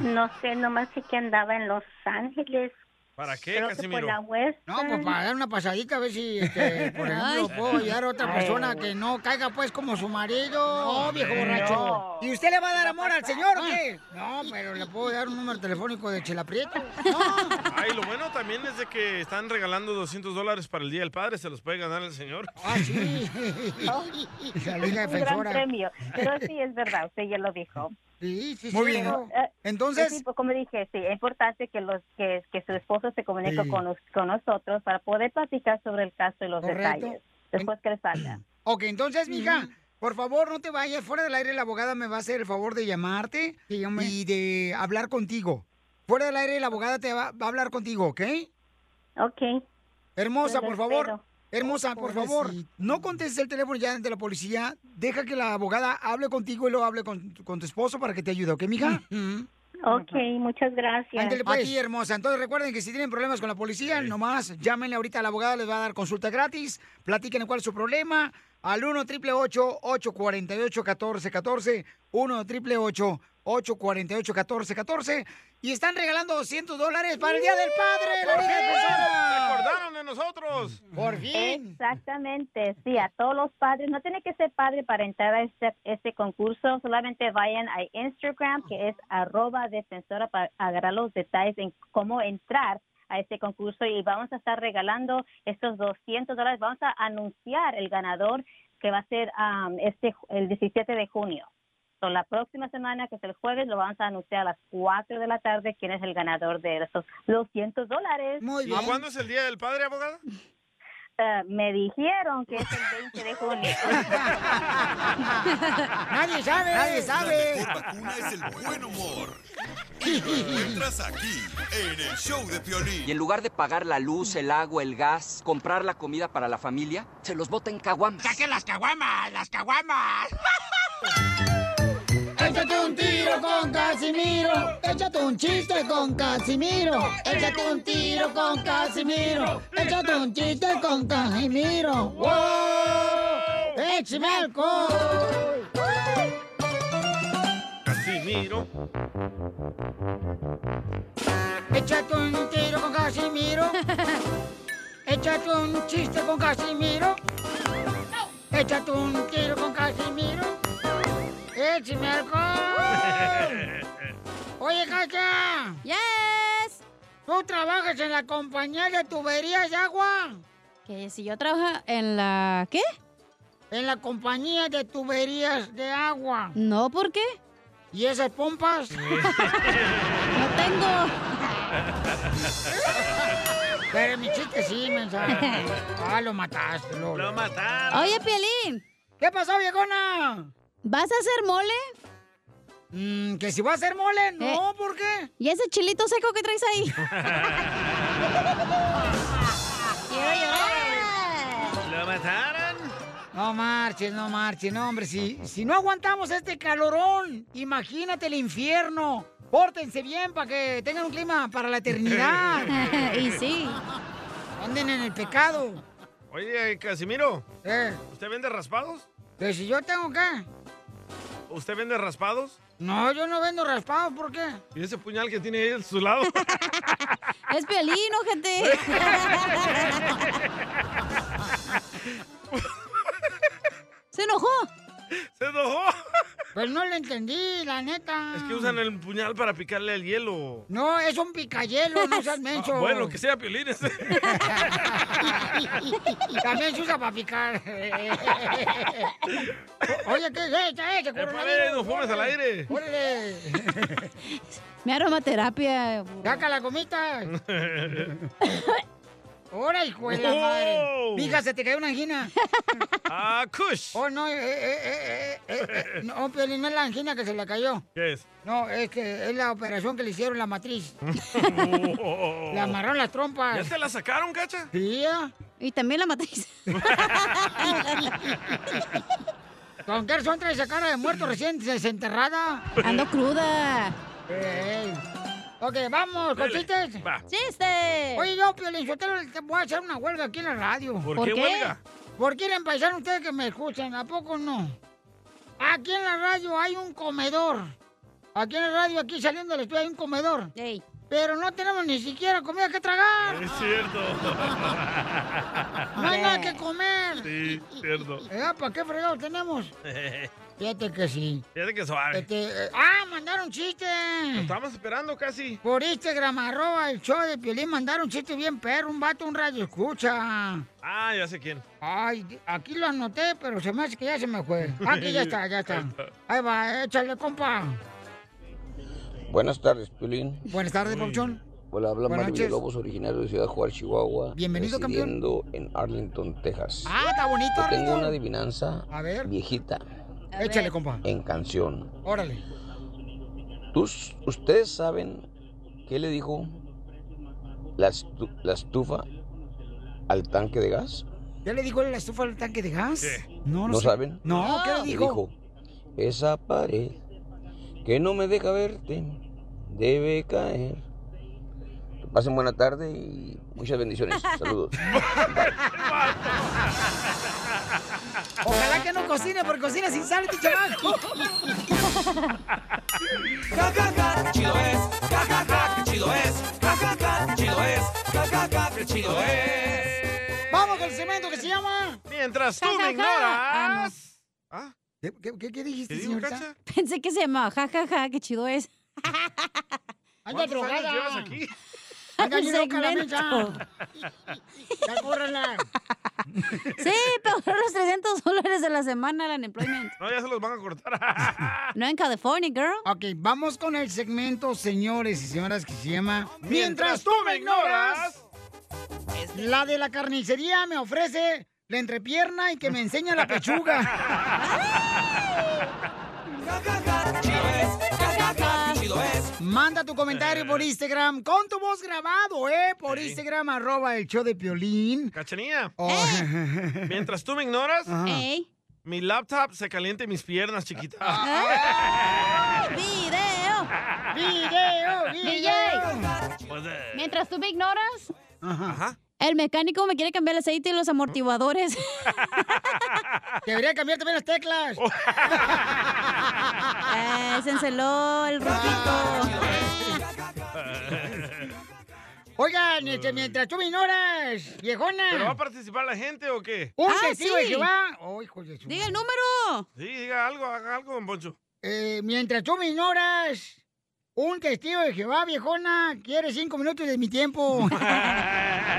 Speaker 29: No sé, nomás sé que andaba en Los Ángeles.
Speaker 3: ¿Para qué,
Speaker 29: Creo que
Speaker 3: Casimiro?
Speaker 29: por la West.
Speaker 2: No, pues para dar una pasadita a ver si, este, por ejemplo,
Speaker 3: Ay.
Speaker 2: puedo ayudar a otra
Speaker 3: Ay.
Speaker 2: persona que no caiga, pues, como su marido. No, viejo
Speaker 8: no.
Speaker 2: borracho. ¿Y usted le va a dar amor al señor o qué? No, pero le puedo dar un número telefónico de Chelaprieto.
Speaker 3: Ay, lo bueno también es de que están regalando 200 dólares para el Día del Padre, se los puede ganar el señor.
Speaker 2: Ah, sí.
Speaker 30: Es
Speaker 2: La
Speaker 30: un
Speaker 2: Liga
Speaker 30: gran
Speaker 2: Defensora.
Speaker 30: premio. Pero sí, es verdad, usted ya lo dijo.
Speaker 2: Sí, sí,
Speaker 8: Muy sí, bien.
Speaker 30: Pero, eh,
Speaker 8: Entonces-
Speaker 30: sí, pues, como dije, sí, es importante que los que, que su esposo se comunique
Speaker 8: Sí.
Speaker 30: con, nos- con nosotros para poder platicar sobre el caso y los
Speaker 2: Correcto.
Speaker 30: detalles después que le salga.
Speaker 2: Ok, entonces, mija, por favor, no te vayas. Fuera del aire, la abogada me va a hacer el favor de llamarte y de hablar contigo. Fuera del aire, la abogada te va, va a hablar contigo, ¿ok?
Speaker 29: Ok.
Speaker 2: Hermosa,
Speaker 29: Pues
Speaker 2: por
Speaker 29: lo
Speaker 2: favor.
Speaker 29: espero.
Speaker 2: Hermosa, por favor, no contestes el teléfono ya de la policía. Deja que la abogada hable contigo y luego hable con, con tu esposo para que te ayude, ¿ok, mija?
Speaker 29: Ok, muchas gracias.
Speaker 2: Ándale, Mm. pues. Aquí, hermosa. Entonces recuerden que si tienen problemas con la policía, nomás llámenle ahorita a la abogada, les va a dar consulta gratis, platiquen cuál es su problema al 1 888 848 1414 1 888 848 1414 y están regalando 200 dólares para el Día del Padre. La Liga Defensora.
Speaker 3: acordaron de nosotros!
Speaker 2: Por
Speaker 30: fin. Exactamente, sí, a todos los padres. No tiene que ser padre para entrar a este, este concurso. Solamente vayan a Instagram, que es arroba defensora, para agarrar los detalles en cómo entrar a este concurso y vamos a estar regalando estos 200 dólares. Vamos a anunciar el ganador que va a ser am, este ju- el 17 de junio. So, la próxima semana, que es el jueves, lo vamos a anunciar a las 4 de la tarde quién es el ganador de estos 200 dólares.
Speaker 2: Muy
Speaker 3: ¿Y cuándo es el Día del Padre, abogada?
Speaker 30: Eh, me dijeron que es el 20 de junio.
Speaker 2: Nadie sabe.
Speaker 6: Nadie sabe. La mejor vacuna es el buen humor. Y lo encuentras aquí, en el show de Piolín.
Speaker 1: Y en lugar de pagar la luz, el agua, el gas, comprar la comida para la familia, se los bota en caguamas.
Speaker 12: ¡Saquen las caguamas! ¡Las caguamas!
Speaker 2: Échate un tiro con Casimiro. Échate un chiste con Casimiro. Échate un tiro con Casimiro. Échate un chiste con Casimiro. ¡Wow! ¡Échame alcohol!
Speaker 3: Casimiro.
Speaker 2: Échate un tiro con Casimiro. Échate un chiste con Casimiro. Échate un tiro con Casimiro. ¡Échame alcohol! Oye, Cacha.
Speaker 4: Yes.
Speaker 2: ¿Tú trabajas en la compañía de tuberías de agua?
Speaker 4: Que si yo trabajo en la... ¿Qué?
Speaker 2: En la compañía de tuberías de agua.
Speaker 4: No, ¿por qué?
Speaker 2: ¿Y esas pompas?
Speaker 4: No tengo.
Speaker 2: Pero mi chiste sí, mensaje. Ah, lo mataste, Lo, lo
Speaker 3: mataste.
Speaker 4: Oye, Pielín.
Speaker 2: ¿Qué pasó, viejona? Mm,
Speaker 4: ¿Vas a hacer mole? Eh,
Speaker 2: que si voy a hacer mole, no, ¿por qué?
Speaker 4: ¿Y ese chilito seco que traes ahí?
Speaker 2: Quiero
Speaker 3: ¿Lo mataron?
Speaker 2: No marches, no marches. No, hombre, si, si no aguantamos este calorón, imagínate el infierno. Pórtense bien para que tengan un clima para la eternidad.
Speaker 3: Y sí.
Speaker 2: Anden en el pecado.
Speaker 3: Oye, Casimiro.
Speaker 2: ¿Eh?
Speaker 3: ¿Usted vende raspados?
Speaker 2: Pero si yo tengo que...
Speaker 3: ¿Usted vende raspados?
Speaker 2: No, yo no vendo raspados, ¿por qué?
Speaker 3: ¿Y ese puñal que tiene ahí a su lado?
Speaker 4: Es Pielín, ojete. Se enojó.
Speaker 3: ¡Se enojó!
Speaker 2: Pues no lo entendí, la neta.
Speaker 3: Es que usan el puñal para picarle al hielo.
Speaker 2: No, es un picayelo, no seas menso.
Speaker 3: Ah, bueno, que sea piolín. ese.
Speaker 2: También se usa para picar. O- Oye, ¿qué es esto? ¿Qué
Speaker 3: pare, no fumes al aire.
Speaker 2: ¡Órale!
Speaker 4: Me aromaterapia.
Speaker 2: ¡Saca la gomita! ¡Hora, hijo de la
Speaker 4: Oh.
Speaker 2: madre! Mija, se te cayó una angina.
Speaker 3: ¡Ah, Kush!
Speaker 2: Oh, no, eh, eh, eh, eh, eh, eh, no, pero no es la angina que se le cayó.
Speaker 3: ¿Qué es?
Speaker 2: No, es que es la operación que le hicieron la matriz. Le amarraron las trompas.
Speaker 3: Oh, ¿Ya te la sacaron, cacha?
Speaker 2: Sí, ya.
Speaker 4: Y también la matriz.
Speaker 2: Don Gerson trae esa cara de muerto recién desenterrada.
Speaker 4: Ando cruda.
Speaker 2: Ey. Ok, vamos, con
Speaker 4: Dale,
Speaker 2: chistes.
Speaker 4: ¡Chistes!
Speaker 2: Oye, yo, Piolín, yo te, lo- te voy a hacer una huelga aquí en la radio.
Speaker 3: ¿Por ¿Por qué qué? huelga?
Speaker 2: Porque quieren paisar ustedes que me escuchan, ¿a poco no? Aquí en la radio hay un comedor. Aquí en la radio, aquí saliendo del estudio, hay un comedor. Pero no tenemos ni siquiera comida que tragar.
Speaker 3: Es cierto.
Speaker 2: No hay nada que comer.
Speaker 3: Sí, cierto.
Speaker 2: Eh, ¿Para qué fregado tenemos? Fíjate que sí.
Speaker 3: Fíjate que suave.
Speaker 2: Este, eh, ¡Ah! Mandaron chiste. Lo
Speaker 3: estábamos esperando casi.
Speaker 2: Por Instagram, arroba el show de Piolín, mandaron chiste bien perro, un vato, un radio escucha.
Speaker 3: Ah, ya sé quién.
Speaker 2: Ay, di- aquí lo anoté, pero se me hace que ya se me fue. Aquí ya está, ya está. Ahí va, échale, compa.
Speaker 11: Buenas tardes, Piolín.
Speaker 2: Buenas tardes, Pauchón.
Speaker 11: Hola, habla
Speaker 2: Buenas
Speaker 11: Mario
Speaker 2: noches.
Speaker 11: Villalobos, originario de Ciudad Juárez, Chihuahua.
Speaker 2: Bienvenido, campeón.
Speaker 11: residiendo en Arlington, Texas.
Speaker 2: Ah, está bonito,
Speaker 11: Yo tengo una
Speaker 2: Arlington.
Speaker 11: adivinanza
Speaker 2: A ver,
Speaker 11: viejita
Speaker 2: échale, compa.
Speaker 11: en canción.
Speaker 2: Órale.
Speaker 11: ¿Tus- ¿Ustedes saben qué le dijo la, estu- la estufa al tanque de gas?
Speaker 2: ¿Ya le dijo la estufa al tanque de gas? No lo
Speaker 11: ¿No
Speaker 2: sé.
Speaker 11: saben?
Speaker 2: No, ¿qué le dijo?
Speaker 11: esa pared que no me deja verte debe caer. Que pasen buena tarde y muchas bendiciones. Saludos.
Speaker 2: Ojalá que no cocine, porque cocina sin sal, tu chamaco.
Speaker 6: chido es, ja, ja, ja, qué chido es, ja, ja, ja, qué chido es, ja, ja, ja, qué chido es.
Speaker 2: Vamos con el cemento que se llama.
Speaker 3: Mientras
Speaker 4: tú me ignoras.
Speaker 2: ¿Qué, qué, qué- qué dijiste,
Speaker 4: dijo,
Speaker 2: señorita?
Speaker 4: Cacha? Pensé que se llamaba ja, ja, ja, qué chido es.
Speaker 2: Anda
Speaker 4: ¿Cuántos años
Speaker 2: drogada.
Speaker 4: llevas
Speaker 3: aquí?
Speaker 2: Anda
Speaker 4: Un
Speaker 2: bien loca la
Speaker 4: segmento.
Speaker 2: mecha. Ya córrela.
Speaker 4: Sí, pero los 300 dólares de la semana al unemployment.
Speaker 3: No, ya se los van a cortar.
Speaker 4: Ah, No en California, girl.
Speaker 2: Ok, vamos con el segmento, señores y señoras, que se llama
Speaker 3: Mientras tú me ignoras.
Speaker 4: Este.
Speaker 2: La de la carnicería me ofrece la entrepierna y que me enseña la pechuga. Manda tu comentario por Instagram con tu voz grabado, ¿eh? Por Instagram, arroba el show de Piolín.
Speaker 3: Cachanilla.
Speaker 2: Oh.
Speaker 3: ¿Eh? Mientras tú me ignoras,
Speaker 2: Ajá. Ey.
Speaker 3: mi laptop se calienta y mis piernas, chiquita.
Speaker 4: Ah, ¡Video!
Speaker 2: ¡Video!
Speaker 3: Pues, eh,
Speaker 4: Mientras tú me ignoras,
Speaker 3: Ajá.
Speaker 4: el mecánico me quiere cambiar el aceite y los amortiguadores.
Speaker 2: Debería cambiar también las teclas.
Speaker 4: eh, se enceló el
Speaker 2: Ah,
Speaker 4: roquito.
Speaker 2: Oigan, este, mientras tú me ignoras,
Speaker 4: ah,
Speaker 3: ¿Pero va a
Speaker 2: viejona.
Speaker 3: participar la gente o qué?
Speaker 2: Un testigo de Jehová. Oh, hijo de su
Speaker 3: Diga
Speaker 4: el número!
Speaker 3: Sí, diga algo, haga algo, don Poncho.
Speaker 2: Eh, mientras tú me ignoras, un testigo de Jehová, viejona, quiere cinco minutos de mi tiempo.
Speaker 12: La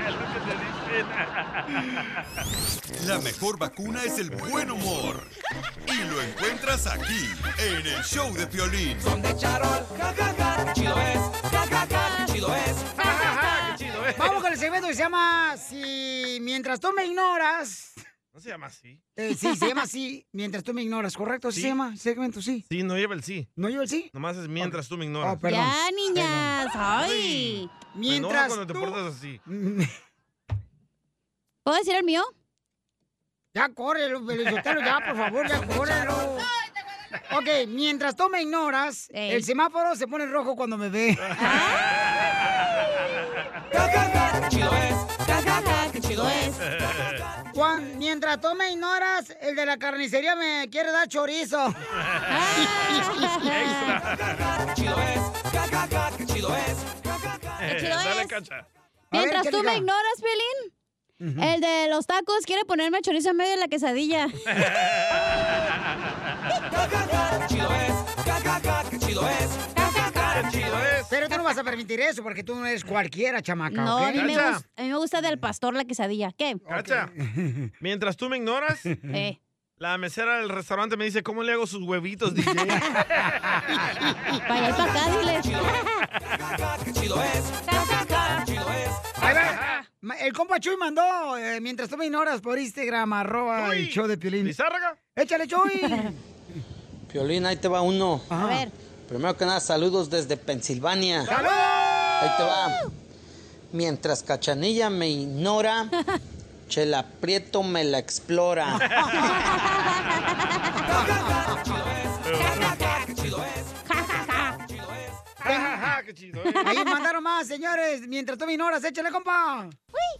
Speaker 11: La mejor vacuna es el buen humor. Y lo encuentras aquí, en el show de Piolín.
Speaker 6: Chido es, ja, ja, ja, qué chido es, ja, ja, ja, qué chido es.
Speaker 2: Vamos con el segmento que se llama Si mientras tú me ignoras.
Speaker 3: No se llama así.
Speaker 2: Eh, sí, se llama así, mientras tú me ignoras, ¿correcto? Así
Speaker 3: Sí.
Speaker 2: se llama segmento, sí.
Speaker 3: Sí, no lleva el sí.
Speaker 2: ¿No lleva el sí?
Speaker 3: Nomás es mientras tú me ignoras.
Speaker 2: Oh, perdón. Ya,
Speaker 4: niñas, ay.
Speaker 3: Me enoja
Speaker 4: Mientras
Speaker 3: cuando te
Speaker 4: tú-
Speaker 3: portas así.
Speaker 4: ¿Puedo decir el mío?
Speaker 2: Ya córrelo, Pelizotelo, ya, por favor, ya córrelo. Ok, mientras tú me ignoras, el semáforo se pone rojo cuando me ve.
Speaker 6: Qué chido es, ja, ja, ja, qué chido es.
Speaker 2: Juan, mientras tú me ignoras, el de la carnicería me quiere dar chorizo.
Speaker 6: Qué chido es, ja, ja, ja, qué chido es.
Speaker 4: Qué chido
Speaker 3: Eh,
Speaker 6: Dale,
Speaker 4: es.
Speaker 6: Cacha.
Speaker 4: Mientras
Speaker 6: A ver,
Speaker 4: tú me
Speaker 6: Angélica.
Speaker 4: ignoras, Pelín, El de los tacos quiere ponerme chorizo en medio de la
Speaker 2: Ah,
Speaker 4: quesadilla.
Speaker 2: Pero tú no vas a permitir eso porque tú no eres cualquiera, chamaca.
Speaker 4: No,
Speaker 2: ¿ok?
Speaker 4: a mí, me gus- a mí me gusta del pastor la quesadilla. ¿Qué?
Speaker 3: Cacha, mientras tú me ignoras,
Speaker 4: Eh.
Speaker 3: la mesera del restaurante me dice, ¿cómo le hago sus huevitos, DJ?
Speaker 4: Para allá y para acá, diles.
Speaker 2: A ver, ma- el compa Chuy mandó, eh, mientras tú me ignoras, por Instagram, arroba el show de Piolín. ¡Échale, Chuy!
Speaker 9: Piolín, ahí te va uno.
Speaker 2: A ver.
Speaker 9: Primero que nada, saludos desde Pensilvania.
Speaker 2: ¡Saludos!
Speaker 9: Ahí te va. Mientras Cachanilla me ignora, Chela Prieto me la explora.
Speaker 2: eh.
Speaker 3: eh.
Speaker 2: Ahí mandaron más, señores. Mientras tú me ignoras, échale, compa.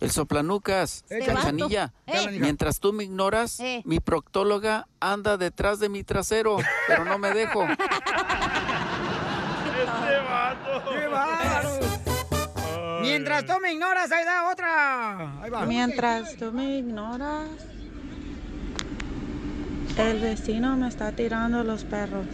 Speaker 22: El soplanucas,
Speaker 2: Este
Speaker 22: cachanilla.
Speaker 2: vato. Eh.
Speaker 22: Mientras tú me ignoras,
Speaker 2: Eh.
Speaker 22: mi proctóloga anda detrás de mi trasero, pero no me dejo.
Speaker 3: ¡Este vato!
Speaker 2: ¡Qué bárbaro! Mientras tú me ignoras, ahí da otra. Ahí va.
Speaker 23: Mientras tú me ignoras, el vecino me está tirando los perros.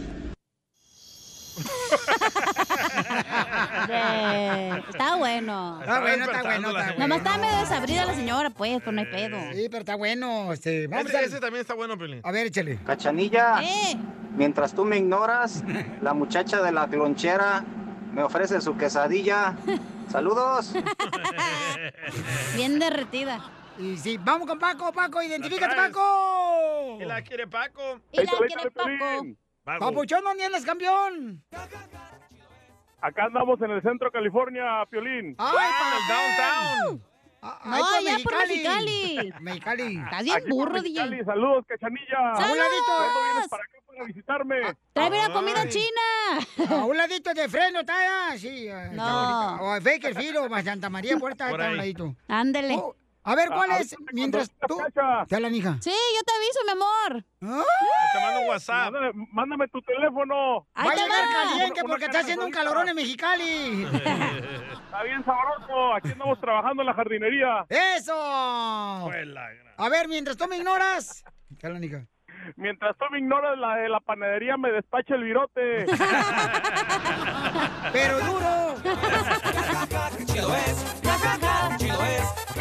Speaker 4: Eh, está bueno.
Speaker 2: Está bueno, está bueno, está bueno.
Speaker 4: Nomás está medio desabrida la señora, pues, pues no hay pedo.
Speaker 2: Sí, pero está bueno. Este,
Speaker 4: vamos
Speaker 3: ese,
Speaker 4: al-
Speaker 3: ese también está bueno, Piolín.
Speaker 2: A ver, échale.
Speaker 24: Cachanilla,
Speaker 23: Eh.
Speaker 24: mientras tú me ignoras, la muchacha de la lonchera me ofrece su quesadilla. Saludos.
Speaker 4: Bien derretida.
Speaker 2: Y sí, vamos con Paco, Paco, identifícate, Paco.
Speaker 3: Y la quiere Paco.
Speaker 2: Y la quiere Paco. Papuchón, ¿dónde andas, campeón?
Speaker 28: Acá andamos en el centro de California, Piolín.
Speaker 2: ¡Ay,
Speaker 28: downtown!
Speaker 2: Ah, Ahí
Speaker 4: No, ya por Mexicali.
Speaker 2: Mexicali.
Speaker 4: Estás bien
Speaker 28: Aquí por
Speaker 4: burro,
Speaker 28: Mexicali.
Speaker 4: DJ.
Speaker 28: Saludos, cachanilla.
Speaker 4: ¡Saludos!
Speaker 2: ¿eh?
Speaker 28: ¿Cuándo vienes para acá para visitarme?
Speaker 4: Tráeme la comida china.
Speaker 2: A un ladito de freno, está. Sí, eh,
Speaker 4: No.
Speaker 2: está bonito. O a Bakerfield o a Santa María Puerta,
Speaker 4: Por
Speaker 2: está a un
Speaker 4: ahí.
Speaker 2: ladito.
Speaker 4: Ándele.
Speaker 2: Oh, a ver, ¿cuál
Speaker 4: Ah,
Speaker 2: es?
Speaker 4: ahorita cuando
Speaker 2: Mientras tú. Te hablan, hija.
Speaker 4: Sí, yo te aviso, mi amor.
Speaker 3: Te mando un WhatsApp.
Speaker 28: Mándame, mándame tu teléfono.
Speaker 2: Va a llegar caliente porque está haciendo un calorón en Mexicali.
Speaker 28: Está bien sabroso. Aquí andamos trabajando en la jardinería.
Speaker 2: ¡Eso! A ver, mientras tú me ignoras. Te hablan, hija.
Speaker 28: Mientras tú me ignoras, la de la panadería me despacha el virote.
Speaker 2: Pero duro.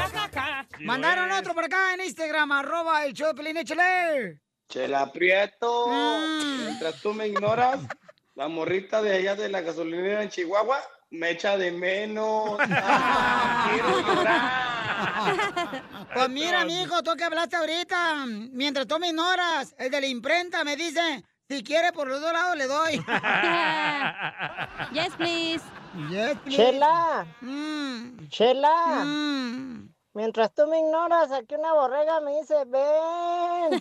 Speaker 2: Mandaron otro por acá en Instagram, arroba el show de Pelín, échale.
Speaker 31: Chela aprieto. Mientras tú me ignoras, la morrita de allá de la gasolinera en Chihuahua me echa de menos. Ah, quiero
Speaker 4: Ah.
Speaker 31: llorar.
Speaker 2: Pues mira, amigo, tú que hablaste ahorita, mientras tú me ignoras, el de la imprenta me dice, si quiere por los dos lados le doy.
Speaker 4: yes, please.
Speaker 2: Yes, please.
Speaker 32: Chela.
Speaker 2: Mm.
Speaker 32: Chela.
Speaker 33: Mientras tú me ignoras, aquí una borrega me dice, ven.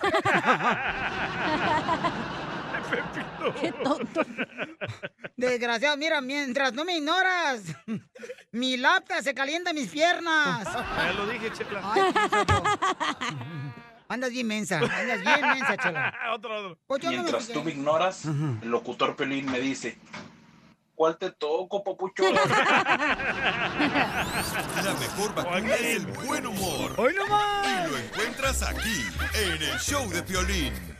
Speaker 2: Qué tonto. Desgraciado, mira, mientras no me ignoras, mi laptop se calienta mis piernas.
Speaker 3: Ya lo dije, Chela.
Speaker 2: Ay, Andas bien mensa, andas bien mensa, chela.
Speaker 3: otro, otro.
Speaker 2: Pues yo no me
Speaker 31: Mientras
Speaker 2: fijé.
Speaker 31: tú me ignoras, el locutor Pelín me dice, ¿cuál te toco, papucho?
Speaker 6: La mejor vacuna es el buen humor.
Speaker 2: Y
Speaker 6: lo encuentras aquí, en el show de Piolín.